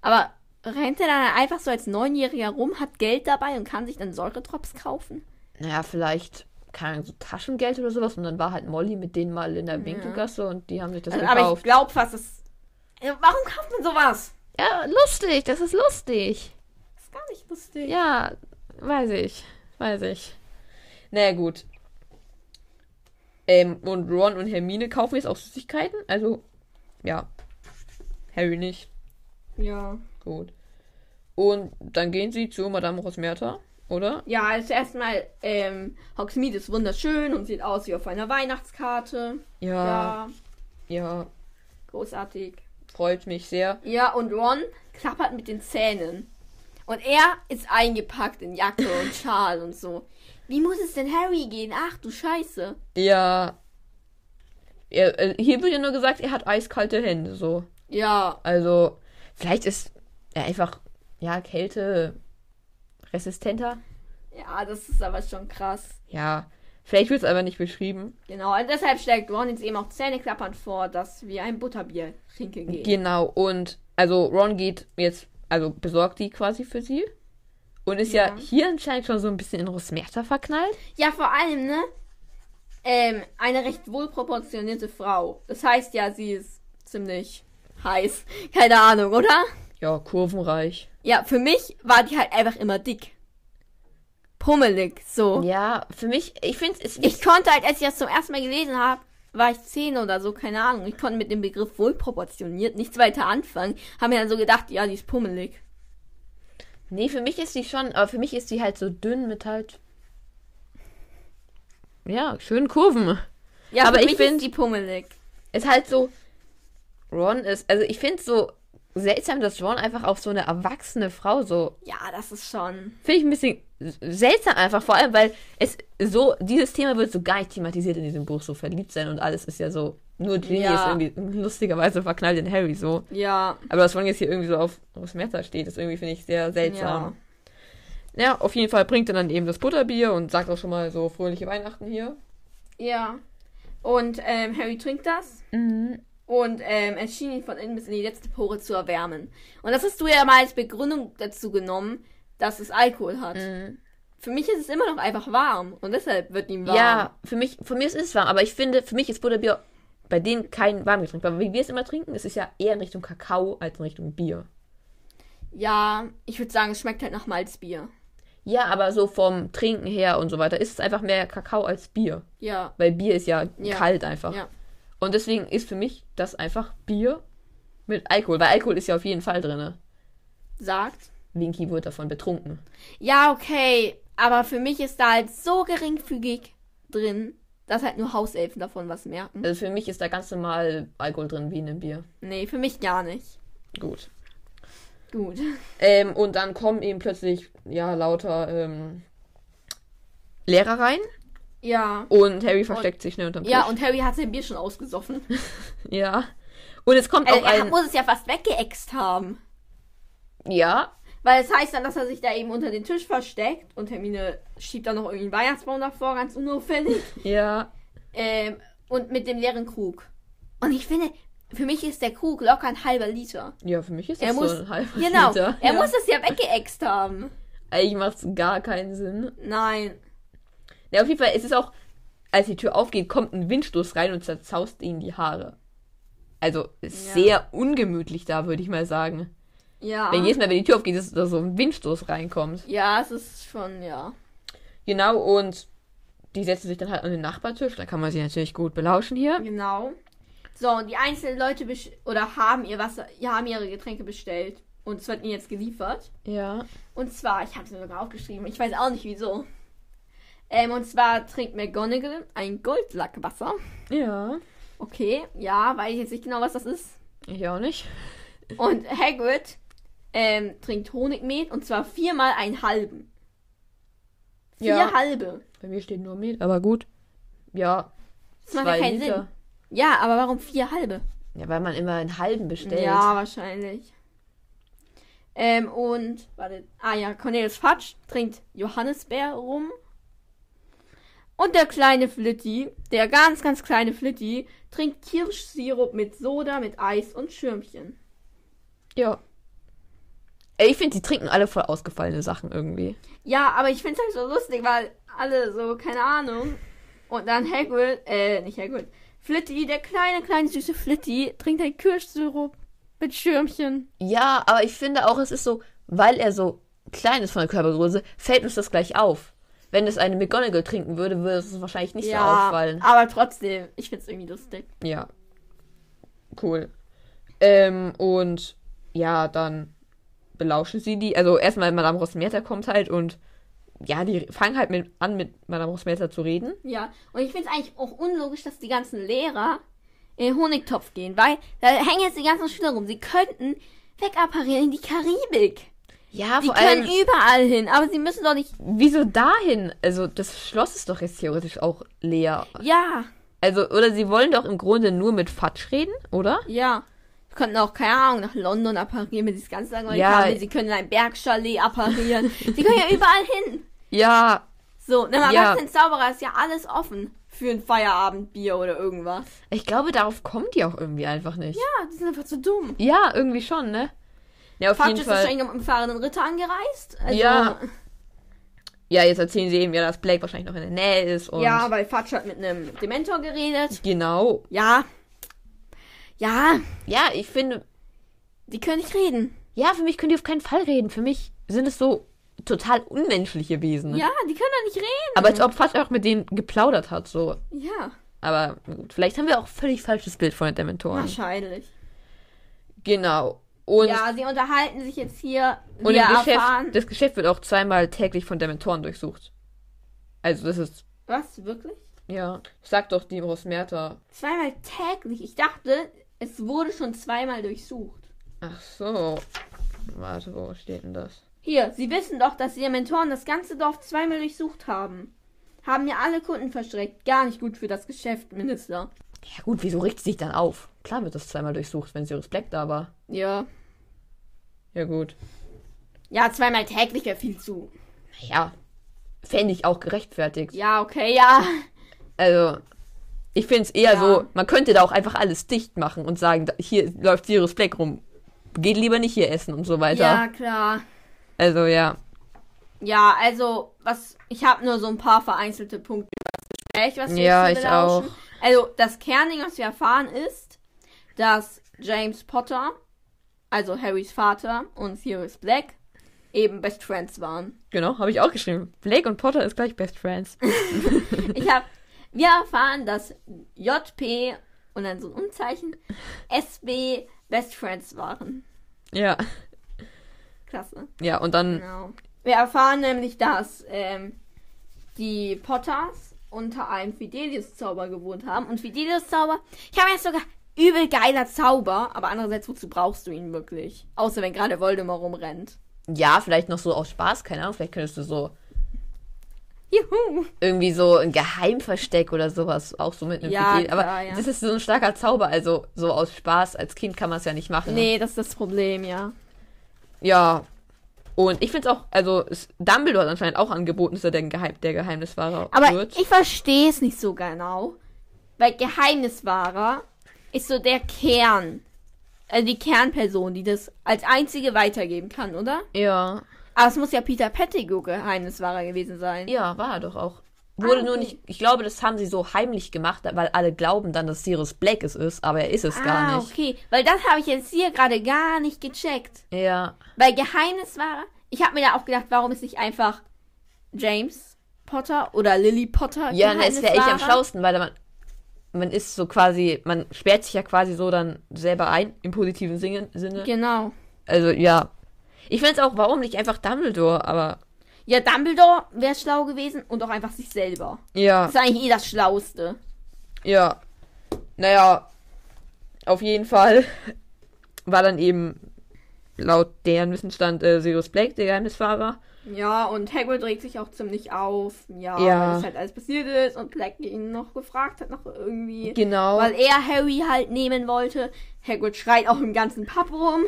Speaker 1: Aber rennt er dann einfach so als Neunjähriger rum, hat Geld dabei und kann sich dann Säuretrops kaufen?
Speaker 2: Naja, vielleicht, keine Ahnung, so Taschengeld oder sowas. Und dann war halt Molly mit denen mal in der Winkelgasse und die haben sich das
Speaker 1: Also, aber ich
Speaker 2: gekauft.
Speaker 1: glaube fast, das. Äh, Warum kauft man sowas?
Speaker 2: Ja, lustig, das ist lustig.
Speaker 1: Das ist gar nicht lustig.
Speaker 2: Ja, weiß ich, weiß ich. Naja, gut. Ähm, und Ron und Hermine kaufen jetzt auch Süßigkeiten. Also, ja. Harry nicht.
Speaker 1: Ja.
Speaker 2: Gut. Und dann gehen sie zu Madame Rosmerta, oder?
Speaker 1: Ja, also erstmal, ähm, Hogsmeade ist wunderschön und sieht aus wie auf einer Weihnachtskarte.
Speaker 2: Ja,
Speaker 1: Ja,
Speaker 2: ja. ja
Speaker 1: großartig.
Speaker 2: freut mich sehr.
Speaker 1: Ja, und Ron klappert mit den Zähnen. Und er ist eingepackt in Jacke und Schal und so. Wie muss es denn Harry gehen? Ach du Scheiße.
Speaker 2: Ja. Er, äh, hier wird ja nur gesagt, er hat eiskalte Hände, so.
Speaker 1: Ja,
Speaker 2: Also, vielleicht ist er einfach, ja, Kälte resistenter.
Speaker 1: ja, das ist aber schon krass.
Speaker 2: Ja. Vielleicht wird es aber nicht beschrieben.
Speaker 1: Genau, und deshalb schlägt Ron jetzt eben auch Zähneklappern vor, dass wir ein Butterbier trinken gehen.
Speaker 2: Genau. Und, also, Ron geht jetzt, also besorgt die quasi für sie. Und ist ja,
Speaker 1: Ja.
Speaker 2: hier anscheinend schon so ein bisschen in Rosmerta verknallt.
Speaker 1: ja, vor allem, ne? Ähm, eine recht wohlproportionierte Frau. Das heißt ja, sie ist ziemlich heiß. Keine Ahnung, oder?
Speaker 2: Ja, kurvenreich.
Speaker 1: Ja, für mich war die halt einfach immer dick. Pummelig, so.
Speaker 2: Ja, für mich, ich finde es
Speaker 1: Ich konnte halt, als ich das zum ersten Mal gelesen habe, war ich zehn oder so, keine Ahnung. Ich konnte mit dem Begriff wohlproportioniert nichts weiter anfangen. Hab mir dann so gedacht, ja, die ist pummelig.
Speaker 2: Nee, für mich ist die schon, aber für mich ist die halt so dünn mit halt. Ja, schönen Kurven.
Speaker 1: Ja,
Speaker 2: Aber
Speaker 1: für
Speaker 2: ich
Speaker 1: mich
Speaker 2: bin-
Speaker 1: ist die pummelig.
Speaker 2: Ist halt so. Ron ist. Also ich finde so seltsam, dass Ron einfach auf so eine erwachsene Frau so.
Speaker 1: Ja, das ist schon.
Speaker 2: Finde ich ein bisschen seltsam einfach, vor allem, weil es so. Dieses Thema wird so gar nicht thematisiert in diesem Buch, so verliebt sein und alles ist ja so. Nur Ginny
Speaker 1: Ja.
Speaker 2: ist irgendwie lustigerweise verknallt in Harry so.
Speaker 1: Ja.
Speaker 2: Aber dass Ron jetzt hier irgendwie so auf Rosmerta steht, ist irgendwie, finde ich, sehr seltsam.
Speaker 1: Ja.
Speaker 2: Ja, auf jeden Fall bringt er dann eben das Butterbier und sagt auch schon mal so fröhliche Weihnachten hier.
Speaker 1: Ja. Und ähm, Harry trinkt das.
Speaker 2: Mhm.
Speaker 1: Und ähm, es schien ihn von innen bis in die letzte Pore zu erwärmen. Und das hast du ja mal als Begründung dazu genommen, dass es Alkohol hat. Für mich ist es immer noch einfach warm. Und deshalb wird ihm warm.
Speaker 2: Mhm. Ja, für mich, für mich ist es warm, aber ich finde, für mich ist Butterbier bei denen kein Warmgetränk. Weil wie wir es immer trinken, es ist ja eher in Richtung Kakao als in Richtung Bier.
Speaker 1: Ja, ich würde sagen, es schmeckt halt nach Malzbier.
Speaker 2: Ja, aber so vom Trinken her und so weiter ist es einfach mehr Kakao als Bier.
Speaker 1: Ja.
Speaker 2: Weil Bier ist ja,
Speaker 1: Ja.
Speaker 2: kalt einfach.
Speaker 1: Ja.
Speaker 2: Und deswegen ist für mich das einfach Bier mit Alkohol. Weil Alkohol ist ja auf jeden Fall drin.
Speaker 1: Sagt.
Speaker 2: Winky wird davon betrunken.
Speaker 1: Ja, okay. Aber für mich ist da halt so geringfügig drin, dass halt nur Hauselfen davon was merken.
Speaker 2: Also für mich ist da ganz normal Alkohol drin wie in einem Bier.
Speaker 1: Nee, für mich gar nicht.
Speaker 2: Gut.
Speaker 1: Gut.
Speaker 2: Ähm, und dann kommen eben plötzlich, ja, lauter ähm, Lehrer rein.
Speaker 1: Ja.
Speaker 2: Und Harry versteckt sich schnell unterm Tisch.
Speaker 1: Ja, und Harry hat sein Bier schon ausgesoffen.
Speaker 2: ja. Und es kommt
Speaker 1: Also,
Speaker 2: auch
Speaker 1: er
Speaker 2: ein...
Speaker 1: muss es ja fast weggeext haben.
Speaker 2: Ja.
Speaker 1: Weil es heißt dann, dass er sich da eben unter den Tisch versteckt und Hermine schiebt dann noch irgendwie einen Weihnachtsbaum davor, ganz unauffällig.
Speaker 2: Ja.
Speaker 1: ähm, und mit dem leeren Krug. Und ich finde, für mich ist der Krug locker ein halber Liter.
Speaker 2: Ja, für mich ist das
Speaker 1: Er muss,
Speaker 2: so ein halber
Speaker 1: genau,
Speaker 2: Liter.
Speaker 1: er
Speaker 2: ja.
Speaker 1: muss das ja weggeext haben.
Speaker 2: Eigentlich macht es gar keinen Sinn.
Speaker 1: Nein,
Speaker 2: Ja, auf jeden Fall, es ist auch, als die Tür aufgeht, kommt ein Windstoß rein und zerzaust ihnen die Haare. Also ist
Speaker 1: Ja.
Speaker 2: sehr ungemütlich da, würde ich mal sagen.
Speaker 1: ja.
Speaker 2: Wenn jedes Mal, wenn die Tür aufgeht, ist, dass so ein Windstoß reinkommt.
Speaker 1: Ja, es ist schon, ja.
Speaker 2: Genau, und die setzen sich dann halt an den Nachbartisch. Da kann man sie natürlich gut belauschen hier.
Speaker 1: Genau. So, und die einzelnen Leute besch- oder haben ihr Wasser, ja, haben ihre Getränke bestellt. Und es wird ihnen jetzt geliefert.
Speaker 2: Ja.
Speaker 1: Und zwar, ich habe es mir sogar aufgeschrieben, ich weiß auch nicht wieso. Ähm, und zwar trinkt McGonagall ein Goldlackwasser.
Speaker 2: Ja.
Speaker 1: Okay, ja, weiß ich jetzt nicht genau, was das ist.
Speaker 2: Ich auch nicht.
Speaker 1: Und Hagrid ähm, trinkt Honigmet und zwar viermal einen halben. Vier
Speaker 2: Ja.
Speaker 1: halbe.
Speaker 2: Bei mir steht nur Met, aber gut. Ja.
Speaker 1: Das macht ja keinen Sinn. Ja, aber warum vier halbe?
Speaker 2: Sinn. Ja, weil man immer einen halben bestellt.
Speaker 1: Ja, wahrscheinlich. Ähm, und, warte, ah ja, Cornelius Fatsch trinkt Johannisbeer rum. Und der kleine Flitti, der ganz, ganz kleine Flitti, trinkt Kirschsirup mit Soda, mit Eis und Schirmchen.
Speaker 2: Ja. Ey, ich finde, die trinken alle voll ausgefallene Sachen irgendwie.
Speaker 1: Ja, aber ich find's halt so lustig, weil alle so, keine Ahnung. Und dann Hagrid, äh, nicht Hagrid, Flitti, der kleine, kleine, süße Flitti, trinkt halt Kirschsirup mit Schirmchen.
Speaker 2: Ja, aber ich finde auch, es ist so, weil er so klein ist von der Körpergröße, fällt uns das gleich auf. Wenn es eine McGonagall trinken würde, würde es wahrscheinlich nicht so auffallen.
Speaker 1: aber trotzdem, ich find's irgendwie lustig.
Speaker 2: Ja. Cool. Ähm, und ja, dann belauschen sie die. Also erstmal Madame Rosmerta kommt halt und ja, die fangen halt mit, an, mit Madame Rosmerta zu reden.
Speaker 1: Ja, und ich finde es eigentlich auch unlogisch, dass die ganzen Lehrer in den Honigtopf gehen, weil da hängen jetzt die ganzen Schüler rum. Sie könnten wegapparieren in die Karibik.
Speaker 2: Ja,
Speaker 1: Die können überall hin, aber sie müssen doch nicht.
Speaker 2: Wieso dahin? Also, das Schloss ist doch jetzt theoretisch auch leer.
Speaker 1: Ja,
Speaker 2: Also, oder sie wollen doch im Grunde nur mit Fatsch reden, oder?
Speaker 1: ja. Sie könnten auch, keine Ahnung, nach London apparieren, wenn sie es ganz langweilig
Speaker 2: Ja.
Speaker 1: haben. Sie können in ein Bergchalet apparieren. sie können ja überall hin.
Speaker 2: Ja,
Speaker 1: So, ne, na, man
Speaker 2: Ja.
Speaker 1: ja. den Zauberer ist ja alles offen für ein Feierabendbier oder irgendwas.
Speaker 2: ich glaube, darauf kommen die auch irgendwie einfach nicht.
Speaker 1: Ja, die sind einfach zu dumm.
Speaker 2: Ja, irgendwie schon, ne? Ja, auf
Speaker 1: Fatsch
Speaker 2: jeden
Speaker 1: ist
Speaker 2: Fall.
Speaker 1: wahrscheinlich mit dem fahrenden Ritter angereist. Also,
Speaker 2: Ja. Ja, jetzt erzählen sie eben ja, dass Blake wahrscheinlich noch in der Nähe ist und.
Speaker 1: Ja, weil Fatsch hat mit einem Dementor geredet.
Speaker 2: Genau.
Speaker 1: Ja. Ja,
Speaker 2: Ja, ich finde,
Speaker 1: die können nicht reden.
Speaker 2: ja, für mich können die auf keinen Fall reden. Für mich sind es so total unmenschliche Wesen.
Speaker 1: Ja, die können doch nicht reden.
Speaker 2: Aber als ob Fatsch auch mit denen geplaudert hat, so.
Speaker 1: Ja,
Speaker 2: Aber gut, vielleicht haben wir auch völlig falsches Bild von den Dementoren.
Speaker 1: wahrscheinlich.
Speaker 2: Genau. Und,
Speaker 1: ja, sie unterhalten sich jetzt hier.
Speaker 2: und
Speaker 1: wir
Speaker 2: im Geschäft,
Speaker 1: erfahren.
Speaker 2: das Geschäft wird auch zweimal täglich von Dementoren durchsucht. Also das ist,
Speaker 1: Was, wirklich?
Speaker 2: ja, sag doch die Rosmerta.
Speaker 1: Zweimal täglich. Ich dachte, es wurde schon zweimal durchsucht.
Speaker 2: Ach so. Warte, wo steht denn das?
Speaker 1: Hier, sie wissen doch, dass die Dementoren das ganze Dorf zweimal durchsucht haben. Haben ja alle Kunden verstreckt. Gar nicht gut für das Geschäft, Minister.
Speaker 2: Ja gut, wieso regt sie sich dann auf? Klar wird das zweimal durchsucht, wenn Sirius Black da war.
Speaker 1: Ja.
Speaker 2: Ja gut.
Speaker 1: Ja, zweimal täglich wäre viel zu.
Speaker 2: Ja, fände ich auch gerechtfertigt.
Speaker 1: Ja, okay, ja.
Speaker 2: Also, ich finde es eher
Speaker 1: Ja.
Speaker 2: so, man könnte da auch einfach alles dicht machen und sagen, da- hier läuft Sirius Black rum. Geht lieber nicht hier essen und so weiter.
Speaker 1: Ja, klar.
Speaker 2: Also ja.
Speaker 1: Ja, also, was ich habe nur so ein paar vereinzelte Punkte über das Gespräch, was wir
Speaker 2: Ja,
Speaker 1: jetzt
Speaker 2: ich
Speaker 1: hier belauschen. Also, das Kernding, was wir erfahren, ist, dass James Potter, also Harrys Vater und Sirius Black eben Best Friends waren.
Speaker 2: Genau, habe ich auch geschrieben. Blake und Potter ist gleich Best Friends.
Speaker 1: Ich habe wir erfahren, dass JP und dann so ein Umzeichen SB Best Friends waren.
Speaker 2: ja.
Speaker 1: Klasse.
Speaker 2: Ja, und dann.
Speaker 1: Genau. Wir erfahren nämlich, dass ähm, die Potters unter einem Fidelius-Zauber gewohnt haben. Und Fidelius-Zauber, ich habe jetzt sogar übel geiler Zauber, aber andererseits, wozu brauchst du ihn wirklich? Außer wenn gerade Voldemort rumrennt.
Speaker 2: Ja, vielleicht noch so aus Spaß, keine Ahnung, vielleicht könntest du so
Speaker 1: Juhu!
Speaker 2: irgendwie so ein Geheimversteck oder sowas auch so mit einem
Speaker 1: Ja,
Speaker 2: Fidel- Aber
Speaker 1: klar, ja.
Speaker 2: das ist so ein starker Zauber, also so aus Spaß. Als Kind kann man es ja nicht machen.
Speaker 1: Nee, das ist das Problem, ja.
Speaker 2: Ja. Und ich finde es auch, also es- Dumbledore hat anscheinend auch angeboten, dass er der, Geheim der Geheimniswahrer
Speaker 1: Aber
Speaker 2: wird.
Speaker 1: ich verstehe es nicht so genau. Weil Geheimniswahrer ist so der Kern. Also die Kernperson, die das als einzige weitergeben kann, oder?
Speaker 2: ja,
Speaker 1: Aber es muss ja Peter Pettigrew Geheimniswahrer gewesen sein.
Speaker 2: ja, war er doch auch. Wurde
Speaker 1: Ah,
Speaker 2: nur
Speaker 1: okay.
Speaker 2: nicht, ich glaube, das haben sie so heimlich gemacht, weil alle glauben dann, dass Sirius Black es ist, aber er ist es gar
Speaker 1: ah,
Speaker 2: nicht.
Speaker 1: okay. Weil das habe ich jetzt hier gerade gar nicht gecheckt.
Speaker 2: Ja,
Speaker 1: Weil Geheimniswahrer, ich habe mir da auch gedacht, warum ist nicht einfach James Potter oder Lily Potter
Speaker 2: ja, na, es wäre echt am
Speaker 1: Geheimniswahrer?
Speaker 2: schlausten, weil man, man ist so quasi, man sperrt sich ja quasi so dann selber ein, im positiven Singen, Sinne.
Speaker 1: Genau.
Speaker 2: Also, ja. Ich find's auch, warum nicht einfach Dumbledore, aber,
Speaker 1: Ja, Dumbledore wäre schlau gewesen und auch einfach sich selber.
Speaker 2: ja.
Speaker 1: Das ist eigentlich eh das Schlauste.
Speaker 2: Ja. Naja, auf jeden Fall war dann eben laut deren Wissensstand äh, Sirius Black der Geheimnisfahrer.
Speaker 1: Ja, und Hagrid regt sich auch ziemlich auf. Ja,
Speaker 2: Ja.
Speaker 1: weil das halt alles passiert ist und Black ihn noch gefragt hat, noch irgendwie.
Speaker 2: Genau.
Speaker 1: Weil er Harry halt nehmen wollte. Hagrid schreit auch im ganzen Pub rum.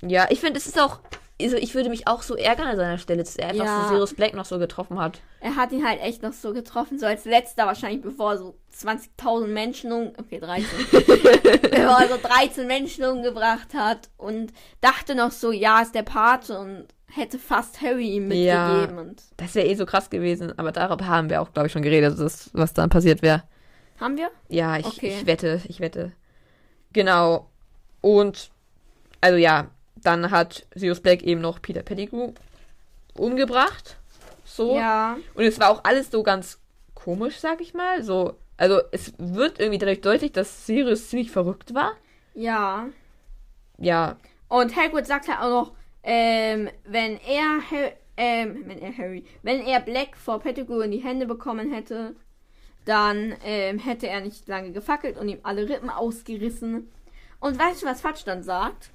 Speaker 2: ja, ich finde, es ist auch. Also ich würde mich auch so ärgern an seiner Stelle, dass er einfach
Speaker 1: Ja.
Speaker 2: so Sirius Black noch so getroffen hat.
Speaker 1: Er hat ihn halt echt noch so getroffen, so als letzter wahrscheinlich, bevor so 20.000 Menschen um, okay, 13, bevor er so 13 Menschen umgebracht hat und dachte noch so, ja, ist der Pate und hätte fast Harry ihm
Speaker 2: Ja.
Speaker 1: mitgegeben und
Speaker 2: Das wäre eh so krass gewesen, aber darüber haben wir auch, glaube ich, schon geredet, dass, was dann passiert wäre.
Speaker 1: haben wir?
Speaker 2: Ja, ich,
Speaker 1: Okay.
Speaker 2: ich wette, ich wette. Genau. Und, also ja, dann hat Sirius Black eben noch Peter Pettigrew umgebracht. So.
Speaker 1: Ja.
Speaker 2: Und es war auch alles so ganz komisch, sag ich mal. So, also es wird irgendwie dadurch deutlich, dass Sirius ziemlich verrückt war.
Speaker 1: Ja.
Speaker 2: Ja,
Speaker 1: Und Hagrid sagt halt auch noch, ähm, wenn er, Har- ähm, wenn er Harry, wenn er Black vor Pettigrew in die Hände bekommen hätte, dann ähm, hätte er nicht lange gefackelt und ihm alle Rippen ausgerissen. Und weißt du, was Fatsch dann sagt?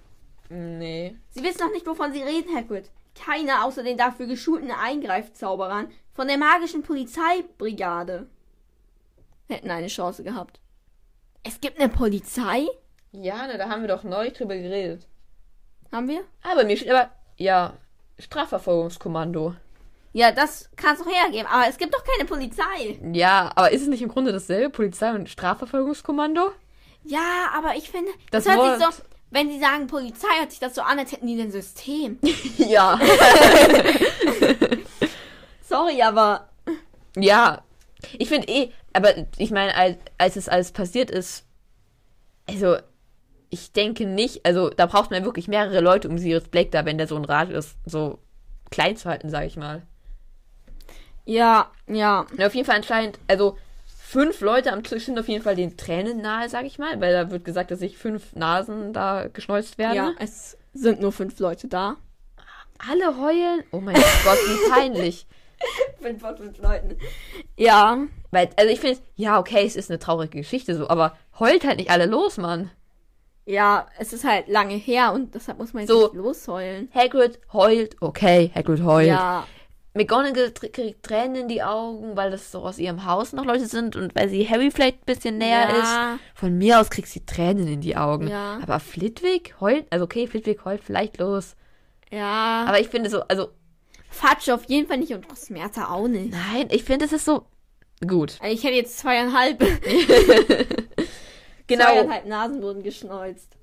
Speaker 2: nee.
Speaker 1: Sie wissen noch nicht, wovon sie reden, Hagrid. Keiner außer den dafür geschulten Eingreifzauberern von der magischen Polizeibrigade hätten eine Chance gehabt. Es gibt eine Polizei?
Speaker 2: Ja, ne, da haben wir doch neulich drüber geredet.
Speaker 1: Haben wir?
Speaker 2: Aber mir steht aber, ja, Strafverfolgungskommando.
Speaker 1: Ja, das kannst du hergeben, aber es gibt doch keine Polizei.
Speaker 2: Ja, aber ist es nicht im Grunde dasselbe, Polizei und Strafverfolgungskommando?
Speaker 1: Ja, aber ich finde,
Speaker 2: Das
Speaker 1: das, hört
Speaker 2: Wort-
Speaker 1: sich so, wenn sie sagen Polizei, hört sich das so an, als hätten die ein System.
Speaker 2: Ja.
Speaker 1: Sorry, aber.
Speaker 2: Ja, ich finde eh, aber ich meine, als, als es alles passiert ist, also ich denke nicht, also da braucht man wirklich mehrere Leute, um Sirius Black da, wenn der so ein Rat ist, so klein zu halten, sage ich mal.
Speaker 1: Ja, ja.
Speaker 2: Und auf jeden Fall anscheinend, also fünf Leute am Tisch sind auf jeden Fall den Tränen nahe, sage ich mal, weil da wird gesagt, dass sich fünf Nasen da geschneuzt werden.
Speaker 1: Ja, ne? es sind nur fünf Leute da.
Speaker 2: Alle heulen. Oh mein Gott, wie peinlich.
Speaker 1: Fünf von fünf Leuten. Ja.
Speaker 2: Weil, also ich finde, ja, okay, es ist eine traurige Geschichte so, aber heult halt nicht alle los, Mann.
Speaker 1: Ja, es ist halt lange her und deshalb muss man jetzt
Speaker 2: So.
Speaker 1: nicht losheulen.
Speaker 2: Hagrid heult, okay, Hagrid heult.
Speaker 1: Ja.
Speaker 2: McGonagall tr- kriegt Tränen in die Augen, weil das so aus ihrem Haus noch Leute sind und weil sie Harry vielleicht ein bisschen näher
Speaker 1: Ja.
Speaker 2: ist. Von mir aus kriegt sie Tränen in die Augen.
Speaker 1: Ja.
Speaker 2: Aber Flitwick heult, also okay, Flitwick heult vielleicht los.
Speaker 1: Ja.
Speaker 2: Aber ich finde so, also
Speaker 1: Fatsch auf jeden Fall nicht und Schmerza auch nicht.
Speaker 2: nein, ich finde es ist so gut.
Speaker 1: Also ich hätte jetzt zweieinhalb,
Speaker 2: Genau.
Speaker 1: zweieinhalb Nasen wurden geschneuzt.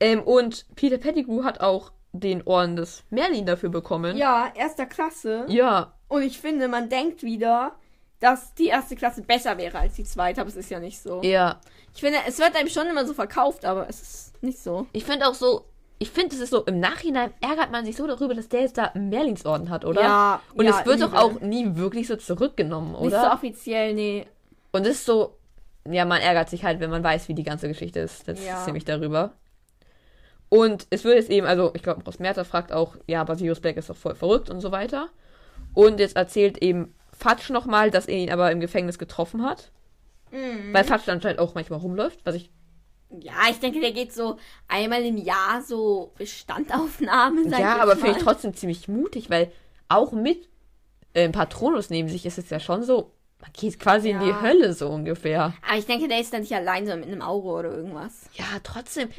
Speaker 2: Ähm, und Peter Pettigrew hat auch den Orden des Merlin dafür bekommen.
Speaker 1: Ja, erster Klasse.
Speaker 2: Ja.
Speaker 1: Und ich finde, man denkt wieder, dass die erste Klasse besser wäre als die zweite, aber es ist ja nicht so.
Speaker 2: Ja.
Speaker 1: Ich finde, es wird einem schon immer so verkauft, aber es ist nicht so.
Speaker 2: Ich finde auch so, ich finde, es ist so, im Nachhinein ärgert man sich so darüber, dass der jetzt da einen Merlinsorden hat, oder?
Speaker 1: Ja,
Speaker 2: Und
Speaker 1: ja,
Speaker 2: es wird doch
Speaker 1: Liebe.
Speaker 2: auch nie wirklich so zurückgenommen,
Speaker 1: Nicht so
Speaker 2: oder?
Speaker 1: offiziell, nee.
Speaker 2: Und es ist so, ja, man ärgert sich halt, wenn man weiß, wie die ganze Geschichte ist. Das
Speaker 1: Ja.
Speaker 2: ist ziemlich darüber. Und es wird jetzt eben, also ich glaube, Ross Merter fragt auch, ja, aber Sirius Black ist doch voll verrückt und so weiter. Und jetzt erzählt eben Fatsch nochmal, dass er ihn aber im Gefängnis getroffen hat.
Speaker 1: Mhm.
Speaker 2: Weil Fatsch anscheinend auch manchmal rumläuft, was ich.
Speaker 1: Ja, ich denke, der geht so einmal im Jahr so Bestandaufnahmen. sag
Speaker 2: ja,
Speaker 1: jetzt
Speaker 2: aber
Speaker 1: mal.
Speaker 2: finde ich trotzdem ziemlich mutig, weil auch mit ähm, Patronus neben sich ist es ja schon so, man geht quasi in die
Speaker 1: Ja.
Speaker 2: Hölle so ungefähr.
Speaker 1: Aber ich denke, der ist dann nicht allein, sondern mit einem Auge oder irgendwas.
Speaker 2: Ja, trotzdem.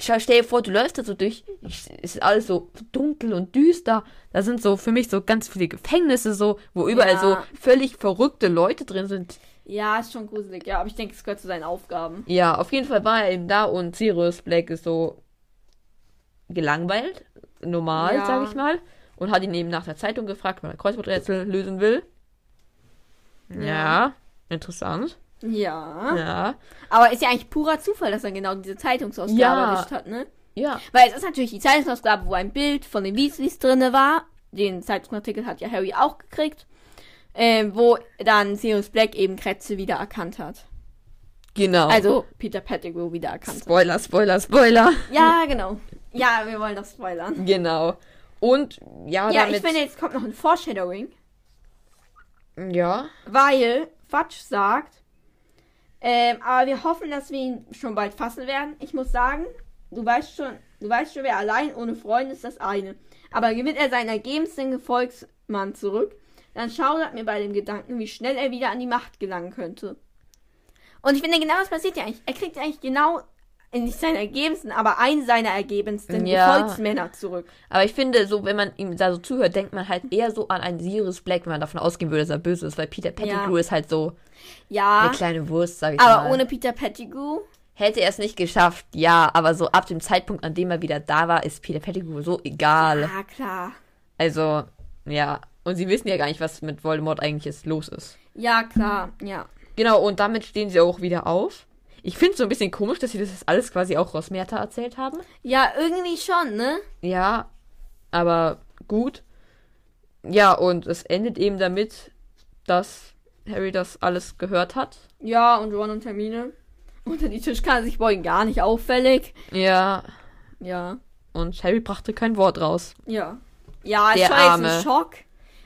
Speaker 2: Stell stell dir vor, du läufst da so durch. Es ist alles so dunkel und düster. Da sind so für mich so ganz viele Gefängnisse, so, wo überall
Speaker 1: Ja.
Speaker 2: so völlig verrückte Leute drin sind.
Speaker 1: Ja, ist schon gruselig. Ja, aber ich denke, es gehört zu seinen Aufgaben.
Speaker 2: Ja, auf jeden Fall war er eben da und Sirius Black ist so gelangweilt, normal,
Speaker 1: Ja.
Speaker 2: sag ich mal. Und hat ihn eben nach der Zeitung gefragt, weil er Kreuzworträtsel lösen will. Ja, interessant.
Speaker 1: Ja.
Speaker 2: Ja.
Speaker 1: Aber ist ja eigentlich purer Zufall, dass er genau diese Zeitungsausgabe
Speaker 2: Ja.
Speaker 1: erwischt hat, ne?
Speaker 2: Ja.
Speaker 1: Weil es ist natürlich die Zeitungsausgabe, wo ein Bild von den Weasleys drinne war. Den Zeitungsartikel hat ja Harry auch gekriegt. Ähm, wo dann Sirius Black eben Kretze wieder erkannt hat.
Speaker 2: Genau.
Speaker 1: Also Peter Pettigrew wieder erkannt hat.
Speaker 2: Spoiler, Spoiler, Spoiler.
Speaker 1: Ja, genau. Ja, wir wollen das spoilern.
Speaker 2: Genau. Und ja,
Speaker 1: Ja,
Speaker 2: damit.
Speaker 1: ich finde, jetzt kommt noch ein Foreshadowing.
Speaker 2: ja.
Speaker 1: Weil Fatsch sagt, ähm, aber wir hoffen, dass wir ihn schon bald fassen werden. Ich muss sagen, du weißt schon, du weißt schon, wer allein ohne Freunde ist, das eine. Aber gewinnt er seinen ergebensten Gefolgsmann zurück, dann schaudert mir bei dem Gedanken, wie schnell er wieder an die Macht gelangen könnte. Und ich finde, genau das passiert ja eigentlich. Er kriegt eigentlich genau, äh, nicht seinen ergebensten, aber einen seiner ergebensten
Speaker 2: Ja.
Speaker 1: Gefolgsmänner zurück.
Speaker 2: Aber ich finde, so, wenn man ihm da so zuhört, denkt man halt eher so an einen Sirius Black, wenn man davon ausgehen würde, dass er böse ist, weil Peter Pettigrew ist halt so
Speaker 1: Ja,
Speaker 2: eine kleine Wurst, sag ich mal.
Speaker 1: aber ohne Peter Pettigrew.
Speaker 2: Hätte er es nicht geschafft, ja, aber so ab dem Zeitpunkt, an dem er wieder da war, ist Peter Pettigrew so egal.
Speaker 1: Ah, klar.
Speaker 2: Also, ja. Und sie wissen ja gar nicht, was mit Voldemort eigentlich jetzt los ist.
Speaker 1: Ja, klar, ja.
Speaker 2: Genau, und damit stehen sie auch wieder auf. Ich finde es so ein bisschen komisch, dass sie das jetzt alles quasi auch Rosmerta erzählt haben.
Speaker 1: Ja, irgendwie schon, ne?
Speaker 2: Ja, aber gut. Ja, und es endet eben damit, dass Harry das alles gehört hat.
Speaker 1: Ja, und Ron und Termine. Unter die Tischkante sich beugen, gar nicht auffällig.
Speaker 2: Ja,
Speaker 1: Ja.
Speaker 2: und Harry brachte kein Wort raus.
Speaker 1: Ja. Ja,
Speaker 2: Der
Speaker 1: ich war jetzt
Speaker 2: Arme.
Speaker 1: ein Schock.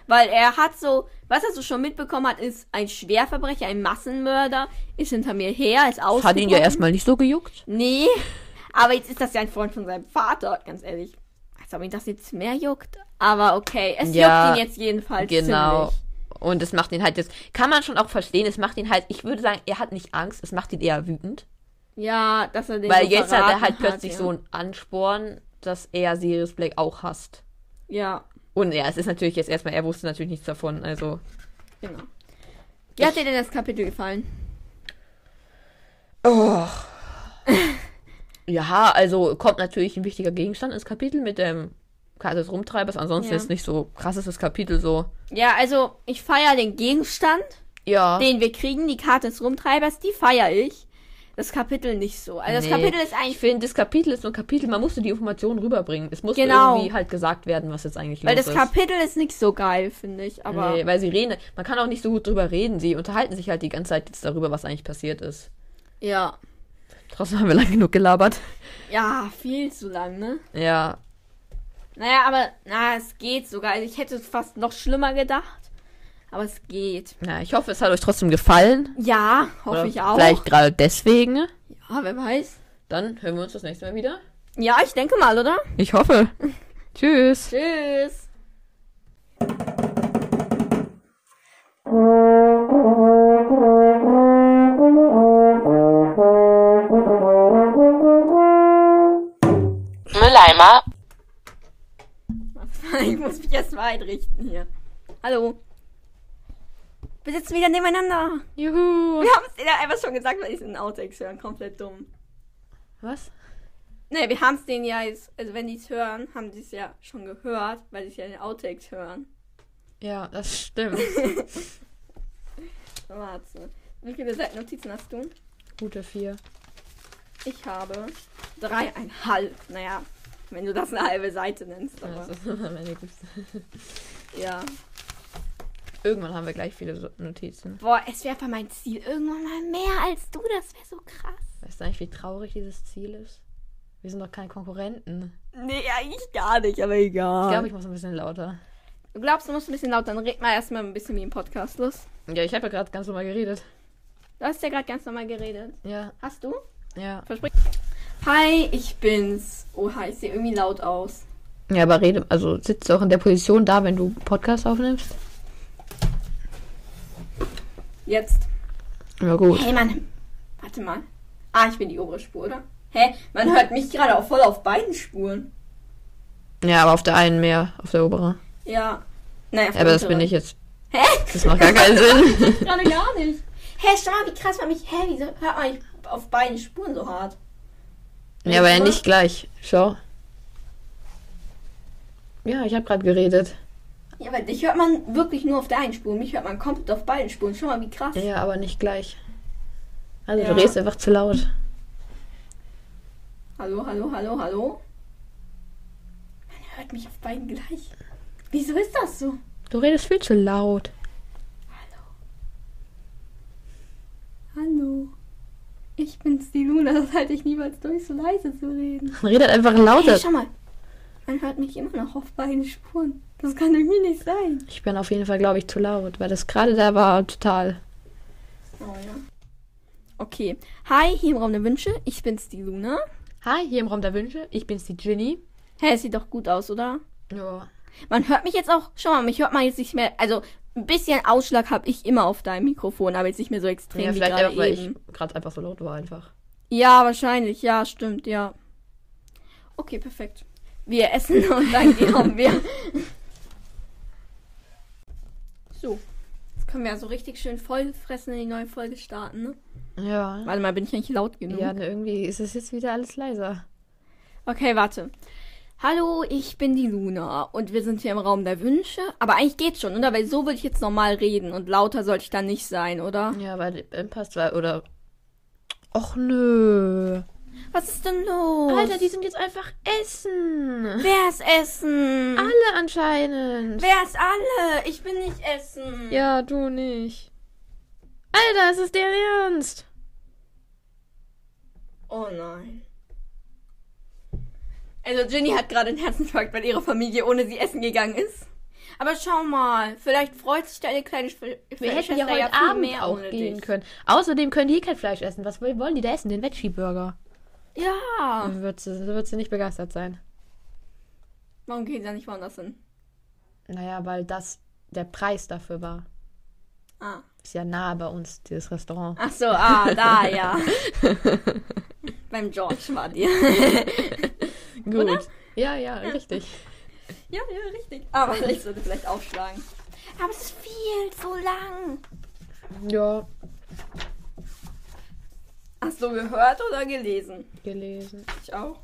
Speaker 1: Weil er hat so, was er so schon mitbekommen hat, ist ein Schwerverbrecher, ein Massenmörder, ist hinter mir her, ist
Speaker 2: Das hat ihn ja
Speaker 1: ausgebrochen.
Speaker 2: erstmal nicht so gejuckt.
Speaker 1: Nee. Aber jetzt ist das ja ein Freund von seinem Vater, ganz ehrlich. Als ob ihn das jetzt mehr juckt. Aber okay, es
Speaker 2: Ja,
Speaker 1: juckt ihn jetzt jedenfalls
Speaker 2: Genau.
Speaker 1: ziemlich.
Speaker 2: Und es macht ihn halt jetzt, kann man schon auch verstehen, es macht ihn halt, ich würde sagen, er hat nicht Angst, es macht ihn eher wütend.
Speaker 1: Ja, dass er den
Speaker 2: Weil
Speaker 1: so
Speaker 2: jetzt hat er
Speaker 1: verraten
Speaker 2: halt plötzlich
Speaker 1: ja.
Speaker 2: so einen Ansporn, dass er Sirius Black auch hasst.
Speaker 1: Ja,
Speaker 2: Und ja, es ist natürlich jetzt erstmal, er wusste natürlich nichts davon, also.
Speaker 1: genau. Wie hat dir denn das Kapitel gefallen?
Speaker 2: Och. Ja, also kommt natürlich ein wichtiger Gegenstand ins Kapitel mit dem Karte des Rumtreibers. Ansonsten
Speaker 1: Ja.
Speaker 2: ist nicht so krass ist das Kapitel so.
Speaker 1: Ja, also ich feiere den Gegenstand,
Speaker 2: Ja.
Speaker 1: den wir kriegen, die Karte des Rumtreibers, die feiere ich. Das Kapitel nicht so. Also das
Speaker 2: Nee.
Speaker 1: Kapitel ist
Speaker 2: ich
Speaker 1: eigentlich,
Speaker 2: finde, das Kapitel ist nur ein Kapitel. Man musste die Informationen rüberbringen. Es musste
Speaker 1: Genau.
Speaker 2: irgendwie halt gesagt werden, was jetzt eigentlich
Speaker 1: weil
Speaker 2: los
Speaker 1: das
Speaker 2: ist.
Speaker 1: Kapitel ist nicht so geil, finde ich. Aber
Speaker 2: nee, weil sie reden. Man kann auch nicht so gut drüber reden. Sie unterhalten sich halt die ganze Zeit jetzt darüber, was eigentlich passiert ist.
Speaker 1: ja,
Speaker 2: Trotzdem haben wir lang genug gelabert.
Speaker 1: ja, viel zu lang, ne?
Speaker 2: Ja.
Speaker 1: Naja, aber na, es geht sogar. Also ich hätte es fast noch schlimmer gedacht, aber es geht.
Speaker 2: ja. Ich hoffe, es hat euch trotzdem gefallen.
Speaker 1: Ja, hoffe
Speaker 2: Oder
Speaker 1: ich auch.
Speaker 2: Vielleicht gerade deswegen.
Speaker 1: Ja, wer weiß.
Speaker 2: Dann hören wir uns das nächste Mal wieder.
Speaker 1: Ja, ich denke mal, oder?
Speaker 2: Ich hoffe. Tschüss.
Speaker 1: Tschüss.
Speaker 3: Mülleimer.
Speaker 1: Ich muss mich erst mal einrichten hier. Hallo. Wir sitzen wieder nebeneinander.
Speaker 2: Juhu.
Speaker 1: Wir haben es dir einfach schon gesagt, weil ich es in den Outtakes hören. Komplett dumm.
Speaker 2: Was?
Speaker 1: Ne, wir haben es denen ja jetzt, also wenn die es hören, haben sie es ja schon gehört, weil sie es ja in den Outtakes hören.
Speaker 2: Ja, das stimmt.
Speaker 1: Warte. Wie viele Seiten Notizen hast du?
Speaker 2: Gute vier.
Speaker 1: Ich habe dreieinhalb. Naja, wenn du das eine halbe Seite nennst.
Speaker 2: Ja, das
Speaker 1: Aber,
Speaker 2: ist meine Güte.
Speaker 1: ja.
Speaker 2: Irgendwann haben wir gleich viele so- Notizen.
Speaker 1: Boah, es wäre einfach mein Ziel. Irgendwann mal mehr als du, das wäre so krass.
Speaker 2: Weißt du eigentlich, wie traurig dieses Ziel ist? Wir sind doch keine Konkurrenten.
Speaker 1: Nee, eigentlich gar nicht, aber
Speaker 2: Ich
Speaker 1: egal.
Speaker 2: glaube, ich muss ein bisschen lauter.
Speaker 1: Du glaubst, du musst ein bisschen laut, dann red mal erstmal ein bisschen wie im Podcast los.
Speaker 2: Ja, ich habe ja gerade ganz normal geredet.
Speaker 1: Du hast ja gerade ganz normal geredet.
Speaker 2: Ja,
Speaker 1: Hast du?
Speaker 2: ja.
Speaker 1: Versprich. Hi, ich bin's. Oha, ich sehe irgendwie laut aus.
Speaker 2: Ja, aber rede, also sitzt du auch in der Position da, wenn du Podcast aufnimmst?
Speaker 1: Jetzt.
Speaker 2: Ja, gut.
Speaker 1: Hey Mann. Warte mal. Ah, ich bin die obere Spur, oder? Hä? Man hört mich gerade auch voll auf beiden Spuren.
Speaker 2: Ja, aber auf der einen mehr, auf der oberen.
Speaker 1: Ja. Naja, auf
Speaker 2: Ja, aber das
Speaker 1: unteren.
Speaker 2: bin ich jetzt.
Speaker 1: Hä?
Speaker 2: Das macht gar keinen Sinn.
Speaker 1: Gerade gar nicht. Hä, schau mal, wie krass man mich. Hä, wieso hört man mich auf beiden Spuren so hart?
Speaker 2: Ja, aber ja nicht gleich. Schau. Ja, ich habe gerade geredet.
Speaker 1: Ja, aber dich hört man wirklich nur auf der einen Spur. Mich hört man komplett auf beiden Spuren. Schau mal, wie krass.
Speaker 2: Ja, aber nicht gleich. Also
Speaker 1: Ja.
Speaker 2: du redest einfach zu laut.
Speaker 1: Hallo, hallo, hallo, hallo. Man hört mich auf beiden gleich. Wieso ist das so?
Speaker 2: Du redest viel zu laut.
Speaker 1: Hallo. Ich bin's, die Luna. Das halte ich niemals durch, so leise zu reden.
Speaker 2: Man redet einfach lauter.
Speaker 1: Hey, schau mal. Man hört mich immer noch auf beiden Spuren. Das kann irgendwie nicht sein.
Speaker 2: Ich bin auf jeden Fall, glaube ich, zu laut, weil das gerade da war total.
Speaker 1: Oh ja. Okay. Hi, hier im Raum der Wünsche. Ich bin's, die Luna.
Speaker 2: Hi, hier im Raum der Wünsche. Ich bin's, die Ginny.
Speaker 1: Hä, hey, sieht doch gut aus, oder?
Speaker 2: Ja.
Speaker 1: Man hört mich jetzt auch, schau mal, mich hört man jetzt nicht mehr, also ein bisschen Ausschlag habe ich immer auf deinem Mikrofon, aber jetzt nicht mehr so extrem
Speaker 2: ja
Speaker 1: wie
Speaker 2: vielleicht
Speaker 1: gerade
Speaker 2: einfach, weil
Speaker 1: eben.
Speaker 2: ich gerade einfach so laut war einfach.
Speaker 1: Ja, wahrscheinlich, ja, stimmt, ja. Okay, perfekt. Wir essen und dann gehen wir. So, jetzt können wir ja so richtig schön vollfressen in die neue Folge starten, ne?
Speaker 2: Ja.
Speaker 1: Warte mal, bin ich eigentlich laut genug?
Speaker 2: Ja, ne, irgendwie ist es jetzt wieder alles leiser.
Speaker 1: Okay, warte. Hallo, ich bin die Luna und wir sind hier im Raum der Wünsche. Aber eigentlich geht's schon, oder? Weil so würde ich jetzt normal reden und lauter sollte ich dann nicht sein, oder?
Speaker 2: Ja, weil Impasse war oder. Och nö.
Speaker 1: Was ist denn los?
Speaker 2: Alter, die sind jetzt einfach essen.
Speaker 1: Wer ist Essen?
Speaker 2: Alle anscheinend.
Speaker 1: Wer ist alle? Ich bin nicht Essen.
Speaker 2: Ja, du nicht. Alter, ist es deren Ernst?
Speaker 1: Oh nein. Also Ginny hat gerade einen Herzinfarkt, weil ihre Familie ohne sie essen gegangen ist. Aber schau mal, vielleicht freut sich deine kleine Schw-
Speaker 2: Wir hätten
Speaker 1: Schwester
Speaker 2: ja heute
Speaker 1: ja viel
Speaker 2: Abend
Speaker 1: mehr
Speaker 2: auch
Speaker 1: ohne
Speaker 2: gehen
Speaker 1: dich.
Speaker 2: können. Außerdem können die kein Fleisch essen. Was wollen die da essen? Den Veggie-Burger.
Speaker 1: Ja.
Speaker 2: Dann wird sie, wird sie nicht begeistert sein.
Speaker 1: Warum geht sie da nicht woanders hin?
Speaker 2: Naja, weil das der Preis dafür war.
Speaker 1: Ah.
Speaker 2: Ist ja nah bei uns, dieses Restaurant.
Speaker 1: Ach so, ah, da, ja. Beim George war dir.
Speaker 2: Gut. Ja, ja, richtig.
Speaker 1: ja, ja, richtig. Aber ich sollte vielleicht aufschlagen. Aber es ist viel zu lang.
Speaker 2: Ja,
Speaker 1: Hast du gehört oder gelesen?
Speaker 2: gelesen.
Speaker 1: Ich auch.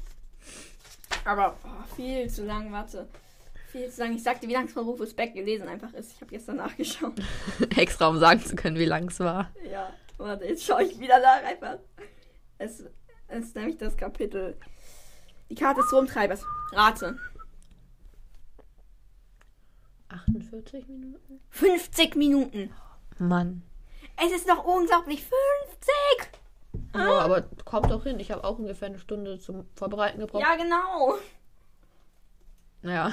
Speaker 1: Aber boah, viel zu lang, warte. Viel zu lang. Ich sagte, wie lang es von Rufus Beck gelesen einfach ist. Ich habe gestern nachgeschaut.
Speaker 2: Extra, um sagen zu können, wie lang es war.
Speaker 1: Ja, warte, jetzt schaue ich wieder nach einfach. Es, es ist nämlich das Kapitel. Die Karte des Rumtreibers. Rate.
Speaker 2: 48 Minuten?
Speaker 1: 50 Minuten.
Speaker 2: Mann.
Speaker 1: Es ist noch unglaublich 50!
Speaker 2: Ja, aber kommt doch hin. Ich habe auch ungefähr eine Stunde zum Vorbereiten gebraucht.
Speaker 1: Ja, genau.
Speaker 2: Ja.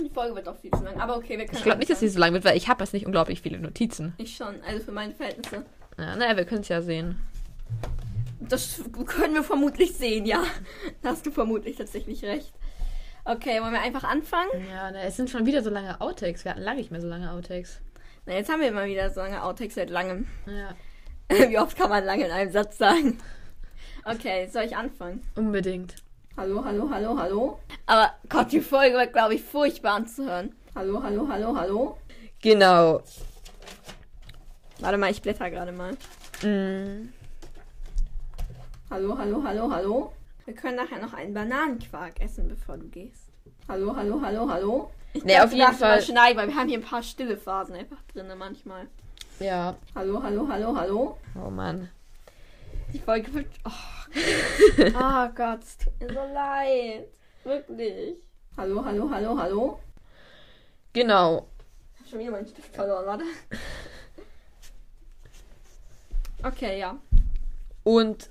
Speaker 1: Die Folge wird auch viel zu lang. Aber okay, wir können.
Speaker 2: Ich glaube nicht, dass sie so lang wird, weil ich habe jetzt nicht unglaublich viele Notizen.
Speaker 1: anfangen. Ich schon, also für meine Verhältnisse.
Speaker 2: Ja, naja, wir können es ja sehen.
Speaker 1: Das können wir vermutlich sehen, ja. Da hast du vermutlich tatsächlich recht. Okay, wollen wir einfach anfangen?
Speaker 2: Ja, na, es sind schon wieder so lange Outtakes. Wir hatten lange nicht mehr so lange Outtakes.
Speaker 1: Na, jetzt haben wir mal wieder so lange Outtakes seit langem.
Speaker 2: Ja,
Speaker 1: Wie oft kann man lange in einem Satz sagen? Okay, soll ich anfangen?
Speaker 2: unbedingt.
Speaker 1: Hallo, hallo, hallo, hallo. Aber Gott, die Folge wird, glaube ich, furchtbar anzuhören. Hallo, hallo, hallo, hallo.
Speaker 2: Genau.
Speaker 1: Warte mal, ich blätter gerade mal.
Speaker 2: Mm,
Speaker 1: Hallo, hallo, hallo, hallo. Wir können nachher noch einen Bananenquark essen, bevor du gehst. Hallo, hallo, hallo, hallo. Ich
Speaker 2: Nee,
Speaker 1: glaub,
Speaker 2: auf
Speaker 1: wir
Speaker 2: jeden
Speaker 1: lassen mal
Speaker 2: Fall.
Speaker 1: Schneiden, weil wir haben hier ein paar stille Phasen einfach drin manchmal.
Speaker 2: Ja.
Speaker 1: Hallo, hallo, hallo, hallo.
Speaker 2: Oh Mann.
Speaker 1: Die Folge wird. Oh, oh Gott, es tut mir so leid. Wirklich. Hallo, hallo, hallo, hallo.
Speaker 2: Genau.
Speaker 1: Ich hab schon wieder meinen Stift verloren, warte. Okay, ja.
Speaker 2: Und